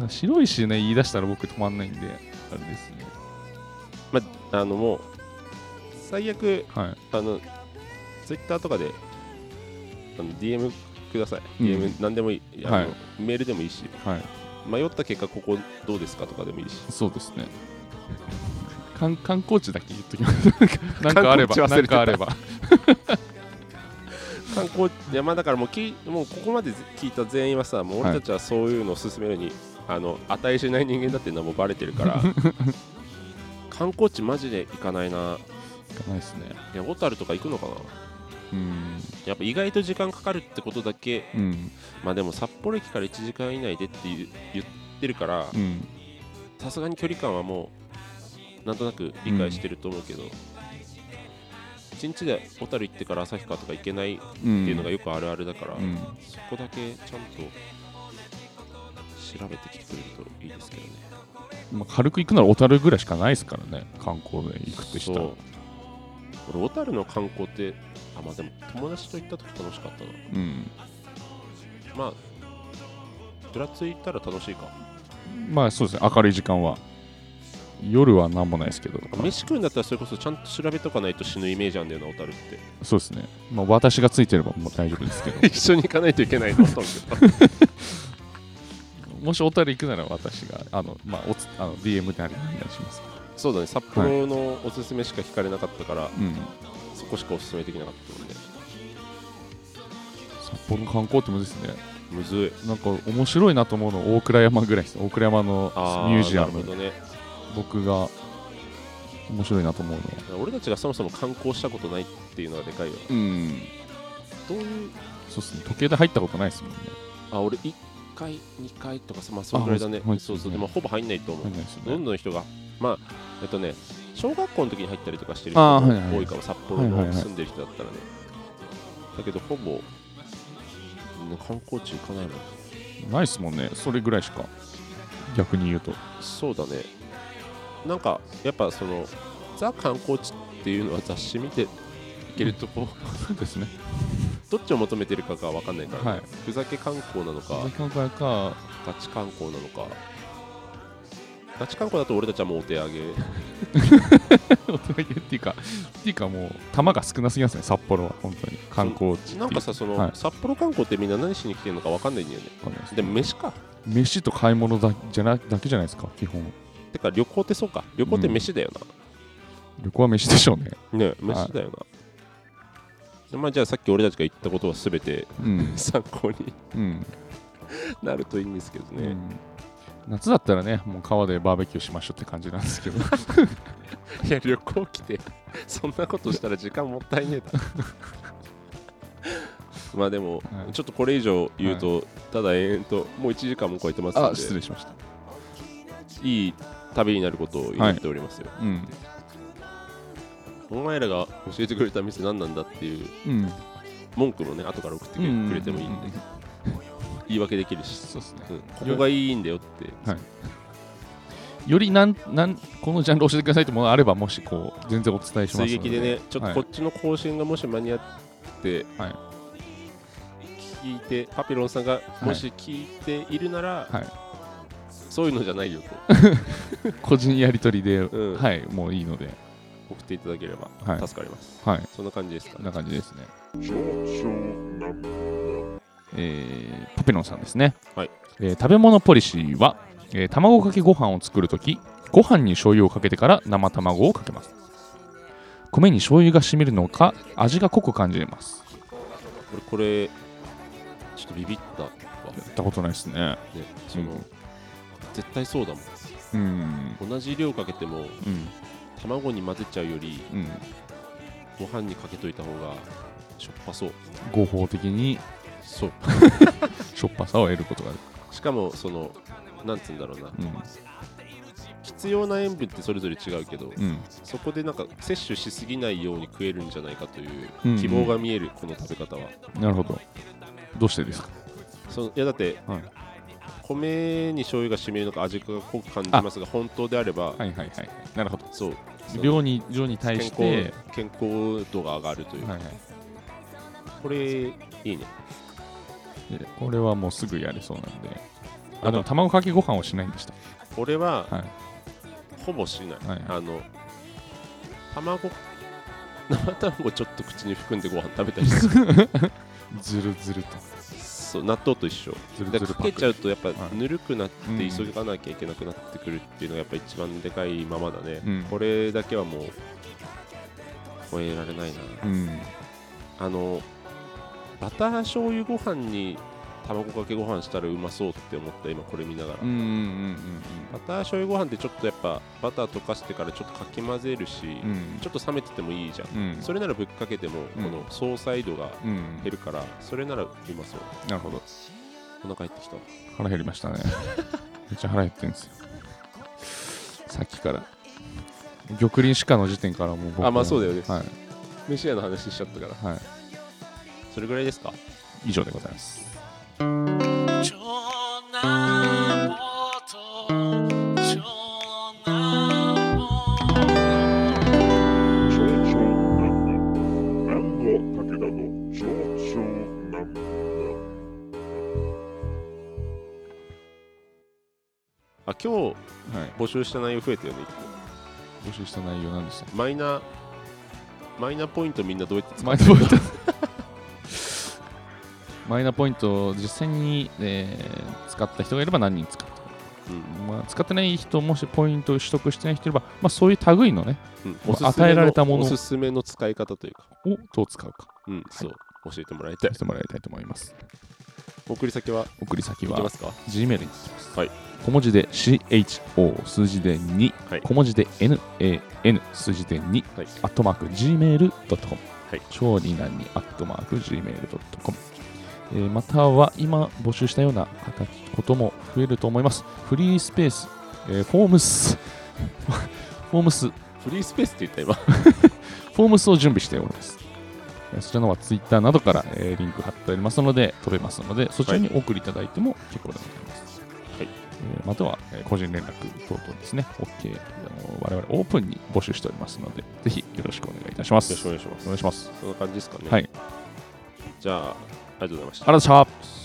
[SPEAKER 2] 18白石ね言い出したら僕止まんないんであれですね
[SPEAKER 1] まあのもう最悪
[SPEAKER 2] はい
[SPEAKER 1] あの、ツイッターとかで、あの DM ください。
[SPEAKER 2] うん
[SPEAKER 1] DM 何でもいい。あの
[SPEAKER 2] はい
[SPEAKER 1] メールでもいいし、
[SPEAKER 2] はい
[SPEAKER 1] 迷った結果、ここどうですかとかでもいいし。
[SPEAKER 2] そうですね観観光地だけ言っときます。なんかあれば、
[SPEAKER 1] 観光地忘
[SPEAKER 2] なん
[SPEAKER 1] れてた
[SPEAKER 2] かあれば。
[SPEAKER 1] 観光いやまあだからもうきもうここまで聞いた全員はさもう俺たちはそういうのを勧めるに、あの値しない人間だっていうのはもうバレてるから
[SPEAKER 2] [LAUGHS]
[SPEAKER 1] 観光地マジで行かないな
[SPEAKER 2] 行かないですね。
[SPEAKER 1] いや小樽とか行くのかな
[SPEAKER 2] うん。
[SPEAKER 1] やっぱ意外と時間かかるってことだけ
[SPEAKER 2] うん。
[SPEAKER 1] まあでも札幌駅から1時間以内でって言う言ってるから
[SPEAKER 2] うん。
[SPEAKER 1] さすがに距離感はもうなんとなく理解してると思うけど、1日で小樽行ってから旭川とか行けないって
[SPEAKER 2] うん。
[SPEAKER 1] いうのがよくあるあるだから、
[SPEAKER 2] うん。
[SPEAKER 1] そこだけちゃんと調べてきてくれるといいですけどね。
[SPEAKER 2] まあ、軽く行くなら小樽ぐらいしかないですからね。観光で行くってしたら。
[SPEAKER 1] そう俺、小樽の観光って、あ、まあでも友達と行った時楽しかったな。
[SPEAKER 2] うん。
[SPEAKER 1] まあ、ぶらついたら楽しいか。
[SPEAKER 2] まあそうですね、明るい時間は。夜はなんもないですけど。
[SPEAKER 1] 飯食うんだったらそれこそちゃんと調べとかないと死ぬイメージなんだよな、小樽って。。
[SPEAKER 2] そうですね。まあ私がついてればもう大丈夫ですけど
[SPEAKER 1] [LAUGHS] 一緒に行かないといけ [LAUGHS] ないの、小樽
[SPEAKER 2] [LAUGHS] もし小樽行くなら私が、あの、まあ、おつあの DM であれお願いします。
[SPEAKER 1] そうだね、札幌のおすすめしか聞かれなかったから、
[SPEAKER 2] うん。
[SPEAKER 1] そこしかおすすめできなかったもんね。
[SPEAKER 2] 札幌の観光ってむずいですね。
[SPEAKER 1] むずい。
[SPEAKER 2] なんか面白いなと思うの大倉山ぐらいです。大倉山の
[SPEAKER 1] あ
[SPEAKER 2] ミュージア
[SPEAKER 1] なる
[SPEAKER 2] ム
[SPEAKER 1] ほ。どね。
[SPEAKER 2] 僕が面白いなと思うのは。
[SPEAKER 1] 俺たちがそもそも観光したことないっていうのがでかいよな。
[SPEAKER 2] うん。
[SPEAKER 1] どういう
[SPEAKER 2] そうですね。時計で入ったことないですもんね。
[SPEAKER 1] あ俺1回2回とかさまあそのぐらいだね
[SPEAKER 2] あほんと
[SPEAKER 1] そうそう
[SPEAKER 2] ほん
[SPEAKER 1] でも
[SPEAKER 2] とですね
[SPEAKER 1] ほぼ入んないと思う、
[SPEAKER 2] 入んないですよ
[SPEAKER 1] どん
[SPEAKER 2] ね。
[SPEAKER 1] どん人がまあえっとね小学校の時に入ったりとかしてる人
[SPEAKER 2] あ
[SPEAKER 1] も
[SPEAKER 2] ーはいはい
[SPEAKER 1] 多いから札幌
[SPEAKER 2] はいは
[SPEAKER 1] の
[SPEAKER 2] いはい
[SPEAKER 1] 住んでる人だったらねだけどほぼ、ね、観光地行かないもん
[SPEAKER 2] ないですもんね。それぐらいしか。逆に言うと。
[SPEAKER 1] そうだねなんかやっぱそのザ観光地っていうのは雑誌見ていけるとこ、
[SPEAKER 2] そうですね。
[SPEAKER 1] どっちを求めてるかが分かんないからね、
[SPEAKER 2] はい
[SPEAKER 1] ふざけ観光なの [LAUGHS] か
[SPEAKER 2] なかなか
[SPEAKER 1] ガチ観光なのかガチ観光だと俺たちはもうお手上げ
[SPEAKER 2] お手上げっていうか、っていうかもう、玉が少なすぎますね、札幌は、本当に。観光地っていう
[SPEAKER 1] なんかさその、
[SPEAKER 2] はい
[SPEAKER 1] 札幌観光ってみんな何しに来てるのか分かんないんだよね
[SPEAKER 2] わかんないです
[SPEAKER 1] でも飯か
[SPEAKER 2] 飯と買い物だじゃなだけじゃないですか、基本。
[SPEAKER 1] てか旅行ってそうか旅行って飯だよ
[SPEAKER 2] 旅行は飯でしょうね。
[SPEAKER 1] な、ね飯だよな、でまあ、じゃあさっき俺たちが言ったことは全て [LAUGHS]
[SPEAKER 2] うん。
[SPEAKER 1] 参考に
[SPEAKER 2] [LAUGHS] うん。
[SPEAKER 1] なるといいんですけど
[SPEAKER 2] う
[SPEAKER 1] ね、
[SPEAKER 2] ん夏だったらね、もう川でバーベキューしましょうって感じなんですけど、 [LAUGHS]
[SPEAKER 1] いや旅行来て [LAUGHS] そんなことしたら時間もったいねえだ [LAUGHS] まあでも、
[SPEAKER 2] はい
[SPEAKER 1] ちょっとこれ以上言うと、ただ延々ともう1時間も超えてますので
[SPEAKER 2] あ失礼しました。
[SPEAKER 1] いい旅になることを祈っておりますよ、
[SPEAKER 2] うん。
[SPEAKER 1] お前らが教えてくれた店何なんだっていう
[SPEAKER 2] うん。
[SPEAKER 1] 文句もね後から送ってくれ,、
[SPEAKER 2] うん
[SPEAKER 1] てもいいんで、言い訳できるし、
[SPEAKER 2] そうですね。
[SPEAKER 1] うんここがいいんだよって
[SPEAKER 2] よりなんなん、このジャンル教えてくださいってものがあれば、もしこう、全然お伝えしますの
[SPEAKER 1] 追
[SPEAKER 2] で。
[SPEAKER 1] 撃でねちょっと
[SPEAKER 2] はい
[SPEAKER 1] こっちの更新がもし間に合って、
[SPEAKER 2] はい
[SPEAKER 1] 聞いてパピロンさんがもし聞いているなら、
[SPEAKER 2] はい
[SPEAKER 1] そういうのじゃないよと
[SPEAKER 2] [LAUGHS] 個人やりとりで、
[SPEAKER 1] うん
[SPEAKER 2] はい、もういいので、
[SPEAKER 1] 送っていただければ
[SPEAKER 2] はい
[SPEAKER 1] 助かります、
[SPEAKER 2] はい。
[SPEAKER 1] そんな感じですか
[SPEAKER 2] こん
[SPEAKER 1] ね
[SPEAKER 2] な感じですね。えーパピロンさんですね、
[SPEAKER 1] はい
[SPEAKER 2] えー食べ物ポリシーは、えー卵かけご飯を作るときご飯に醤油をかけてから生卵をかけます米に醤油が染みるのか味が濃く感じます
[SPEAKER 1] 俺これちょっとビビったわ、ね、
[SPEAKER 2] やったことないですね
[SPEAKER 1] その、
[SPEAKER 2] うん
[SPEAKER 1] 絶対そうだも
[SPEAKER 2] うん
[SPEAKER 1] ん同じ量かけても
[SPEAKER 2] うん
[SPEAKER 1] 卵に混ぜちゃうより
[SPEAKER 2] うん
[SPEAKER 1] ご飯にかけといた方がしょっぱそう
[SPEAKER 2] 合法的に
[SPEAKER 1] そう
[SPEAKER 2] しょっぱさを得ることがで
[SPEAKER 1] しかもそのなんつうんだろうな
[SPEAKER 2] きる
[SPEAKER 1] 必要な塩分ってそれぞれ違うけど
[SPEAKER 2] うんうん
[SPEAKER 1] そこでなんか摂取しすぎないように食えるんじゃないかとい
[SPEAKER 2] うんう
[SPEAKER 1] うん希望が見えるこの食べ方は
[SPEAKER 2] なるほどどうしてですか
[SPEAKER 1] そのいやだって
[SPEAKER 2] はい
[SPEAKER 1] 米に醤油が染みるのか味が濃く感じますが本当であれば
[SPEAKER 2] はいはいはいなるほど
[SPEAKER 1] そうその
[SPEAKER 2] 量に量に対
[SPEAKER 1] 健
[SPEAKER 2] し
[SPEAKER 1] 康
[SPEAKER 2] て
[SPEAKER 1] 健康度が上がるという
[SPEAKER 2] はいはい
[SPEAKER 1] これいいね
[SPEAKER 2] でこれはもうすぐやれそうなんで。あ、でも卵かけご飯をしないんでした。
[SPEAKER 1] 俺は
[SPEAKER 2] はい
[SPEAKER 1] ほぼしない
[SPEAKER 2] はい
[SPEAKER 1] あの卵
[SPEAKER 2] [LAUGHS]
[SPEAKER 1] 生卵ちょっと口に含んでご飯食べたりする
[SPEAKER 2] ずるずると。
[SPEAKER 1] そう納豆と一緒
[SPEAKER 2] ズルズ
[SPEAKER 1] で
[SPEAKER 2] ル
[SPEAKER 1] か
[SPEAKER 2] パ
[SPEAKER 1] け
[SPEAKER 2] ッ
[SPEAKER 1] ちゃ
[SPEAKER 2] ク
[SPEAKER 1] うとやっぱ
[SPEAKER 2] はい
[SPEAKER 1] ぬるくなって
[SPEAKER 2] うん
[SPEAKER 1] 急がなきゃいけなくなってくるっていうのがやっぱ一番でかいままだね、
[SPEAKER 2] うん
[SPEAKER 1] これだけはもう超えられないな
[SPEAKER 2] うん
[SPEAKER 1] あのバター醤油ご飯に卵かけご飯したらうまそうって思った今これ見ながら、
[SPEAKER 2] うんうん
[SPEAKER 1] バター醤油ご飯ってちょっとやっぱバター溶かしてからちょっとかき混ぜるし、
[SPEAKER 2] うんうんうん
[SPEAKER 1] ちょっと冷めててもいいじゃん、
[SPEAKER 2] うん
[SPEAKER 1] それならぶっかけてもこ
[SPEAKER 2] うん
[SPEAKER 1] の相殺度が
[SPEAKER 2] うん
[SPEAKER 1] 減るからそれならうまそう
[SPEAKER 2] なるほど
[SPEAKER 1] お腹減ってきた
[SPEAKER 2] 腹減りましたね [LAUGHS] めっちゃ腹減ってるんですよさっきから玉林鹿の時点からもう僕は
[SPEAKER 1] あまあそうだよね
[SPEAKER 2] はい
[SPEAKER 1] 飯屋の話しちゃったから
[SPEAKER 2] はい
[SPEAKER 1] それぐらいですか
[SPEAKER 2] 以上でございます
[SPEAKER 4] ちょなぼとちょなぼと
[SPEAKER 5] 超小南部南郷武田の超小南部
[SPEAKER 1] あ今日
[SPEAKER 2] はい
[SPEAKER 1] 募集した内容増えたよね
[SPEAKER 2] 募集した内容なんでしたっ
[SPEAKER 1] マイナマイナポイントみんなどうやって
[SPEAKER 2] けマイナポイント [LAUGHS] マイナポイントを実際に、えー使った人がいれば何人使った
[SPEAKER 1] うん
[SPEAKER 2] まあ、使ってない人もしポイントを取得してない人いれば、まあ、そういう類のね
[SPEAKER 1] うん
[SPEAKER 2] まあ
[SPEAKER 1] おすすめの
[SPEAKER 2] 与えられたもの
[SPEAKER 1] おすすめの使い方というか、
[SPEAKER 2] をどう使うか
[SPEAKER 1] うん、そう教えてもらいたい
[SPEAKER 2] してもらいたいと思います
[SPEAKER 1] 送り先は
[SPEAKER 2] 送り先
[SPEAKER 1] いけま
[SPEAKER 2] は
[SPEAKER 1] すか
[SPEAKER 2] Gmail になってます、
[SPEAKER 1] はい
[SPEAKER 2] 小文字で CHO 数字で2、
[SPEAKER 1] はい
[SPEAKER 2] 小文字で NAN 数字で2
[SPEAKER 1] はい
[SPEAKER 2] アットマーク Gmail.com、
[SPEAKER 1] はい
[SPEAKER 2] 超二難にアットマーク Gmail.com、えーまたは今募集したような形ことも増えると思いますフリースペース、えーフォームス [LAUGHS] フォームス
[SPEAKER 1] フリースペースって言った今
[SPEAKER 2] フォームスを準備しております。えーそちらの方は Twitter などから、えーリンク貼っておりますので、飛べますので、そちらにお送りいただいても結構でございます。
[SPEAKER 1] はい
[SPEAKER 2] えーまたは、えー個人連絡等々ですね、OK、あの我々オープンに募集しておりますので、ぜひよろしくお願いいたします。
[SPEAKER 1] よろしくお願いします
[SPEAKER 2] お願いします。
[SPEAKER 1] そんな感じですかね
[SPEAKER 2] はい。
[SPEAKER 1] じゃあありがとうございました
[SPEAKER 2] ありがとうございました。